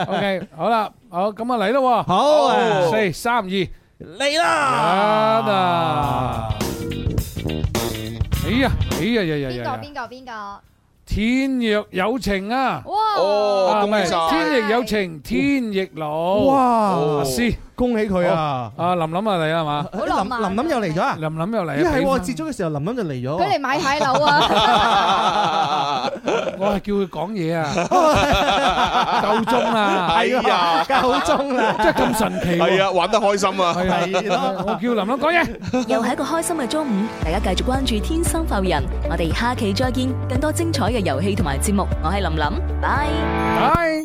Speaker 4: OK，好啦，好咁啊嚟咯喎。
Speaker 8: 好啊
Speaker 4: 四三二嚟
Speaker 8: 啦！
Speaker 4: 啊！哎呀，哎呀呀呀
Speaker 2: 邊個
Speaker 4: 呀呀！
Speaker 2: 邊個邊個？
Speaker 4: 天若有情啊！
Speaker 2: 哇哦
Speaker 4: 啊唔係
Speaker 2: 恭喜晒
Speaker 4: 天亦有情，天亦老。
Speaker 8: 哇
Speaker 4: 阿師，
Speaker 8: 恭喜佢啊！
Speaker 4: 好！阿林林啊嚟啦係嘛？
Speaker 2: 好浪漫
Speaker 8: 林林又嚟咗啊！
Speaker 4: 林林又嚟啊
Speaker 8: 咦係
Speaker 4: 俾
Speaker 8: 喎，
Speaker 4: 心
Speaker 8: 接咗嘅時候林林就嚟咗
Speaker 2: 佢
Speaker 8: 喎。
Speaker 2: 嚟買蟹樓啊！
Speaker 4: 我係叫佢講嘢 啊，夠鐘啦，
Speaker 7: 哎呀
Speaker 8: 夠鐘啦，
Speaker 4: 真係咁神奇喎。
Speaker 7: 系啊，玩得開心啊！
Speaker 4: 係啊，我叫林林講嘢。
Speaker 15: 又係一個開心嘅中午，大家繼續關注《天生浮人》，我哋下期再見，更多精彩嘅遊戲同埋節目，我係林琳，拜。
Speaker 4: 拜。